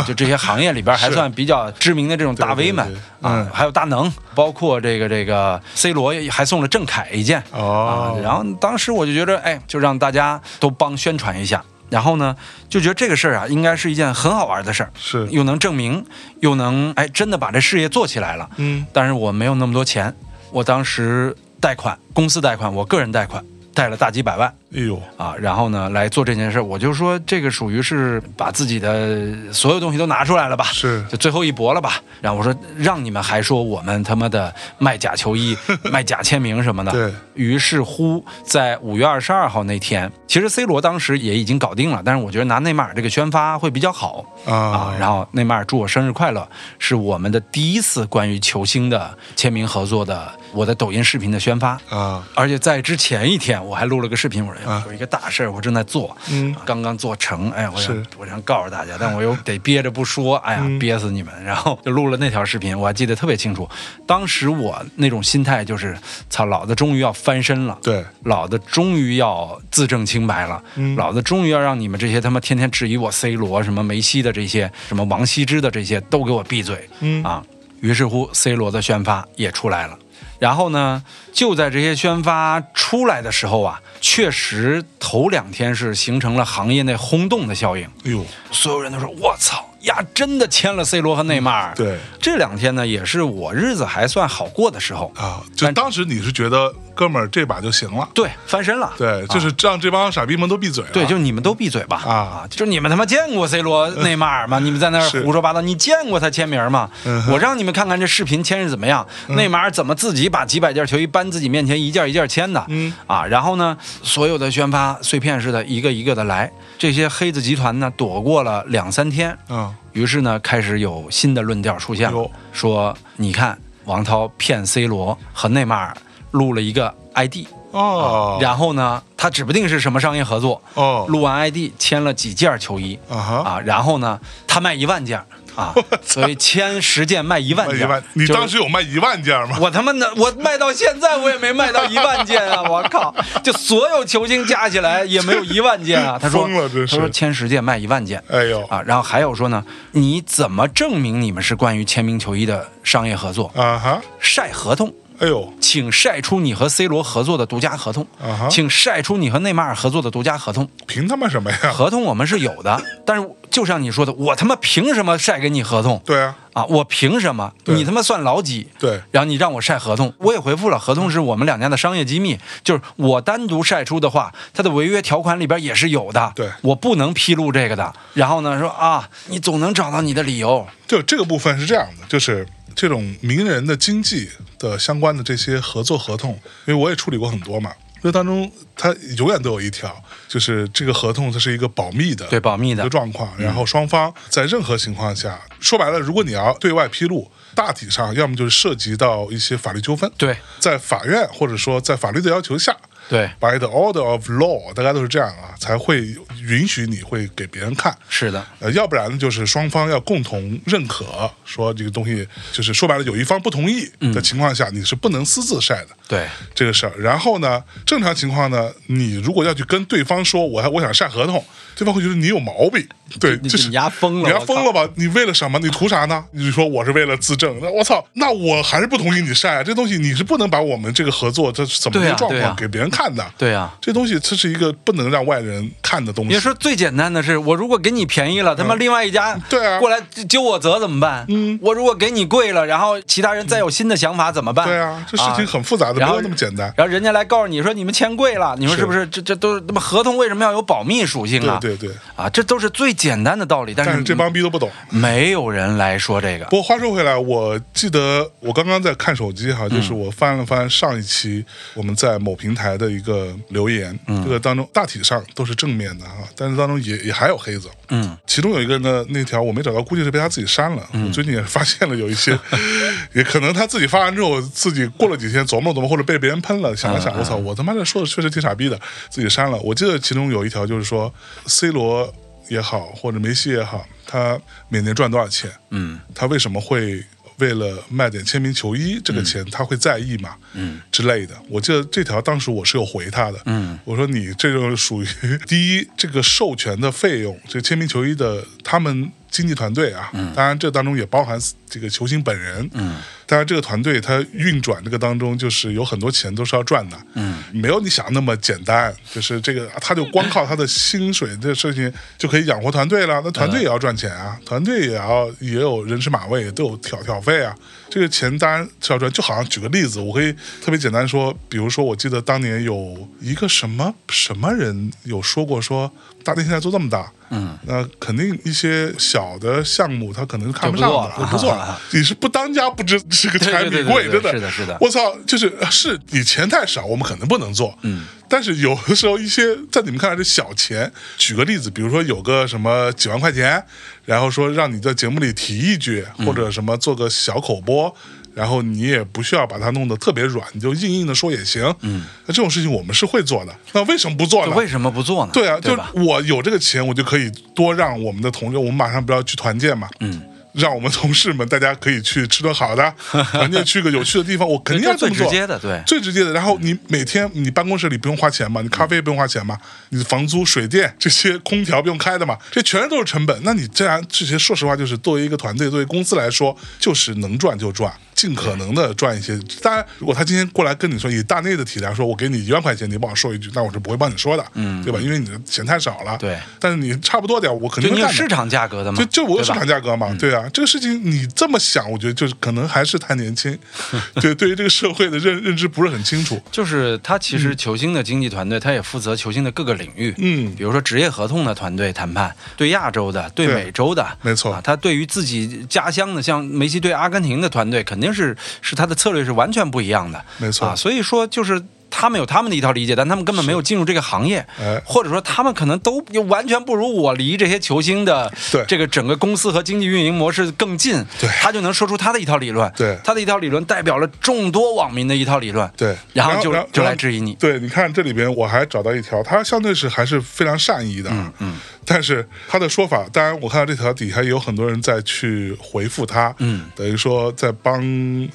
[SPEAKER 1] 就这些行业里边还
[SPEAKER 2] 是
[SPEAKER 1] 算比较知名的这种大 V 们
[SPEAKER 2] 对对对对
[SPEAKER 1] 啊
[SPEAKER 2] 嗯，
[SPEAKER 1] 还有大能，包括这个这个 C 罗也还送了郑恺一件，啊
[SPEAKER 2] 哦，，
[SPEAKER 1] 然后当时我就觉得，哎，就让大家都帮宣传一下。然后呢，就觉得这个事儿啊，应该是一件很好玩的事儿，
[SPEAKER 2] 是
[SPEAKER 1] 又能证明，又能哎真的把这事业做起来了。
[SPEAKER 2] 嗯
[SPEAKER 1] 但是我没有那么多钱，我当时贷款，公司贷款，我个人贷款，贷了大几百万
[SPEAKER 2] 哎呦
[SPEAKER 1] 啊。然后呢，来做这件事儿，我就说这个属于是把自己的所有东西都拿出来了吧，
[SPEAKER 2] 是
[SPEAKER 1] 就最后一搏了吧。然后我说，让你们还说我们他妈的卖假球
[SPEAKER 2] [laughs]
[SPEAKER 1] 衣、卖假签名什么的。
[SPEAKER 2] 对
[SPEAKER 1] 于是乎，在五月二十二号那天，其实 C 罗当时也已经搞定了，但是我觉得拿内马尔这个宣发会比较好啊
[SPEAKER 2] 啊，。
[SPEAKER 1] 然
[SPEAKER 2] 后
[SPEAKER 1] 后内马尔祝我生日快乐，是我们的第一次关于球星的签名合作的我的抖音视频的宣发。
[SPEAKER 2] 啊
[SPEAKER 1] 而且在之前一天，我还录了个视频，我说哎
[SPEAKER 2] 啊
[SPEAKER 1] 有一个大事儿，我正在做，
[SPEAKER 2] 嗯
[SPEAKER 1] 刚刚做成，哎，我想
[SPEAKER 2] 是
[SPEAKER 1] 我想告诉大家，但我
[SPEAKER 2] [laughs]
[SPEAKER 1] 又得憋着不说，哎呀，
[SPEAKER 2] 嗯
[SPEAKER 1] 憋死你们！然后就录了那条视频，我还记得特别清楚。当时我那种心态就是，操，老子终于要翻身了，
[SPEAKER 2] 对哎
[SPEAKER 1] 老子终于要自证清白了，
[SPEAKER 2] 嗯
[SPEAKER 1] 老子终于要让你们这些他妈天天质疑我 C 罗、啊什么梅西的这些、什么王羲之的这些都给我闭嘴，
[SPEAKER 2] 嗯
[SPEAKER 1] 啊！于是乎，C 罗的宣发也出来了。然后呢，就在这些宣发出来的时候啊，确实头两天是形成了行业内轰动的效应，
[SPEAKER 2] 哎呦
[SPEAKER 1] 所有人都说：“我操呀，真的签了 C 罗和内马尔。
[SPEAKER 2] 对
[SPEAKER 1] 这两天呢，也是我日子还算好过的时候。
[SPEAKER 2] 啊，就当时你是觉得哥们儿这把就行了，
[SPEAKER 1] 对，翻身了。
[SPEAKER 2] 对，就是让这帮傻逼们都闭嘴了，
[SPEAKER 1] 啊对，就你们都闭嘴吧！
[SPEAKER 2] 啊
[SPEAKER 1] 就你们他妈见过 C 罗、内马
[SPEAKER 2] [laughs]
[SPEAKER 1] 尔吗？你们在那儿
[SPEAKER 2] 是
[SPEAKER 1] 胡说八道，你见过他签名吗？
[SPEAKER 2] 嗯
[SPEAKER 1] 我让你们看看这视频签是怎么样，内马尔怎么自己把几百件球衣搬自己面前一件一件签的。
[SPEAKER 2] 嗯
[SPEAKER 1] 啊，然后呢，所有的宣发碎片式的一个一个的来，这些黑子集团呢躲过了两三天，
[SPEAKER 2] 啊
[SPEAKER 1] 于是呢开始有新的论调出现了
[SPEAKER 2] 哟，
[SPEAKER 1] 说你看王涛骗 C 罗和内马尔录了一个 ID，
[SPEAKER 2] 哦，
[SPEAKER 1] 然后呢，他指不定是什么商业合作，
[SPEAKER 2] 哦，
[SPEAKER 1] 录完 ID 签了几件球衣
[SPEAKER 2] 啊哈，
[SPEAKER 1] 啊，然后呢，他卖一万件
[SPEAKER 2] [laughs]
[SPEAKER 1] 啊，所以签十件卖一万
[SPEAKER 2] 卖
[SPEAKER 1] 件。
[SPEAKER 2] 一万，你
[SPEAKER 1] 就是
[SPEAKER 2] 当时有卖一万件吗？
[SPEAKER 1] 我他妈的，我卖到现在我也没卖到一万件
[SPEAKER 2] [laughs]
[SPEAKER 1] 啊！我靠，就所有球星加起来也没有一万件
[SPEAKER 2] [laughs]
[SPEAKER 1] 啊！他说
[SPEAKER 2] 疯了真是
[SPEAKER 1] 他说签十件卖一万件
[SPEAKER 2] 哎呦，
[SPEAKER 1] 啊，然后还有说呢，你怎么证明你们是关于签名球衣的商业合作？
[SPEAKER 2] 啊哈，
[SPEAKER 1] 晒合同。
[SPEAKER 2] 哎呦，
[SPEAKER 1] 请晒出你和 C 罗合作的独家合同
[SPEAKER 2] 啊哈
[SPEAKER 1] 请晒出你和内马尔合作的独家合同。
[SPEAKER 2] 凭他妈什么呀？
[SPEAKER 1] 合同我们是有的，但是就像你说的，我他妈凭什么晒给你合同
[SPEAKER 2] 对啊，
[SPEAKER 1] 啊？我凭什么？
[SPEAKER 2] 对
[SPEAKER 1] 你他妈算老几？
[SPEAKER 2] 对，
[SPEAKER 1] 然后你让我晒合同，我也回复了，合同是我们两家的商业机密，就是我单独晒出的话，它的违约条款里边也是有的，
[SPEAKER 2] 对
[SPEAKER 1] 我不能披露这个的。然后呢，说啊，你总能找到你的理由，
[SPEAKER 2] 就这个部分是这样的，就是这种名人的经济的相关的这些合作合同，因为我也处理过很多嘛，这当中它永远都有一条，就是这个合同它是一个保密的，
[SPEAKER 1] 对，保密
[SPEAKER 2] 一
[SPEAKER 1] 的嗯
[SPEAKER 2] 个，状况，然后双方在任何情况下，说白了，如果你要对外披露，大体上要么就是涉及到一些法律纠纷，
[SPEAKER 1] 对
[SPEAKER 2] 在法院或者说在法律的要求下。
[SPEAKER 1] 对，
[SPEAKER 2] by the order of law，大家都是这样啊，才会允许你会给别人看。
[SPEAKER 1] 是的，
[SPEAKER 2] 呃，要不然就是双方要共同认可，说这个东西就是说白了，有一方不同意
[SPEAKER 1] 嗯
[SPEAKER 2] 的情况下，你是不能私自晒的
[SPEAKER 1] 对
[SPEAKER 2] 这个事儿。然后呢，正常情况呢，你如果要去跟对方说我还我想晒合同，对方会觉得你有毛病，对，
[SPEAKER 1] 你
[SPEAKER 2] 就是
[SPEAKER 1] 你丫疯了
[SPEAKER 2] 你丫
[SPEAKER 1] 我靠
[SPEAKER 2] 疯了吧？你为了什么？你图啥呢？你说我是为了自证，那我操，那我还是不同意你晒啊这东西，你是不能把我们这个合作这是怎么一
[SPEAKER 1] 对
[SPEAKER 2] 个
[SPEAKER 1] 啊
[SPEAKER 2] 状
[SPEAKER 1] 对啊
[SPEAKER 2] 况给别人看的。
[SPEAKER 1] 对啊。
[SPEAKER 2] 这东西这是一个不能让外人看的东
[SPEAKER 1] 你
[SPEAKER 2] 西。
[SPEAKER 1] 说最简单的是，我如果给你便宜了，他妈另外一家
[SPEAKER 2] 嗯对啊
[SPEAKER 1] 过来揪我责怎么办？嗯，我如果给你贵了，然后其他人再有新的想法怎么办？
[SPEAKER 2] 对啊，这事情很复杂的，
[SPEAKER 1] 然
[SPEAKER 2] 没
[SPEAKER 1] 后
[SPEAKER 2] 有那么简单。
[SPEAKER 1] 然后人家来告诉你说你们钱贵了，你说是不是？这这都是他妈合同为什么要有保密属性啊？
[SPEAKER 2] 对对对，
[SPEAKER 1] 啊，这都是最简单的道理，但
[SPEAKER 2] 但是
[SPEAKER 1] 是嗯
[SPEAKER 2] 这帮逼都不懂。
[SPEAKER 1] 没有人来说这个。
[SPEAKER 2] 不过话说回来，我记得我刚刚在看手机
[SPEAKER 1] 嗯
[SPEAKER 2] 哈，就是我翻了翻上一期我们在某平台的一个留言，
[SPEAKER 1] 嗯
[SPEAKER 2] 这个当中大体上都是正面的哈，但是当中也也还有黑子。
[SPEAKER 1] 嗯，
[SPEAKER 2] 其中有一个呢，那条我没找到，估计是被他自己删了。我最近也发现了有
[SPEAKER 1] [laughs]
[SPEAKER 2] 一些，也可能他自己发完之后，自己过了几天琢磨琢磨，或者被别人喷了，想了想，我操，
[SPEAKER 1] 啊
[SPEAKER 2] 我他妈这说的确实挺傻逼的，自己删了。我记得其中有一条就是说，C 罗也好，或者梅西也好，他每年赚多少钱？
[SPEAKER 1] 嗯，
[SPEAKER 2] 他为什么会为了卖点签名球衣这个钱，他会在意嘛？嗯，之类的。我记得这条当时我是有回他的，嗯，我说你这种属于 [laughs] 第一，这个授权的费用，这签名球衣的他们。经纪团队啊，当然这当中也包含这个球星本人，嗯，当然这个团队它运转这个当中，就是有很多钱都是要赚的，嗯，没有你想那么简单，就是这个他就光靠他的薪水这事情就可以养活团队了，那团队也要赚钱啊，团队也要也有人吃马喂，都有挑挑费啊，这个钱当然是要赚。就好像举个例子，我可以特别简单说，比如说我记得当年有一个什么什么人有说过说，大电现在做这么大。嗯，那肯定一些小的项目，他可能看不上的，
[SPEAKER 1] 就不
[SPEAKER 2] 就不
[SPEAKER 1] 做
[SPEAKER 2] 做
[SPEAKER 1] 了
[SPEAKER 2] 了。
[SPEAKER 1] [laughs]
[SPEAKER 2] 你是不当家不知这个
[SPEAKER 1] 对
[SPEAKER 2] 柴
[SPEAKER 1] 对
[SPEAKER 2] 米
[SPEAKER 1] 对
[SPEAKER 2] 贵，
[SPEAKER 1] 对
[SPEAKER 2] 真
[SPEAKER 1] 对是的是的
[SPEAKER 2] 我操，就是是你钱太少，我们可能不能做。嗯，但是有的时候一些在你们看来是小钱，举个例子，比如说有个什么几万块钱，然后说让你在节目里提一句，
[SPEAKER 1] 嗯
[SPEAKER 2] 或者什么做个小口播。然后你也不需要把它弄得特别软，你就硬硬的说也行。嗯，那这种事情我们是会做的，那为什么不做呢？
[SPEAKER 1] 为什么不做呢？
[SPEAKER 2] 对啊，就
[SPEAKER 1] 吧？
[SPEAKER 2] 我有这个钱，我就可以多让我们的同事，我们马上不要去团建嘛，嗯，让我们同事们大家可以去吃顿
[SPEAKER 1] [laughs]
[SPEAKER 2] 好的，团建去个有趣的地方，我肯定要
[SPEAKER 1] 这最
[SPEAKER 2] 这么
[SPEAKER 1] 直
[SPEAKER 2] 做。
[SPEAKER 1] 接的，对，
[SPEAKER 2] 最直接的，然后你每天你办公室里不用花钱嘛，你咖啡不用花钱嘛，你的房租、水电这些空调不用开的嘛，这全都是成本。那你这样这些，说实话，就是作为一个团队、作为公司来说，就是能赚就赚，尽可能的赚一些。当然，如果他今天过来跟你说以大内的体量说，我给你一万块钱，你帮我说一句，那我是不会帮你说的，嗯，对吧？因为你的钱太少了。
[SPEAKER 1] 对，
[SPEAKER 2] 但是你差不多点，我肯
[SPEAKER 1] 就
[SPEAKER 2] 定
[SPEAKER 1] 你
[SPEAKER 2] 会
[SPEAKER 1] 有
[SPEAKER 2] 干的
[SPEAKER 1] 市场价格的嘛，
[SPEAKER 2] 就就我有
[SPEAKER 1] 对
[SPEAKER 2] 市
[SPEAKER 1] 吧嗯
[SPEAKER 2] 场价格嘛，对啊，这个事情你这么想，我觉得就是可能还是太年轻， [laughs] 对，对于这个社会的认认知不是很清楚。
[SPEAKER 1] 就是他其实球星的经纪团队，他也负责球星的各个领域，
[SPEAKER 2] 嗯
[SPEAKER 1] 比如说职业合同的团队谈判，对亚洲的，对
[SPEAKER 2] 对
[SPEAKER 1] 美洲的，
[SPEAKER 2] 没错
[SPEAKER 1] 啊，他对于自己家乡的，像梅西对阿根廷的团队，肯定是是他的策略是完全不一样的，
[SPEAKER 2] 没错
[SPEAKER 1] 啊，所以说就是。他们有他们的一套理解，但他们根本没有进入这个行业
[SPEAKER 2] 哎，
[SPEAKER 1] 或者说他们可能都完全不如我离这些球星的
[SPEAKER 2] 对
[SPEAKER 1] 这个整个公司和经济运营模式更近，
[SPEAKER 2] 对
[SPEAKER 1] 他就能说出他的一套理论，
[SPEAKER 2] 对
[SPEAKER 1] 他的一套理论代表了众多网民的一套理论，
[SPEAKER 2] 对，
[SPEAKER 1] 然后就就来
[SPEAKER 2] 然后
[SPEAKER 1] 质疑你，
[SPEAKER 2] 对，你看这里边我还找到一条，他相对是还是非常善意的，嗯嗯，但是他的说法，当然我看到这条底下也有很多人在去回复他，嗯，等于说在帮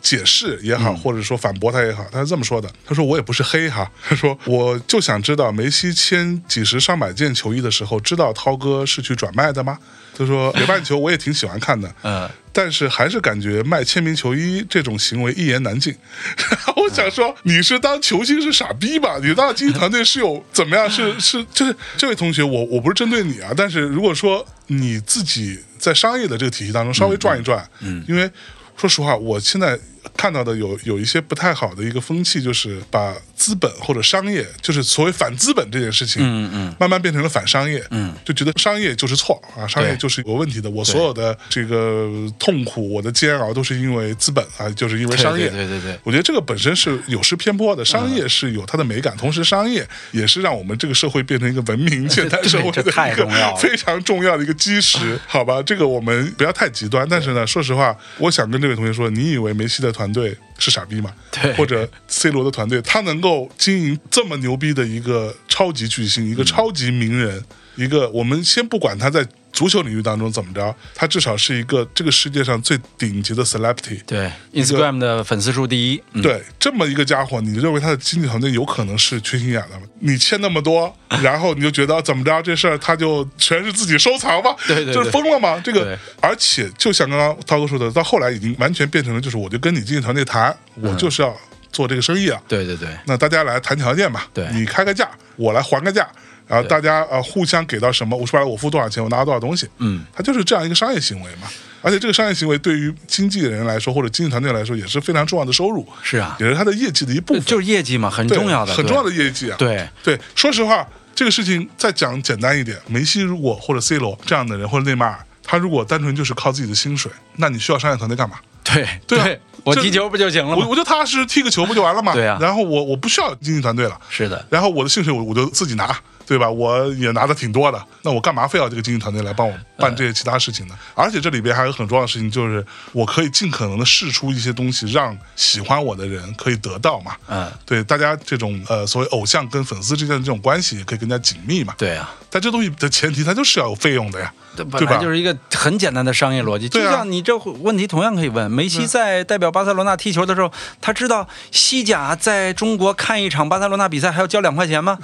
[SPEAKER 2] 解释也
[SPEAKER 1] 嗯
[SPEAKER 2] 好，或者说反驳他也好，他是这么说的，他说我也不是黑哈，他说我就想知道梅西签几十上百件球衣的时候，知道涛哥是去转卖的吗？他说北半球我也挺喜欢看的，
[SPEAKER 1] 嗯。
[SPEAKER 2] 但是还是感觉卖签名球衣这种行为一言难尽。 [laughs] 然后我想说，你是当球星是傻逼吧？你当经纪团队是有怎么样？ [laughs] 是是，就是这位同学，我我不是针对你啊，但是如果说你自己在商业的这个体系当中稍微转一转，嗯，因为说实话，我现在。看到的有有一些不太好的一个风气，就是把资本或者商业，就是所谓反资本这件事情，嗯嗯，慢慢变成了反商业，嗯，就觉得商业就是错啊，商业
[SPEAKER 1] 对
[SPEAKER 2] 就是有问题的。我所有的这个痛苦，我的煎熬都是因为资本啊，就是因为商业。
[SPEAKER 1] 对对对对对
[SPEAKER 2] 我觉得这个本身是有失偏颇的，商业是有它的美感，同时商业也是让我们这个社会变成一个文明 [laughs] 现代社会的
[SPEAKER 1] 这太
[SPEAKER 2] 一个
[SPEAKER 1] 重要了
[SPEAKER 2] 非常重要的一个基石，好吧？这个我们不要太极端，但是呢，说实话，我想跟这位同学说，你以为梅西的团队是傻逼吗？
[SPEAKER 1] 对
[SPEAKER 2] 或者 C 罗的团队，他能够经营这么牛逼的一个超级巨星，
[SPEAKER 1] 嗯
[SPEAKER 2] 一个超级名人，一个我们先不管他在足球领域当中怎么着，他至少是一个这个世界上最顶级的 celebrity。
[SPEAKER 1] 对，Instagram 的粉丝数第一，嗯，
[SPEAKER 2] 对，这么一个家伙，你认为他的经济团队有可能是缺心眼的吗？你欠那么
[SPEAKER 1] [laughs]
[SPEAKER 2] 多，然后你就觉得怎么着这事儿他就全是自己收藏吧？
[SPEAKER 1] 对对对
[SPEAKER 2] 就是疯了吗？这个
[SPEAKER 1] 对，
[SPEAKER 2] 而且就像刚刚涛哥说的，到后来已经完全变成了，就是我就跟你经济团队谈，我
[SPEAKER 1] 嗯
[SPEAKER 2] 就是要做这个生意啊，
[SPEAKER 1] 对对对，
[SPEAKER 2] 那大家来谈条件吧，
[SPEAKER 1] 对
[SPEAKER 2] 你开个价，我来还个价。然后大家呃互相给到什么，我说白了我付多少钱，我拿到多少东西，
[SPEAKER 1] 嗯，
[SPEAKER 2] 它就是这样一个商业行为嘛。而且这个商业行为对于经纪人来说或者经纪团队来说也是非常重要的收入，
[SPEAKER 1] 是啊，
[SPEAKER 2] 也是他的业绩的一部分，
[SPEAKER 1] 就是业绩嘛，很
[SPEAKER 2] 对
[SPEAKER 1] 重要的，
[SPEAKER 2] 很重要
[SPEAKER 1] 的，
[SPEAKER 2] 的业绩啊。
[SPEAKER 1] 对，
[SPEAKER 2] 对，说实话，这个事情再讲简单一点，梅西如果或者 C 罗这样的人或者内马尔，他如果单纯就是靠自己的薪水，那你需要商业团队干嘛？
[SPEAKER 1] 对
[SPEAKER 2] 对啊
[SPEAKER 1] 我
[SPEAKER 2] 这
[SPEAKER 1] 踢球不就行了
[SPEAKER 2] 我
[SPEAKER 1] 吗？
[SPEAKER 2] 我就踏实踢个球不就完了嘛？
[SPEAKER 1] 对啊
[SPEAKER 2] 然后我我不需要经纪团队了，
[SPEAKER 1] 是的，
[SPEAKER 2] 然后我的薪水我我就自己拿，对吧？我也拿的挺多的，那我干嘛非要这个经纪团队来帮我
[SPEAKER 1] 呃
[SPEAKER 2] 办这些其他事情呢？而且这里边还有很重要的事情，就是我可以尽可能的试出一些东西，让喜欢我的人可以得到嘛。
[SPEAKER 1] 嗯，
[SPEAKER 2] 对，大家这种呃所谓偶像跟粉丝之间的这种关系也可以更加紧密嘛。
[SPEAKER 1] 对啊，
[SPEAKER 2] 但这东西的前提，它就是要有费用的呀，
[SPEAKER 1] 这本
[SPEAKER 2] 对
[SPEAKER 1] 来
[SPEAKER 2] 吧？
[SPEAKER 1] 就是一个很简单的商业逻辑。就
[SPEAKER 2] 对啊
[SPEAKER 1] 像你这问题同样可以问：梅西在代表巴塞罗那踢球的时候，他知道西甲在中国看一场巴塞罗那比赛还要交两块钱
[SPEAKER 2] [laughs]
[SPEAKER 1] 吗？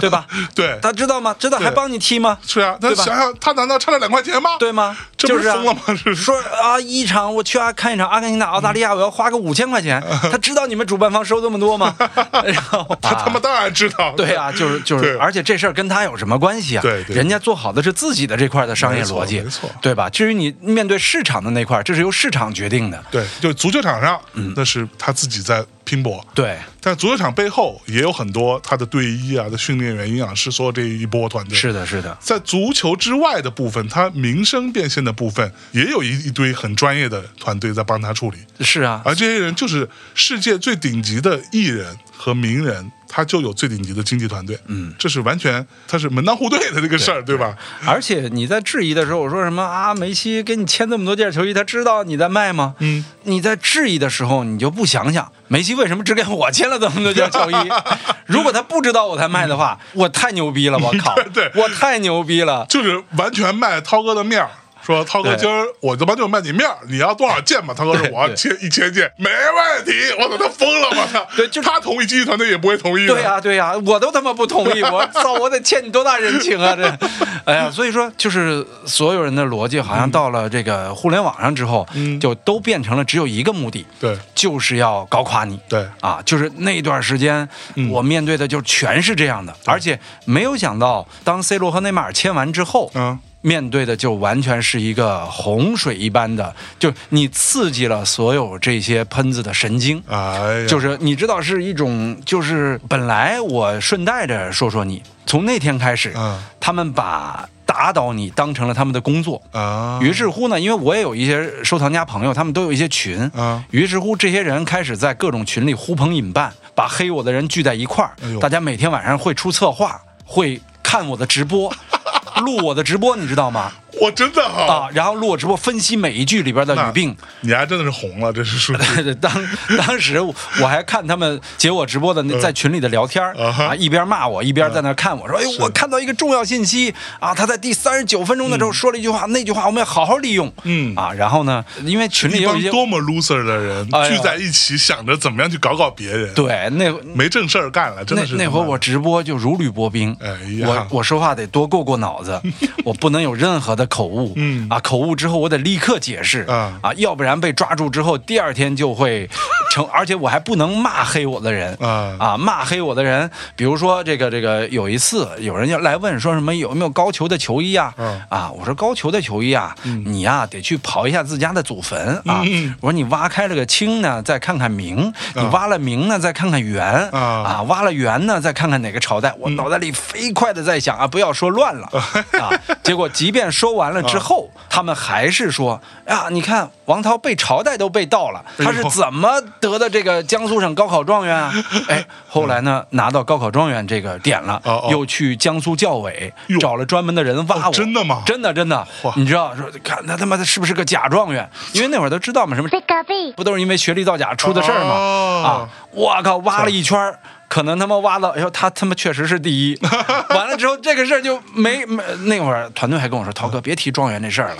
[SPEAKER 1] 对吧？
[SPEAKER 2] 对，
[SPEAKER 1] 他知道吗？知道还帮你踢吗？
[SPEAKER 2] 是啊。那
[SPEAKER 1] 对吧
[SPEAKER 2] 想想，他难道差了两块钱吗？
[SPEAKER 1] 对吗？
[SPEAKER 2] 这
[SPEAKER 1] 就
[SPEAKER 2] 不是
[SPEAKER 1] 啊
[SPEAKER 2] 疯了吗？这是嗯
[SPEAKER 1] 说啊，一场我去啊看一场阿根廷打澳大利亚，我要花个五千块
[SPEAKER 2] [laughs]
[SPEAKER 1] 钱，他知道你们主办方收这么多吗？然后
[SPEAKER 2] 他他妈当然知道。
[SPEAKER 1] 对
[SPEAKER 2] [laughs]
[SPEAKER 1] 啊，就是就
[SPEAKER 2] 对
[SPEAKER 1] 是，而且这事儿跟他有什么关系啊？
[SPEAKER 2] 对对
[SPEAKER 1] 人家做好的是自己的这块的商业
[SPEAKER 2] 没错
[SPEAKER 1] 逻辑，
[SPEAKER 2] 没错
[SPEAKER 1] 对吧？至于你面对市场的那块儿，这是由市场决定的。
[SPEAKER 2] 对，就足球场上，那是他自己在拼搏。
[SPEAKER 1] 嗯对，
[SPEAKER 2] 但足球场背后也有很多他的队医啊、的训练员、营养师，所有这一波团队。
[SPEAKER 1] 是的，是的，
[SPEAKER 2] 在足球之外的部分，他民生变现的部分，也有一一堆很专业的团队在帮他处理。
[SPEAKER 1] 是啊，
[SPEAKER 2] [laughs] 而这些人就是世界最顶级的艺人和名人，他就有最顶级的经纪团队。嗯，这是完全他是门当户对的这个事儿，对吧？
[SPEAKER 1] [laughs] 而且你在质疑的时候，我说什么啊？梅西给你签这么多件球衣，他知道你在卖吗？
[SPEAKER 2] 嗯，，
[SPEAKER 1] 你在质疑的时候，你就不想想，梅西为什么只给我签了这么多件球衣？ [laughs] 如果他不知道我在卖的话，我太牛逼了！我靠
[SPEAKER 2] [laughs] 对
[SPEAKER 1] 我太牛逼了！
[SPEAKER 2] 就是完全卖涛哥的面儿。说涛哥，
[SPEAKER 1] 对
[SPEAKER 2] 今儿我他妈就卖你面儿，你要多少件吧？涛哥说
[SPEAKER 1] 对
[SPEAKER 2] 我要
[SPEAKER 1] 对
[SPEAKER 2] 切一千件，没问题。我操，他疯了吧？他
[SPEAKER 1] [laughs] 对就是
[SPEAKER 2] 他同意，经纪团队也不会同意的。
[SPEAKER 1] 对啊呀、对呀、我都他妈不同意，我操，我得欠你多大人情啊！这，哎呀，所以说就是所有人的逻辑好像到了这个互联网上之后，
[SPEAKER 2] 嗯
[SPEAKER 1] 就都变成了只有一个目的，
[SPEAKER 2] 对
[SPEAKER 1] 就是要搞垮你。
[SPEAKER 2] 对嗯
[SPEAKER 1] 啊，就是那段时间我面对的就全是这样的，而且没有想到，当 C 罗和内马尔签完之后，
[SPEAKER 2] 嗯
[SPEAKER 1] 面对的就完全是一个洪水一般的，就你刺激了所有这些喷子的神经。
[SPEAKER 2] 哎呀，
[SPEAKER 1] 就是你知道是一种，就是本来我顺带着说说你，从那天开始，
[SPEAKER 2] 嗯
[SPEAKER 1] 他们把打倒你当成了他们的工作。
[SPEAKER 2] 啊，
[SPEAKER 1] 于是乎呢，因为我也有一些收藏家朋友，他们都有一些群，
[SPEAKER 2] 啊
[SPEAKER 1] 于是乎这些人开始在各种群里呼朋引伴，把黑我的人聚在一块儿
[SPEAKER 2] 哎呦，
[SPEAKER 1] 大家每天晚上会出策划，会看我的直播，录我的直播，你知道
[SPEAKER 2] [laughs]
[SPEAKER 1] 吗？
[SPEAKER 2] 我真的好，
[SPEAKER 1] 啊，然后录我直播分析每一句里边的语病。
[SPEAKER 2] 你还真的是红了，这是属于
[SPEAKER 1] [laughs] 当当时我我还看他们截我直播的那在群里的聊天儿
[SPEAKER 2] 嗯啊哈
[SPEAKER 1] 啊，一边骂我一边在那看我说，哎呦，我看到一个重要信息啊，他在第三十九分钟的时候说了一句话，那句话我们要好好利用，
[SPEAKER 2] 嗯
[SPEAKER 1] 啊，然后呢，因为群里也
[SPEAKER 2] 一
[SPEAKER 1] 有一
[SPEAKER 2] 帮
[SPEAKER 1] 些
[SPEAKER 2] 多么 loser 的人
[SPEAKER 1] 哎呀
[SPEAKER 2] 聚在一起，想着怎么样去搞搞别人，
[SPEAKER 1] 对那。
[SPEAKER 2] 没正事儿干了，真
[SPEAKER 1] 那
[SPEAKER 2] 的是
[SPEAKER 1] 那会儿我直播就如履薄冰，
[SPEAKER 2] 哎呀
[SPEAKER 1] 我我说话得多过过脑
[SPEAKER 2] [laughs]
[SPEAKER 1] 子，我不能有任何的口误，
[SPEAKER 2] 嗯
[SPEAKER 1] 啊，口误之后我得立刻解释，
[SPEAKER 2] 啊
[SPEAKER 1] 要不然被抓住之后，第二天就会成，而且我还不能骂黑我的人，
[SPEAKER 2] 啊
[SPEAKER 1] 啊，骂黑我的人，比如说这个这个，有一次有人要来问说什么有没有高俅的球衣啊？
[SPEAKER 2] 嗯
[SPEAKER 1] 啊，我说高俅的球衣啊，你呀、得去刨一下自家的祖坟啊。
[SPEAKER 2] 嗯
[SPEAKER 1] 我说你挖开了个清呢，再看看明；你挖了明呢，再看看元
[SPEAKER 2] 啊嗯
[SPEAKER 1] 挖了元呢，再看看哪个朝代。我脑袋里飞快的在想啊，不要说乱
[SPEAKER 2] [laughs]
[SPEAKER 1] 了啊。结果即便说完了之后，他们还是说啊，你看王涛被朝代都被盗了，
[SPEAKER 2] 哎呦
[SPEAKER 1] 他是怎么得的这个江苏省高考状元
[SPEAKER 2] [laughs]
[SPEAKER 1] 啊？哎，后来呢，拿到高考状元这个点了
[SPEAKER 2] 哦哦，
[SPEAKER 1] 又去江苏教委
[SPEAKER 2] 哟
[SPEAKER 1] 找了专门的人挖
[SPEAKER 2] 哦
[SPEAKER 1] 我，
[SPEAKER 2] 真的吗
[SPEAKER 1] 真的真的
[SPEAKER 2] 哇，
[SPEAKER 1] 你知道说看他他妈的是不是个假状元？因为那会儿都知道嘛，什么
[SPEAKER 3] Pika Pig.
[SPEAKER 1] 不都是因为学历造假出的事儿
[SPEAKER 2] 哦
[SPEAKER 1] 吗？啊，我靠，挖了一圈儿。可能他妈挖到，哎呦，他他妈确实是第一。 [laughs] 完了之后，这个事儿就没没那会儿，团队还跟我说：“涛
[SPEAKER 2] [laughs]
[SPEAKER 1] 哥，别提状元这事儿了。”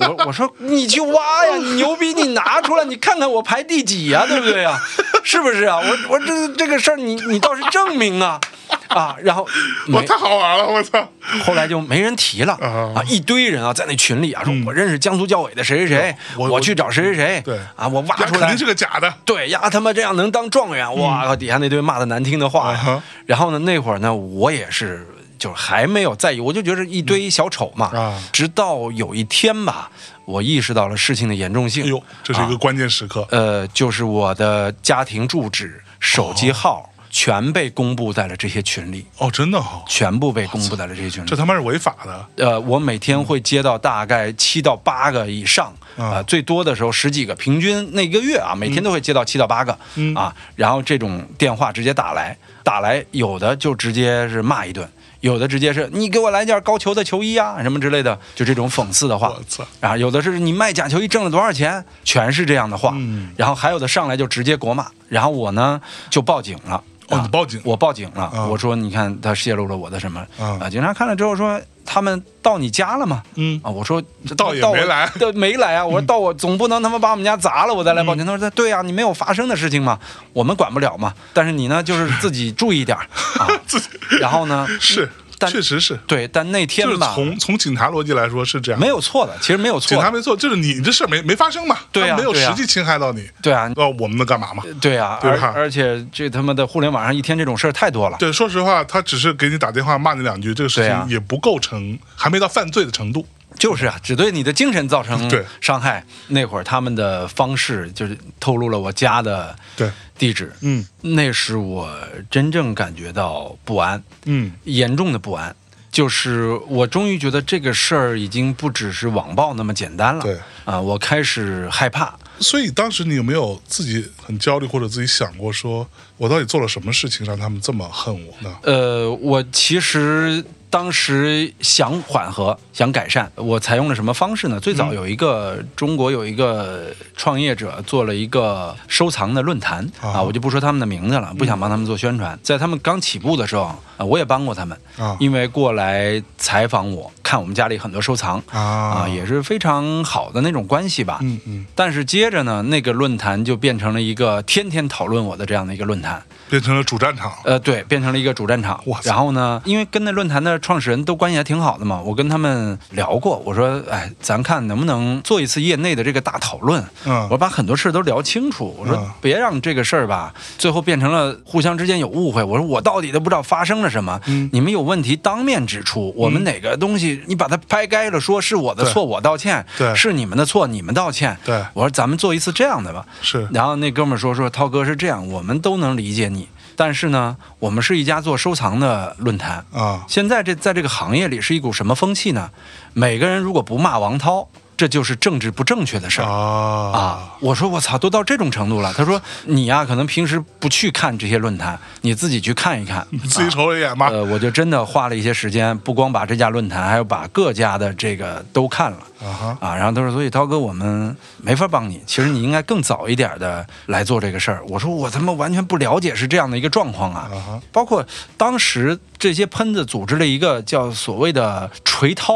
[SPEAKER 1] 我我说你去挖呀，你牛逼，你拿出来，你看看我排第几呀、对不对呀、 [laughs] 是不是啊？我我这这个事儿，你你倒是证明啊啊！然后没
[SPEAKER 2] 我太好玩了，我操！
[SPEAKER 1] 后来就没人提了
[SPEAKER 2] 啊嗯
[SPEAKER 1] 啊，一堆人啊在那群里啊说，我认识江苏教委的谁谁谁，
[SPEAKER 2] 我
[SPEAKER 1] 我去找谁谁谁，
[SPEAKER 2] 对
[SPEAKER 1] 啊，我挖
[SPEAKER 2] 那
[SPEAKER 1] 出
[SPEAKER 2] 肯
[SPEAKER 1] 来
[SPEAKER 2] 定是。个假的，
[SPEAKER 1] 对呀，他妈这样能当状元，哇靠！底下那堆骂的难听的话
[SPEAKER 2] 嗯啊哈
[SPEAKER 1] 呀。然后呢，那会儿呢，我也是，就是还没有在意，我就觉得一堆小丑嘛
[SPEAKER 2] 嗯啊。
[SPEAKER 1] 直到有一天吧，我意识到了事情的严重性。
[SPEAKER 2] 哎呦，这是一个
[SPEAKER 1] 啊
[SPEAKER 2] 关键时刻，
[SPEAKER 1] 呃，就是我的家庭住址、手机号全被公布在了这些群里，
[SPEAKER 2] 哦，真的好，
[SPEAKER 1] 全部被公布在了这些群里
[SPEAKER 2] 这。他妈是违法的，
[SPEAKER 1] 呃，我每天会接到大概七到八个以上，
[SPEAKER 2] 啊
[SPEAKER 1] 呃，最多的时候十几个，平均那一个月啊，每天都会接到七到八个，
[SPEAKER 2] 嗯
[SPEAKER 1] 啊，然后这种电话直接打来，打来有的就直接是骂一顿，有的直接是你给我来件高俅的球衣啊，什么之类的，就这种讽刺的话
[SPEAKER 2] 我操，
[SPEAKER 1] 啊，有的是你卖假球衣挣了多少钱，全是这样的话，
[SPEAKER 2] 嗯
[SPEAKER 1] 然后还有的上来就直接国骂，然后我呢就报警了。
[SPEAKER 2] 哦
[SPEAKER 1] 啊
[SPEAKER 2] 你报警
[SPEAKER 1] 我报警了。
[SPEAKER 2] 啊
[SPEAKER 1] 我说，你看他泄露了我的什么？
[SPEAKER 2] 啊
[SPEAKER 1] 警察看了之后说，他们到你家了吗？
[SPEAKER 2] 嗯
[SPEAKER 1] 啊，我说这
[SPEAKER 2] 到也
[SPEAKER 1] 我
[SPEAKER 2] 没来嗯
[SPEAKER 1] 对，没来啊。我说到我总不能他妈把我们家砸了，我再来报警。他说对呀、你没有发生的事情嘛，我们管不了嘛。但是你呢，就是自己注意点儿啊。
[SPEAKER 2] [laughs] 自己
[SPEAKER 1] 然后
[SPEAKER 2] [laughs]
[SPEAKER 1] 呢，
[SPEAKER 2] 是，
[SPEAKER 1] 但
[SPEAKER 2] 确实是，
[SPEAKER 1] 对，但那
[SPEAKER 2] 就
[SPEAKER 1] 天
[SPEAKER 2] 是
[SPEAKER 1] 吧，
[SPEAKER 2] 从从警察逻辑来说是这样，
[SPEAKER 1] 没有错的，其实没有
[SPEAKER 2] 警
[SPEAKER 1] 错
[SPEAKER 2] 察
[SPEAKER 1] 的。
[SPEAKER 2] 没错，就是你这事儿没没发生嘛，
[SPEAKER 1] 对呀
[SPEAKER 2] 他没有
[SPEAKER 1] 对呀
[SPEAKER 2] 实际侵害到你，
[SPEAKER 1] 对啊，
[SPEAKER 2] 哦，我们能干嘛嘛？
[SPEAKER 1] 对啊，
[SPEAKER 2] 对
[SPEAKER 1] 而
[SPEAKER 2] 吧
[SPEAKER 1] 而且这他妈的互联网上一天这种事儿太多了。
[SPEAKER 2] 对，说实话，他只是给你打电话骂你两句，这个事
[SPEAKER 1] 对啊
[SPEAKER 2] 情
[SPEAKER 1] 呀
[SPEAKER 2] 也不构成，还没到犯罪的程度。
[SPEAKER 1] 就是啊，只对你的精神造成
[SPEAKER 2] 对
[SPEAKER 1] 伤害。那会儿他们的方式就是透露了我家的
[SPEAKER 2] 对
[SPEAKER 1] 地址，
[SPEAKER 2] 嗯
[SPEAKER 1] 那是我真正感觉到不安，
[SPEAKER 2] 嗯
[SPEAKER 1] 严重的不安。就是我终于觉得这个事儿已经不只是网暴那么简单了，
[SPEAKER 2] 对
[SPEAKER 1] 啊、我开始害怕。
[SPEAKER 2] 所以当时你有没有自己很焦虑，或者自己想过说，我到底做了什么事情让他们这么恨我呢？
[SPEAKER 1] 呃，我其实当时想缓和，想改善，我采用了什么方式呢？最
[SPEAKER 2] 嗯
[SPEAKER 1] 早有一个、中国有一个创业者做了一个收藏的论坛、
[SPEAKER 2] 啊嗯
[SPEAKER 1] 啊，我就不说他们的名字了，不想帮他们做宣传。在他们刚起步的时候啊，我也帮过他们
[SPEAKER 2] 啊
[SPEAKER 1] 因为过来采访我，看我们家里很多收藏
[SPEAKER 2] 啊
[SPEAKER 1] 也是非常好的那种关系吧。
[SPEAKER 2] 嗯嗯，
[SPEAKER 1] 但是接着呢，那个论坛就变成了一个天天讨论我的这样的一个论坛，
[SPEAKER 2] 变成了主战场。
[SPEAKER 1] 呃，对，变成了一个主战场
[SPEAKER 2] 哇。塞
[SPEAKER 1] 然后呢，因为跟那论坛的创始人都关系还挺好的嘛，我跟他们聊过，我说，哎，咱看能不能做一次业内的这个大讨论。
[SPEAKER 2] 嗯
[SPEAKER 1] 我把很多事儿都聊清楚，我
[SPEAKER 2] 嗯
[SPEAKER 1] 说别让这个事儿吧，最后变成了互相之间有误会。我说我到底都不知道发生了什么，
[SPEAKER 2] 嗯
[SPEAKER 1] 你们有问题当面指出，我们哪个东西你把它拍开了说是我的
[SPEAKER 2] 对
[SPEAKER 1] 错，我道歉，
[SPEAKER 2] 对
[SPEAKER 1] 是你们的错，你们道歉。
[SPEAKER 2] 对
[SPEAKER 1] 我说咱们做一次这样的吧，
[SPEAKER 2] [laughs] 是
[SPEAKER 1] 然后那哥们儿说说涛哥是这样，我们都能理解你，但是呢，我们是一家做收藏的论坛。
[SPEAKER 2] 啊，
[SPEAKER 1] 现在这在这个行业里是一股什么风气呢？每个人如果不骂王涛，这就是政治不正确的事儿。
[SPEAKER 2] 啊
[SPEAKER 1] 啊！我说我操，都到这种程度了。他说你呀、可能平时不去看这些论坛，你自己去看一看。
[SPEAKER 2] 你 [laughs] 自己瞅着眼吧。
[SPEAKER 1] 呃，我就真的花了一些时间，不光把这家论坛，还有把各家的这个都看了。
[SPEAKER 2] 啊哈，
[SPEAKER 1] 啊，然后他说，所以涛哥，我们没法帮你。其实你应该更早一点的来做这个事儿。我说我他妈完全不了解是这样的一个状况啊
[SPEAKER 2] 啊哈，
[SPEAKER 1] 包括当时这些喷子组织了一个叫所谓的锤涛。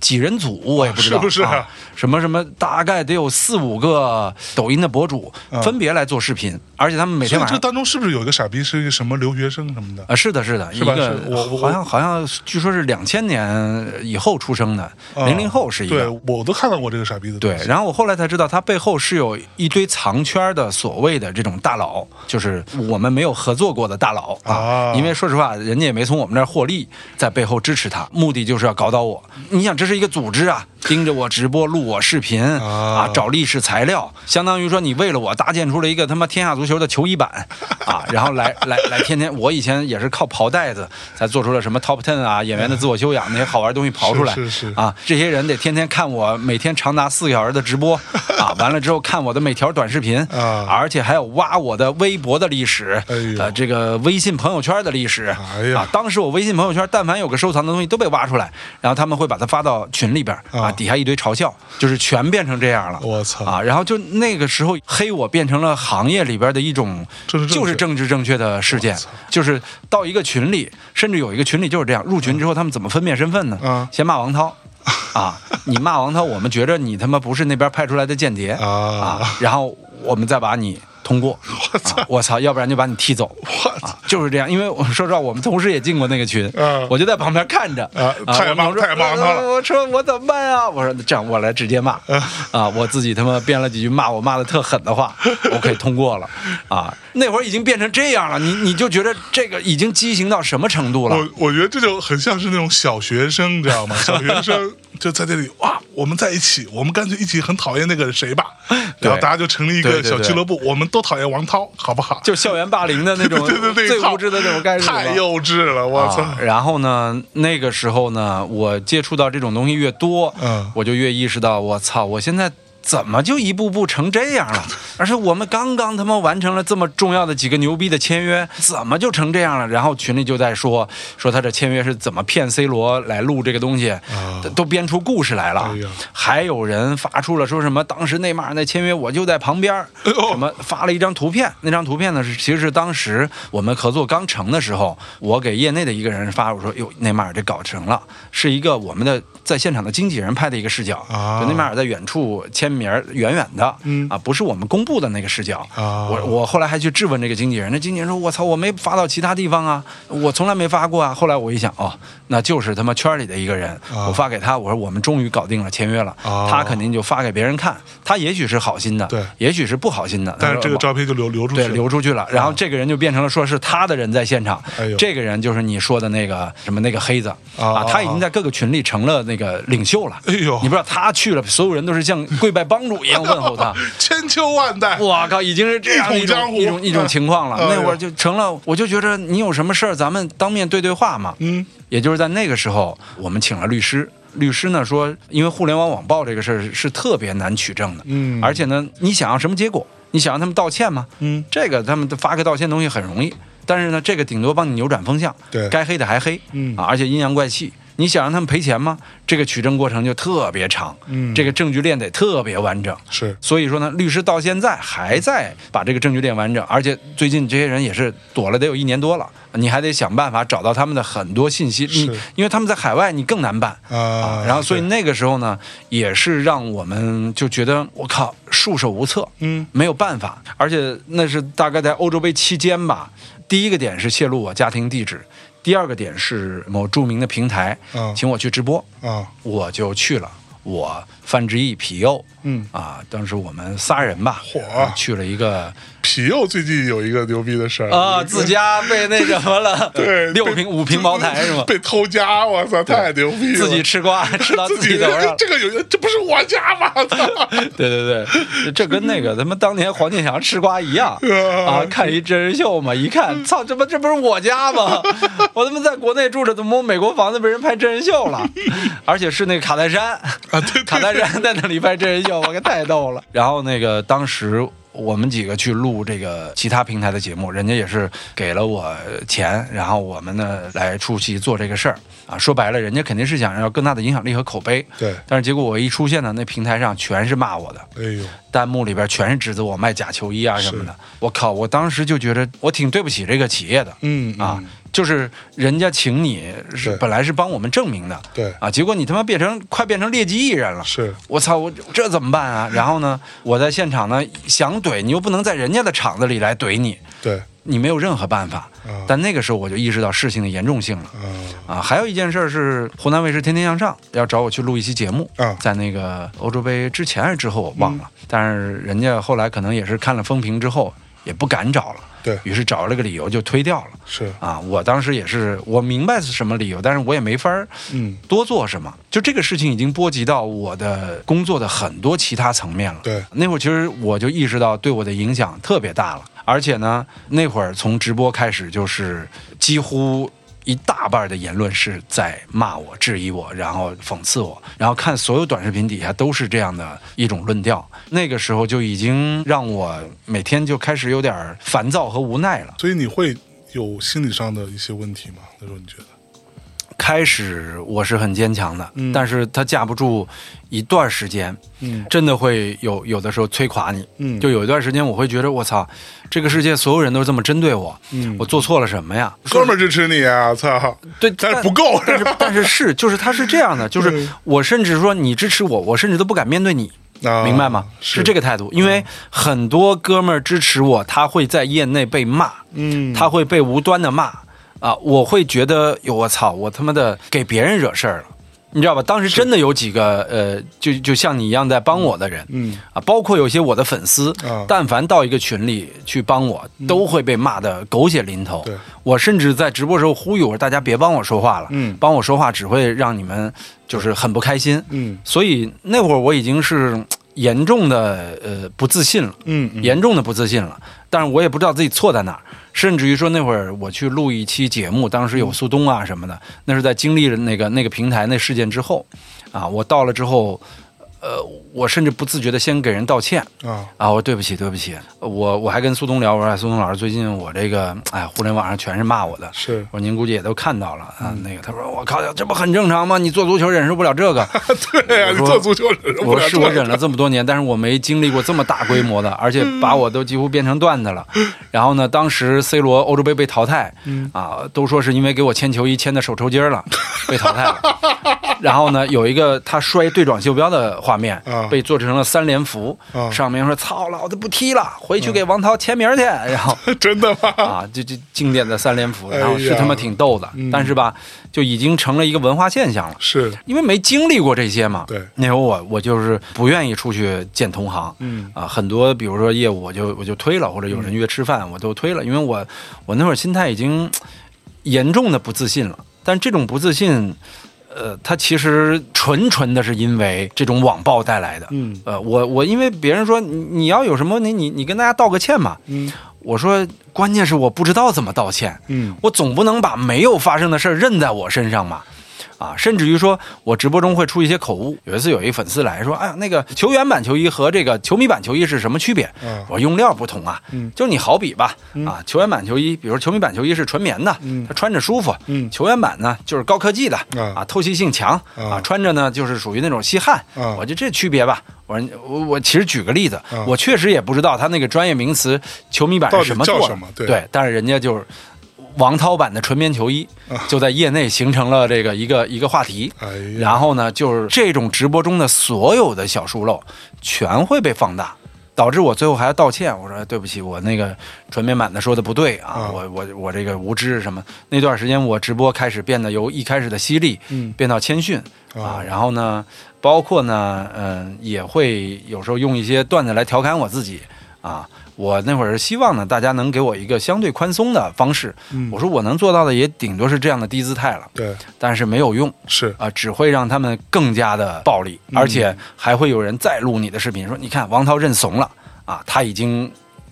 [SPEAKER 1] 几人组我也不知道，
[SPEAKER 2] 是不是
[SPEAKER 1] 啊什么什么，大概得有四五个抖音的博主
[SPEAKER 2] 嗯
[SPEAKER 1] 分别来做视频，而且他们每天
[SPEAKER 2] 所以
[SPEAKER 1] 晚上
[SPEAKER 2] 这当中是不是有一个傻逼是一个什么留学生什么的？
[SPEAKER 1] 啊，是的，是的，
[SPEAKER 2] 是吧
[SPEAKER 1] 一
[SPEAKER 2] 是
[SPEAKER 1] 个
[SPEAKER 2] 我我
[SPEAKER 1] 好像好像据说是两千年以后出生的，零零后是一
[SPEAKER 2] 啊对
[SPEAKER 1] 个。
[SPEAKER 2] 我都看到过这个傻逼的东
[SPEAKER 1] 对
[SPEAKER 2] 西，
[SPEAKER 1] 然后我后来才知道，他背后是有一堆藏圈的所谓的这种大佬，就是我们没有合作过的大佬
[SPEAKER 2] 啊
[SPEAKER 1] 啊。因为说实话，人家也没从我们那儿获利，在背后支持他，目的就是要搞倒我。你想，这是一个组织啊，盯着我直播、录我视频
[SPEAKER 2] 啊
[SPEAKER 1] 啊，找历史材料，相当于说你为了我搭建出了一个他妈天下足球的球衣版
[SPEAKER 2] [laughs]
[SPEAKER 1] 啊，然后来来来，天天我以前也是靠刨袋子才做出了什么 Top Ten 啊、演员的自我修养那些好玩的东西刨出来
[SPEAKER 2] 是是是
[SPEAKER 1] 啊，这些人得天天看我每天长达四个小时的直
[SPEAKER 2] [laughs]
[SPEAKER 1] 播啊，完了之后看我的每条短视频
[SPEAKER 2] 啊
[SPEAKER 1] 而且还有挖我的微博的历史，
[SPEAKER 2] 哎呦
[SPEAKER 1] 呃，这个微信朋友圈的历史、
[SPEAKER 2] 哎呀
[SPEAKER 1] 啊，当时我微信朋友圈但凡有个收藏的东西都被挖出来，然后他们会把它发到群里边
[SPEAKER 2] 啊
[SPEAKER 1] 啊，底下一堆嘲笑，就是全变成这样了。
[SPEAKER 2] 我操
[SPEAKER 1] 啊！然后就那个时候黑我变成了行业里边的一种
[SPEAKER 2] 政治正确
[SPEAKER 1] 就是政治正确的事件
[SPEAKER 2] 我操，
[SPEAKER 1] 就是到一个群里，甚至有一个群里就是这样，入群之后他们怎么分辨身份呢？
[SPEAKER 2] 嗯
[SPEAKER 1] 先骂王涛。
[SPEAKER 2] [laughs]
[SPEAKER 1] 啊！你骂王涛，我们觉着你他妈不是那边派出来的间谍
[SPEAKER 2] 啊
[SPEAKER 1] 然后我们再把你通
[SPEAKER 2] [laughs]
[SPEAKER 1] 过。我操、我操！要不然就把你踢走。
[SPEAKER 2] 我
[SPEAKER 1] 啊，就是这样，因为我说实话，我们同事也进过那个群，
[SPEAKER 2] 嗯
[SPEAKER 1] 我就在旁边看着。
[SPEAKER 2] 啊太忙
[SPEAKER 1] 我说
[SPEAKER 2] 太忙他了
[SPEAKER 1] 呃我说我怎么办呀？我说这样，我来直接骂。啊，我自己他妈编了几句骂我骂的特狠的
[SPEAKER 2] [laughs]
[SPEAKER 1] 话，OK 通过了。啊，那会儿已经变成这样了，你你就觉得这个已经畸形到什么程度了？
[SPEAKER 2] 我我觉得这就很像是那种小学生，你知
[SPEAKER 1] [laughs]
[SPEAKER 2] 道吗？小学生就在这里哇，我们在一起，我们干脆一起很讨厌那个谁吧，然后大家就成立一个
[SPEAKER 1] 对对
[SPEAKER 2] 小
[SPEAKER 1] 对
[SPEAKER 2] 俱乐部，我们都讨厌王涛，好不好？
[SPEAKER 1] 就校园霸凌的那种
[SPEAKER 2] [laughs] 对对对，
[SPEAKER 1] 最
[SPEAKER 2] 靠
[SPEAKER 1] 无知的那种干事了。
[SPEAKER 2] 太幼稚了，我操！
[SPEAKER 1] 啊，然后呢，那个时候呢，我接触到这种东西越多，
[SPEAKER 2] 嗯
[SPEAKER 1] 我就越意识到，我操，我现在。怎么就一步步成这样了？而且我们刚刚他妈完成了这么重要的几个牛逼的签约，怎么就成这样了？然后群里就在说说他这签约是怎么骗 C 罗来录这个东西，都都编出故事来了。
[SPEAKER 2] 啊哎呀
[SPEAKER 1] 还有人发出了说什么当时内马尔那签约我就在旁边儿，
[SPEAKER 2] 哎呦
[SPEAKER 1] 什么发了一张图片，那张图片呢是其实是当时我们合作刚成的时候，我给业内的一个人发，我说哟内马尔这搞成了，是一个我们的在现场的经纪人拍的一个视角，
[SPEAKER 2] 啊
[SPEAKER 1] 就内马尔在远处签名儿远远的，
[SPEAKER 2] 嗯
[SPEAKER 1] 啊不是我们公布的那个视角，
[SPEAKER 2] 啊
[SPEAKER 1] 我我后来还去质问这个经纪人，那经纪人说我操我没发到其他地方啊，我从来没发过啊，后来我一想哦那就是他妈圈里的一个人，
[SPEAKER 2] 啊
[SPEAKER 1] 我发给他，我说我们终于搞定了签约了，
[SPEAKER 2] 啊
[SPEAKER 1] 他肯定就发给别人看，他也许是好心的，
[SPEAKER 2] 对
[SPEAKER 1] 也许是不好心的，
[SPEAKER 2] 但是这个
[SPEAKER 1] 照
[SPEAKER 2] 照片就流流出去
[SPEAKER 1] 对
[SPEAKER 2] 了，
[SPEAKER 1] 流出去了，然后这个人就变成了说是他的人在现场，
[SPEAKER 2] 哎呦
[SPEAKER 1] 这个人就是你说的那个什么那个黑子
[SPEAKER 2] 啊
[SPEAKER 1] 他已经在各个群里成了那个领袖了。
[SPEAKER 2] 哎呦
[SPEAKER 1] 你不知道他去了，所有人都是像跪拜帮主一样问候
[SPEAKER 2] [laughs]
[SPEAKER 1] 他。
[SPEAKER 2] 千秋
[SPEAKER 1] [laughs]
[SPEAKER 2] 万代，
[SPEAKER 1] 我靠，已经是这样
[SPEAKER 2] 一
[SPEAKER 1] 一
[SPEAKER 2] 统江
[SPEAKER 1] 种
[SPEAKER 2] 湖
[SPEAKER 1] 一种一种情况了。
[SPEAKER 2] 哎呦
[SPEAKER 1] 那会儿就成了，我就觉着你有什么事儿，咱们当面对对话嘛。
[SPEAKER 2] 嗯，
[SPEAKER 1] 也就是在那个时候，我们请了律师。律师呢说，因为互联网网暴这个事儿是是特别难取证的，
[SPEAKER 2] 嗯
[SPEAKER 1] 而且呢，你想要什么结果？你想让他们道歉吗？
[SPEAKER 2] 嗯，
[SPEAKER 1] 这个他们发个道歉东西很容易，但是呢，这个顶多帮你扭转风向，
[SPEAKER 2] 对
[SPEAKER 1] 该黑的还黑，
[SPEAKER 2] 嗯
[SPEAKER 1] 啊，而且阴阳怪气。你想让他们赔钱吗？这个取证过程就特别长，
[SPEAKER 2] 嗯
[SPEAKER 1] 这个证据链得特别完整，
[SPEAKER 2] 是
[SPEAKER 1] 所以说呢，律师到现在还在把这个证据链完整，而且最近这些人也是躲了得有一年多了，你还得想办法找到他们的很多信息，你
[SPEAKER 2] 是
[SPEAKER 1] 因为他们在海外，你更难办。
[SPEAKER 2] 啊
[SPEAKER 1] 啊，，然后所以
[SPEAKER 2] 对
[SPEAKER 1] 那个时候呢，也是让我们就觉得我靠，束手无策，
[SPEAKER 2] 嗯，
[SPEAKER 1] 没有办法，而且那是大概在欧洲杯期间吧。第一个点是泄露我家庭地址，第二个点是某著名的平台
[SPEAKER 2] 嗯
[SPEAKER 1] 请我去直播，
[SPEAKER 2] 啊
[SPEAKER 1] 我就去了。我范志毅、皮尤，
[SPEAKER 2] 嗯
[SPEAKER 1] 啊，当时我们仨人吧，
[SPEAKER 2] 嚯
[SPEAKER 1] 去了一个
[SPEAKER 2] 体佑最近有一个牛逼的事儿
[SPEAKER 1] 啊，自家被那什么了，
[SPEAKER 2] [laughs] 对
[SPEAKER 1] 六瓶五瓶茅台是吗？
[SPEAKER 2] [laughs] 被偷家，我操，太牛逼了！
[SPEAKER 1] 自己吃瓜吃到
[SPEAKER 2] [laughs] 自
[SPEAKER 1] 己头上了，
[SPEAKER 2] [laughs] 这个有这不是我家吗？
[SPEAKER 1] [laughs]
[SPEAKER 2] 操
[SPEAKER 1] 对对对，这跟那个咱们当年黄健翔吃瓜一
[SPEAKER 2] [laughs]
[SPEAKER 1] 样啊，
[SPEAKER 2] 嗯
[SPEAKER 1] 看一真人秀嘛，一看，操，这不这不是我家
[SPEAKER 2] [laughs]
[SPEAKER 1] 吗？我他妈在国内住着，怎么我美国房子被人拍真人秀
[SPEAKER 2] [laughs]
[SPEAKER 1] 了？而且是那个卡戴珊
[SPEAKER 2] 啊，对，
[SPEAKER 1] 卡戴珊在那里拍真人秀，我可太逗
[SPEAKER 2] [laughs]
[SPEAKER 1] 了。然后那个当时。我们几个去录这个其他平台的节目，人家也是给了我钱，然后我们呢来出席做这个事儿啊。说白了，人家肯定是想要更大的影响力和口碑。
[SPEAKER 2] 对
[SPEAKER 1] 但是结果我一出现呢，那平台上全是骂我的，
[SPEAKER 2] 哎呦，
[SPEAKER 1] 弹幕里边全是指责我卖假球衣啊什么的。我靠！我当时就觉得我挺对不起这个企业的。
[SPEAKER 2] 嗯
[SPEAKER 1] 啊，，就是人家请你是
[SPEAKER 2] 对
[SPEAKER 1] 本来是帮我们证明的，
[SPEAKER 2] 对
[SPEAKER 1] 啊，结果你他妈变成快变成劣迹艺人了，
[SPEAKER 2] 是
[SPEAKER 1] 我操，我这怎么办啊？然后呢，我在现场呢想怼你，又不能在人家的场子里来怼你，
[SPEAKER 2] 对，
[SPEAKER 1] 你没有任何办法。
[SPEAKER 2] 啊
[SPEAKER 1] 但那个时候我就意识到事情的严重性了。
[SPEAKER 2] 啊
[SPEAKER 1] 啊，还有一件事儿是湖南卫视《天天向上》要找我去录一期节目
[SPEAKER 2] 啊
[SPEAKER 1] 在那个欧洲杯之前还是之后我忘了，但是人家后来可能也是看了风评之后也不敢找了，
[SPEAKER 2] 对
[SPEAKER 1] 于是找了个理由就推掉了。
[SPEAKER 2] 是，
[SPEAKER 1] 啊，我当时也是，我明白是什么理由，但是我也没法儿
[SPEAKER 2] 嗯，
[SPEAKER 1] 多做什么。就这个事情已经波及到我的工作的很多其他层面了。
[SPEAKER 2] 对，
[SPEAKER 1] 那会儿其实我就意识到对我的影响特别大了，而且呢，那会儿从直播开始就是几乎。一大半的言论是在骂我、质疑我，然后讽刺我，然后看所有短视频底下都是这样的一种论调。那个时候就已经让我每天就开始有点儿烦躁和无奈了。
[SPEAKER 2] 所以你会有心理上的一些问题吗？那时候你觉得？
[SPEAKER 1] 开始我是很坚强的，
[SPEAKER 2] 嗯
[SPEAKER 1] 但是它架不住一段时间，
[SPEAKER 2] 嗯
[SPEAKER 1] 真的会有有的时候摧垮你。
[SPEAKER 2] 嗯
[SPEAKER 1] 就有一段时间，我会觉得我操，这个世界所有人都这么针对我，
[SPEAKER 2] 嗯
[SPEAKER 1] 我做错了什么呀？
[SPEAKER 2] 哥们儿支持你啊！操，
[SPEAKER 1] 对，
[SPEAKER 2] 但是不
[SPEAKER 1] [laughs]
[SPEAKER 2] 够
[SPEAKER 1] 但是但是是，就是他是这样的，就是
[SPEAKER 2] 嗯
[SPEAKER 1] 我甚至说你支持我，我甚至都不敢面对你。
[SPEAKER 2] 啊
[SPEAKER 1] 明白吗？
[SPEAKER 2] 是嗯
[SPEAKER 1] 这个态度，因为很多哥们儿支持我，他会在业内被骂，
[SPEAKER 2] 嗯，
[SPEAKER 1] 他会被无端的骂啊，我会觉得哟，我操，我他妈的给别人惹事儿了，你知道吧？当时真的有几个呃，就就像你一样在帮我的人，
[SPEAKER 2] 嗯
[SPEAKER 1] 啊，包括有些我的粉丝，
[SPEAKER 2] 啊
[SPEAKER 1] 但凡到一个群里去帮我，都会被骂的狗血淋头。
[SPEAKER 2] 嗯对
[SPEAKER 1] 我甚至在直播时候呼吁我说，大家别帮我说话了，
[SPEAKER 2] 嗯
[SPEAKER 1] 帮我说话只会让你们就是很不开心。
[SPEAKER 2] 嗯
[SPEAKER 1] 所以那会儿我已经是严重的呃不自信了。
[SPEAKER 2] 嗯嗯
[SPEAKER 1] 严重的不自信了。但是我也不知道自己错在哪儿，甚至于说那会儿我去录一期节目，当
[SPEAKER 2] 嗯
[SPEAKER 1] 时有苏东啊什么的，那是在经历了那个那个平台那事件之后，啊，我到了之后，呃，我甚至不自觉的先给人道歉。
[SPEAKER 2] 啊
[SPEAKER 1] 啊，我说对不起，对不起，我我还跟苏东聊，我说哎苏东老师，最近我这个哎，互联网上全是骂我的，
[SPEAKER 2] 是嗯
[SPEAKER 1] 我说您估计也都看到了啊。那个他说我靠，这不很正常吗？你做足球忍受不了这个，
[SPEAKER 2] [laughs] 对啊，
[SPEAKER 1] 我
[SPEAKER 2] 你
[SPEAKER 1] 说
[SPEAKER 2] 做足球忍受不
[SPEAKER 1] 我
[SPEAKER 2] 了
[SPEAKER 1] 是
[SPEAKER 2] 这
[SPEAKER 1] 我
[SPEAKER 2] 个
[SPEAKER 1] 忍了这么多年，但是我没经历过这么大规模的，而且
[SPEAKER 2] 嗯
[SPEAKER 1] 把我都几乎变成段子
[SPEAKER 2] [laughs]
[SPEAKER 1] 了。然后呢，当时 C 罗欧洲杯被淘汰，
[SPEAKER 2] 嗯
[SPEAKER 1] 啊，都说是因为给我牵球衣牵的手抽筋儿了，被淘
[SPEAKER 2] [laughs]
[SPEAKER 1] 汰了。然后呢，有一个他摔对转袖标的画面
[SPEAKER 2] 啊，
[SPEAKER 1] 被做成了三连符，
[SPEAKER 2] 啊
[SPEAKER 1] 上面说“操，老子不踢了，回去给王涛签名
[SPEAKER 2] [laughs]
[SPEAKER 1] 去。”然后
[SPEAKER 2] 真的吗？
[SPEAKER 1] 啊，就就经典的三连符，
[SPEAKER 2] 哎呀嗯
[SPEAKER 1] 然后是他妈挺逗的，但是吧，就已经成了一个文化现象了。
[SPEAKER 2] 是
[SPEAKER 1] 因为没经历过这些嘛。
[SPEAKER 2] 对
[SPEAKER 1] 那会儿我我就是不愿意出去见同行，
[SPEAKER 2] 嗯
[SPEAKER 1] 啊，很多比如说业务我就我就推了，或者有人约吃
[SPEAKER 2] 嗯
[SPEAKER 1] 饭我都推了，因为我我那会儿心态已经严重的不自信了。但这种不自信，呃，它其实纯纯的是因为这种网暴带来的。
[SPEAKER 2] 嗯
[SPEAKER 1] 呃，我我因为别人说你你要有什么问题，你你跟大家道个歉嘛。
[SPEAKER 2] 嗯
[SPEAKER 1] 我说，关键是我不知道怎么道歉。
[SPEAKER 2] 嗯
[SPEAKER 1] 我总不能把没有发生的事儿认在我身上吧？啊，甚至于说我直播中会出一些口误。有一次有一粉丝来说：“哎呀，那个球员版球衣和这个球迷版球衣是什么区别？”
[SPEAKER 2] 嗯
[SPEAKER 1] 我说用料不同啊，
[SPEAKER 2] 嗯
[SPEAKER 1] 就是你好比吧，啊，球员版球衣，比如球迷版球衣是纯棉的，
[SPEAKER 2] 嗯
[SPEAKER 1] 它穿着舒服，
[SPEAKER 2] 嗯
[SPEAKER 1] 球员版呢就是高科技的，
[SPEAKER 2] 嗯
[SPEAKER 1] 啊，透气性强，
[SPEAKER 2] 嗯
[SPEAKER 1] 啊，穿着呢就是属于那种吸汗，
[SPEAKER 2] 嗯
[SPEAKER 1] 我就这区别吧。我说我我其实举个例子，
[SPEAKER 2] 嗯
[SPEAKER 1] 我确实也不知道他那个专业名词球迷版
[SPEAKER 2] 到
[SPEAKER 1] 是
[SPEAKER 2] 底
[SPEAKER 1] 什么
[SPEAKER 2] 叫
[SPEAKER 1] 做
[SPEAKER 2] 什
[SPEAKER 1] 的
[SPEAKER 2] 么，对
[SPEAKER 1] 但是人家就是王涛版的纯棉球衣，就在业内形成了这个一个一个话题。
[SPEAKER 2] 哎呀，
[SPEAKER 1] 然后呢，就是这种直播中的所有的小疏漏，全会被放大，导致我最后还要道歉。我说对不起，我那个纯棉版的说的不对啊
[SPEAKER 2] 啊，
[SPEAKER 1] 我我我这个无知什么。那段时间我直播开始变得由一开始的犀利，
[SPEAKER 2] 嗯
[SPEAKER 1] 变到谦逊啊
[SPEAKER 2] 啊，
[SPEAKER 1] 然后呢，呃包括呢，嗯、也会有时候用一些段子来调侃我自己啊。我那会儿希望呢，大家能给我一个相对宽松的方式。
[SPEAKER 2] 嗯
[SPEAKER 1] 我说我能做到的也顶多是这样的低姿态了，
[SPEAKER 2] 对，
[SPEAKER 1] 但是没有用
[SPEAKER 2] 是嗯
[SPEAKER 1] 啊、只会让他们更加的暴力，而且还会有人再录你的视频，说你看王涛认怂了啊，他已经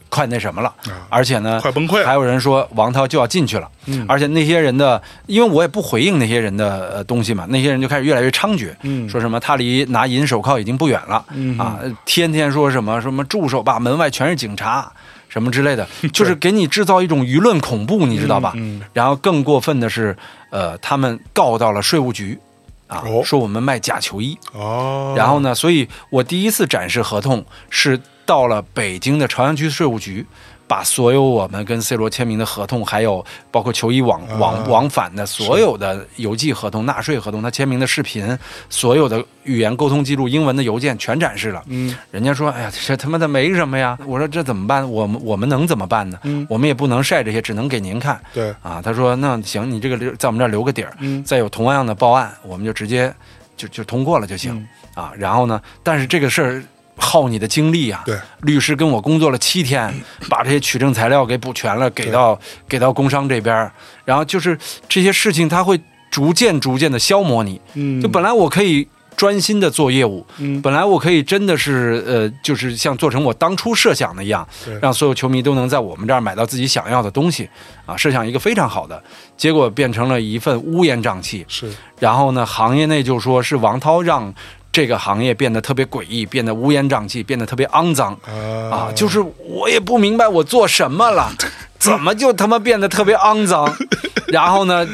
[SPEAKER 1] 快那什么了，
[SPEAKER 2] 啊，
[SPEAKER 1] 而且呢，
[SPEAKER 2] 快崩溃
[SPEAKER 1] 还
[SPEAKER 2] 了，
[SPEAKER 1] 有人说王涛就要进去了，
[SPEAKER 2] 嗯
[SPEAKER 1] 而且那些人的，因为我也不回应那些人的呃东西嘛，那些人就开始越来越猖獗，
[SPEAKER 2] 嗯
[SPEAKER 1] 说什么他离拿银手铐已经不远了，
[SPEAKER 2] 嗯
[SPEAKER 1] 啊，天天说什么什么住手吧，门外全是警察。什么之类
[SPEAKER 2] [laughs]
[SPEAKER 1] 的，就是给你制造一种舆论恐怖，你知道吧？
[SPEAKER 2] 嗯嗯
[SPEAKER 1] 然后更过分的是，呃，他们告到了税务局，啊，
[SPEAKER 2] 哦
[SPEAKER 1] 说我们卖假球衣。
[SPEAKER 2] 哦，
[SPEAKER 1] 然后呢，所以我第一次展示合同是到了北京的朝阳区税务局，把所有我们跟 C 罗签名的合同，还有包括球衣往
[SPEAKER 2] 啊
[SPEAKER 1] 往往返的所有的邮寄合同、纳税合同，他签名的视频，所有的语言沟通记录、英文的邮件全展示了。
[SPEAKER 2] 嗯
[SPEAKER 1] 人家说：“哎呀，这他妈的没什么呀！”我说：“这怎么办？我们我们能怎么办呢？
[SPEAKER 2] 嗯，
[SPEAKER 1] 我们也不能晒这些，只能给您看。”
[SPEAKER 2] 对，
[SPEAKER 1] 啊，他说那行，你这个留在我们这儿留个底儿，
[SPEAKER 2] 嗯
[SPEAKER 1] 再有同样的报案，我们就直接就就通过了就行、
[SPEAKER 2] 嗯
[SPEAKER 1] 啊。然后呢，但是这个事儿耗你的精力啊。
[SPEAKER 2] 对，
[SPEAKER 1] 律师跟我工作了七天，把这些取证材料给补全了，给到给到工商这边儿，然后就是这些事情，它会逐渐逐渐的消磨你。
[SPEAKER 2] 嗯，
[SPEAKER 1] 就本来我可以专心的做业务，
[SPEAKER 2] 嗯
[SPEAKER 1] 本来我可以真的是呃，就是像做成我当初设想的一样
[SPEAKER 2] 对，
[SPEAKER 1] 让所有球迷都能在我们这儿买到自己想要的东西啊，设想一个非常好的，结果变成了一份乌烟瘴气。
[SPEAKER 2] 是
[SPEAKER 1] 然后呢，行业内就说是王涛让这个行业变得特别诡异，变得乌烟瘴气，变得特别肮脏。啊
[SPEAKER 2] 啊，，
[SPEAKER 1] 就是我也不明白我做什么了，怎么就他妈变得特别肮脏？ [laughs] 然后呢，就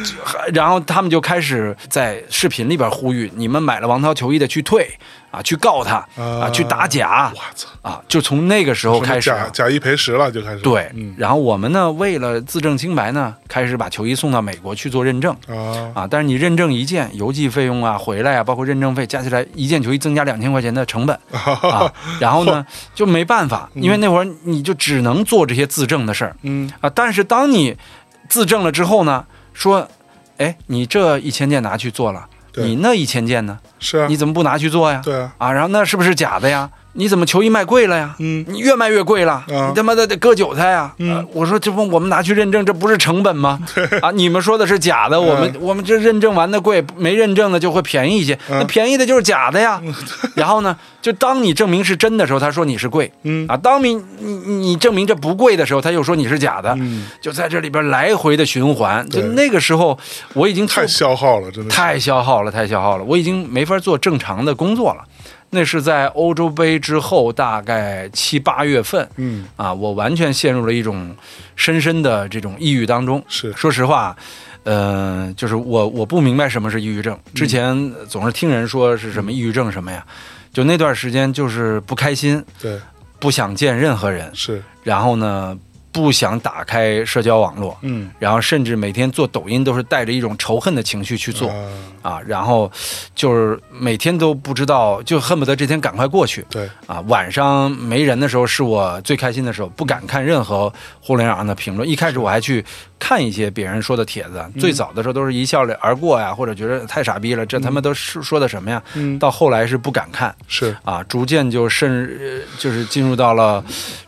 [SPEAKER 1] 然后他们就开始在视频里边呼吁你们买了王涛球衣的去退啊，去告他啊，去打假
[SPEAKER 2] 我操，
[SPEAKER 1] 啊，就从那个时候
[SPEAKER 2] 什么
[SPEAKER 1] 开始。
[SPEAKER 2] 假假一赔十了，就开始
[SPEAKER 1] 对
[SPEAKER 2] 嗯，
[SPEAKER 1] 然后我们呢，为了自证清白呢，开始把球衣送到美国去做认证
[SPEAKER 2] 啊，
[SPEAKER 1] 啊。但是你认证一件，邮寄费用啊、回来啊，包括认证费加起来，一件球衣增加两千块钱的成
[SPEAKER 2] [laughs]
[SPEAKER 1] 本。啊，然后呢就没办法，因为那会儿你就只能做这些自证的事儿
[SPEAKER 2] 嗯
[SPEAKER 1] 啊。但是当你自证了之后呢，说，哎，你这一千件拿去做了，
[SPEAKER 2] 对
[SPEAKER 1] 你那一千件呢？
[SPEAKER 2] 是啊
[SPEAKER 1] 你，怎么不拿去做呀？
[SPEAKER 2] 对啊，
[SPEAKER 1] 啊，然后那是不是假的呀？你怎么球衣卖贵了呀？
[SPEAKER 2] 嗯
[SPEAKER 1] 你越卖越贵了，
[SPEAKER 2] 啊
[SPEAKER 1] 你他妈的得割韭菜啊！
[SPEAKER 2] 嗯
[SPEAKER 1] 呃我说这不我们拿去认证，这不是成本
[SPEAKER 2] [laughs]
[SPEAKER 1] 吗？啊，你们说的是假
[SPEAKER 2] 嗯
[SPEAKER 1] 的，我们、我们这认证完的贵，没认证的就会便宜一些，
[SPEAKER 2] 嗯
[SPEAKER 1] 那便宜的就是假的呀。
[SPEAKER 2] [laughs]
[SPEAKER 1] 然后呢，就当你证明是真的时候，他说你是贵
[SPEAKER 2] 嗯
[SPEAKER 1] 啊；当明你你你证明这不贵的时候，他又说你是假的，
[SPEAKER 2] 嗯，
[SPEAKER 1] 就在这里边来回的循环。就
[SPEAKER 2] 对
[SPEAKER 1] 那个时候，我已经做
[SPEAKER 2] 太消耗了，真的是
[SPEAKER 1] 太消耗了，太消耗了，我已经没法做正常的工作了。那是在欧洲杯之后，大概七八月份
[SPEAKER 2] 嗯
[SPEAKER 1] 啊，我完全陷入了一种深深的这种抑郁当中。
[SPEAKER 2] 是
[SPEAKER 1] 说实话，呃，就是我我不明白什么是抑郁症，之
[SPEAKER 2] 嗯
[SPEAKER 1] 前总是听人说是什么抑郁症什么呀，就那段时间就是不开心，
[SPEAKER 2] 对
[SPEAKER 1] 不想见任何人，
[SPEAKER 2] 是
[SPEAKER 1] 然后呢不想打开社交网络，
[SPEAKER 2] 嗯
[SPEAKER 1] 然后甚至每天做抖音都是带着一种仇恨的情绪去做。
[SPEAKER 2] 啊
[SPEAKER 1] 啊，然后就是每天都不知道，就恨不得这天赶快过去
[SPEAKER 2] 对
[SPEAKER 1] 啊。晚上没人的时候是我最开心的时候，不敢看任何互联网上的评论。一开始我还去看一些别人说的帖子，最早的时候都是一笑而过呀，或者觉得太傻逼了，这他妈都是说的什么呀？
[SPEAKER 2] 嗯
[SPEAKER 1] 到后来是不敢看
[SPEAKER 2] 是
[SPEAKER 1] 啊，逐渐就甚呃就是进入到了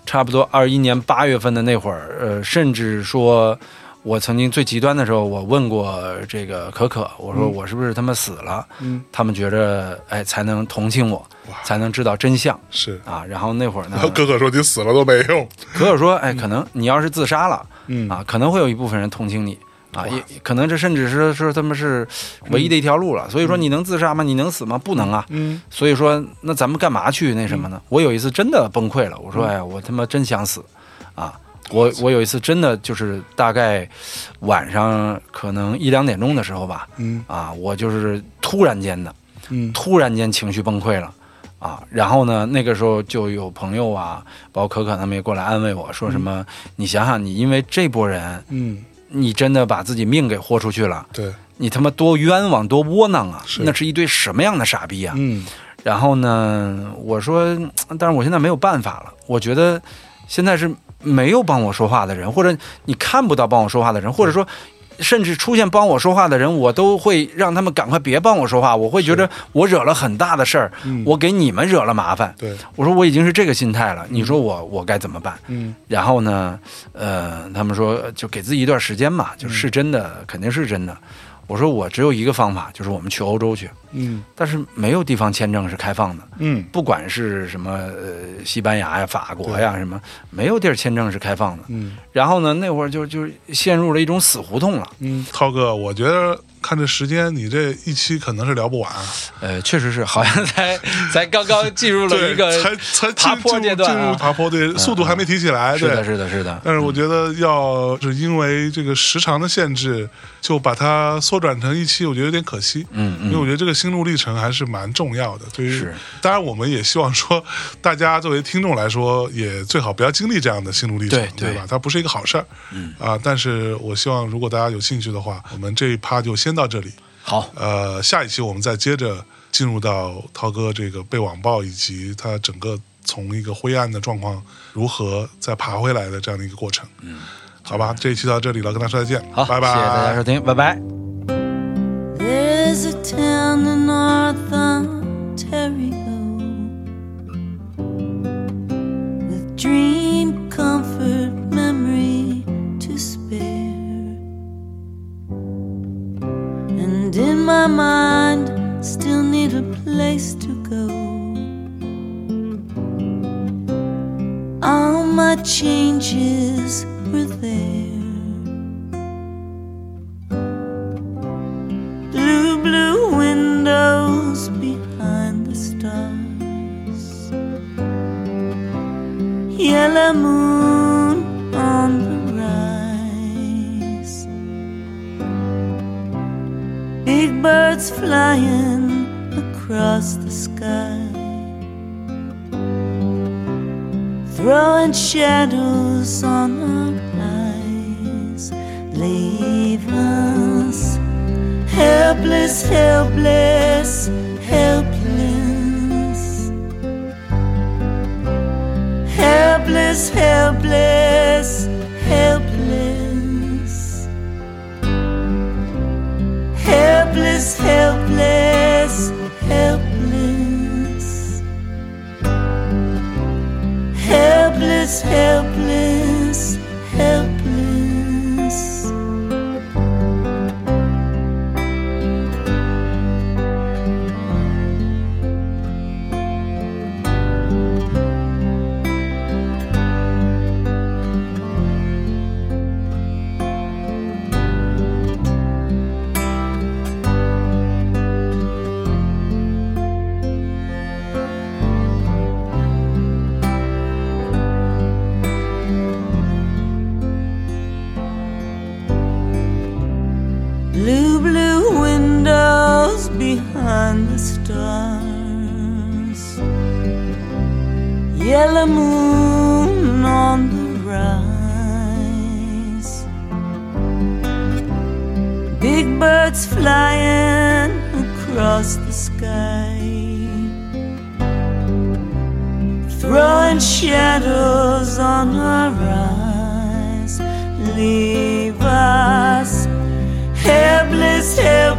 [SPEAKER 1] 差不多二一年八月份的那会儿，呃，甚至说。我曾经最极端的时候，我问过这个可可，我说我是不是他妈死了？
[SPEAKER 2] 嗯
[SPEAKER 1] 他们觉着哎才能同情我
[SPEAKER 2] 哇，
[SPEAKER 1] 才能知道真相
[SPEAKER 2] 是，
[SPEAKER 1] 啊。然后那会儿呢
[SPEAKER 2] 然后，哥哥说你死了都没用，
[SPEAKER 1] 可可说哎，可能你要是自杀了
[SPEAKER 2] 嗯
[SPEAKER 1] 啊，可能会有一部分人同情你。啊，
[SPEAKER 2] 哇
[SPEAKER 1] 也可能这甚至是说他们是唯一的一条路了。所以说你能自杀吗？你能死吗？不能啊。
[SPEAKER 2] 嗯
[SPEAKER 1] 所以说那咱们干嘛去那什么呢？我有一次真的崩溃了，我
[SPEAKER 2] 嗯
[SPEAKER 1] 说哎呀，我他妈真想死啊！我我有一次真的就是大概晚上可能一两点钟的时候吧，
[SPEAKER 2] 嗯
[SPEAKER 1] 啊，我就是突然间的，
[SPEAKER 2] 嗯
[SPEAKER 1] 突然间情绪崩溃了啊。然后呢，那个时候就有朋友啊，包括可可他们也过来安慰我说什么：“你想想，你因为这波人，
[SPEAKER 2] 嗯
[SPEAKER 1] 你真的把自己命给豁出去了，
[SPEAKER 2] 对
[SPEAKER 1] 你他妈多冤枉，多窝囊啊！
[SPEAKER 2] 是
[SPEAKER 1] 那是一堆什么样的傻逼啊！”
[SPEAKER 2] 嗯
[SPEAKER 1] 然后呢，我说，嗯但是我现在没有办法了，我觉得
[SPEAKER 2] 嗯
[SPEAKER 1] 现在是没有帮我说话的人，或者你看不到帮我说话的人，或者说甚至出现帮我说话的人，我都会让他们赶快别帮我说话。我会觉得我惹了很大的事儿，我给你们惹了麻烦。
[SPEAKER 2] 嗯对，
[SPEAKER 1] 我说我已经是这个心态了，你说我我该怎么办？
[SPEAKER 2] 嗯，
[SPEAKER 1] 然后呢，呃，他们说就给自己一段时间嘛，
[SPEAKER 2] 嗯
[SPEAKER 1] 就是真的，肯定是真的。我说我只有一个方法，就是我们去欧洲去，
[SPEAKER 2] 嗯
[SPEAKER 1] 但是没有地方签证是开放的，
[SPEAKER 2] 嗯
[SPEAKER 1] 不管是什么呃西班牙呀、法国呀什么，没有地儿签证是开放的。
[SPEAKER 2] 嗯
[SPEAKER 1] 然后呢，那会儿就就陷入了一种死胡同了。
[SPEAKER 2] 嗯，涛哥，我觉得看这时间，你这一期可能是聊不完啊，
[SPEAKER 1] 呃，确实是，好像 [laughs] 才才刚刚进入了一
[SPEAKER 2] 对，
[SPEAKER 1] 个
[SPEAKER 2] 才才进
[SPEAKER 1] 爬坡
[SPEAKER 2] 进入
[SPEAKER 1] 阶段啊
[SPEAKER 2] 进入爬坡对，速度还没提起来，
[SPEAKER 1] 是
[SPEAKER 2] 对
[SPEAKER 1] 的，。是的，是的。
[SPEAKER 2] 嗯但是我觉得，要是因为这个时长的限制，就把它缩短成一期，我觉得有点可惜。
[SPEAKER 1] 嗯
[SPEAKER 2] 因为
[SPEAKER 1] 嗯，
[SPEAKER 2] 我觉得这个心路历程还是蛮重要的。对于
[SPEAKER 1] 是，
[SPEAKER 2] 当然我们也希望说，大家作为听众来说，也最好不要经历这样的心路历程，
[SPEAKER 1] 对对
[SPEAKER 2] 吧？它不是一个好事儿。
[SPEAKER 1] 嗯
[SPEAKER 2] 啊，但是我希望，如果大家有兴趣的话，我们这一趴就先到这里。
[SPEAKER 1] 好，
[SPEAKER 2] 呃，下一期我们再接着进入到涛哥这个被网暴以及他整个从一个灰暗的状况如何再爬回来的这样的一个过程。嗯，好吧，这一期到这里了，跟大家说再见，
[SPEAKER 1] 好，
[SPEAKER 2] 拜拜，
[SPEAKER 1] 谢谢大家收听，拜拜。
[SPEAKER 3] There's a town in North Ontario with dream, comfort, memory to spare. And in my mind, still need a place to go. All my changes were there. blue, blue windows behind the stars. Yellow moon on the rise. Big birds flying across the sky. Throwing shadows on our eyes. Leave us helpless, helpless, helpless. Helpless, helpless, helpless. Helpless, helpless, helpless. Helpless, helpless, helpless. blue, blue windows behind the stars. Yellow moon on the rise. Big birds flying across the sky. Throwing shadows on our eyes. Leave us helpless, helpless.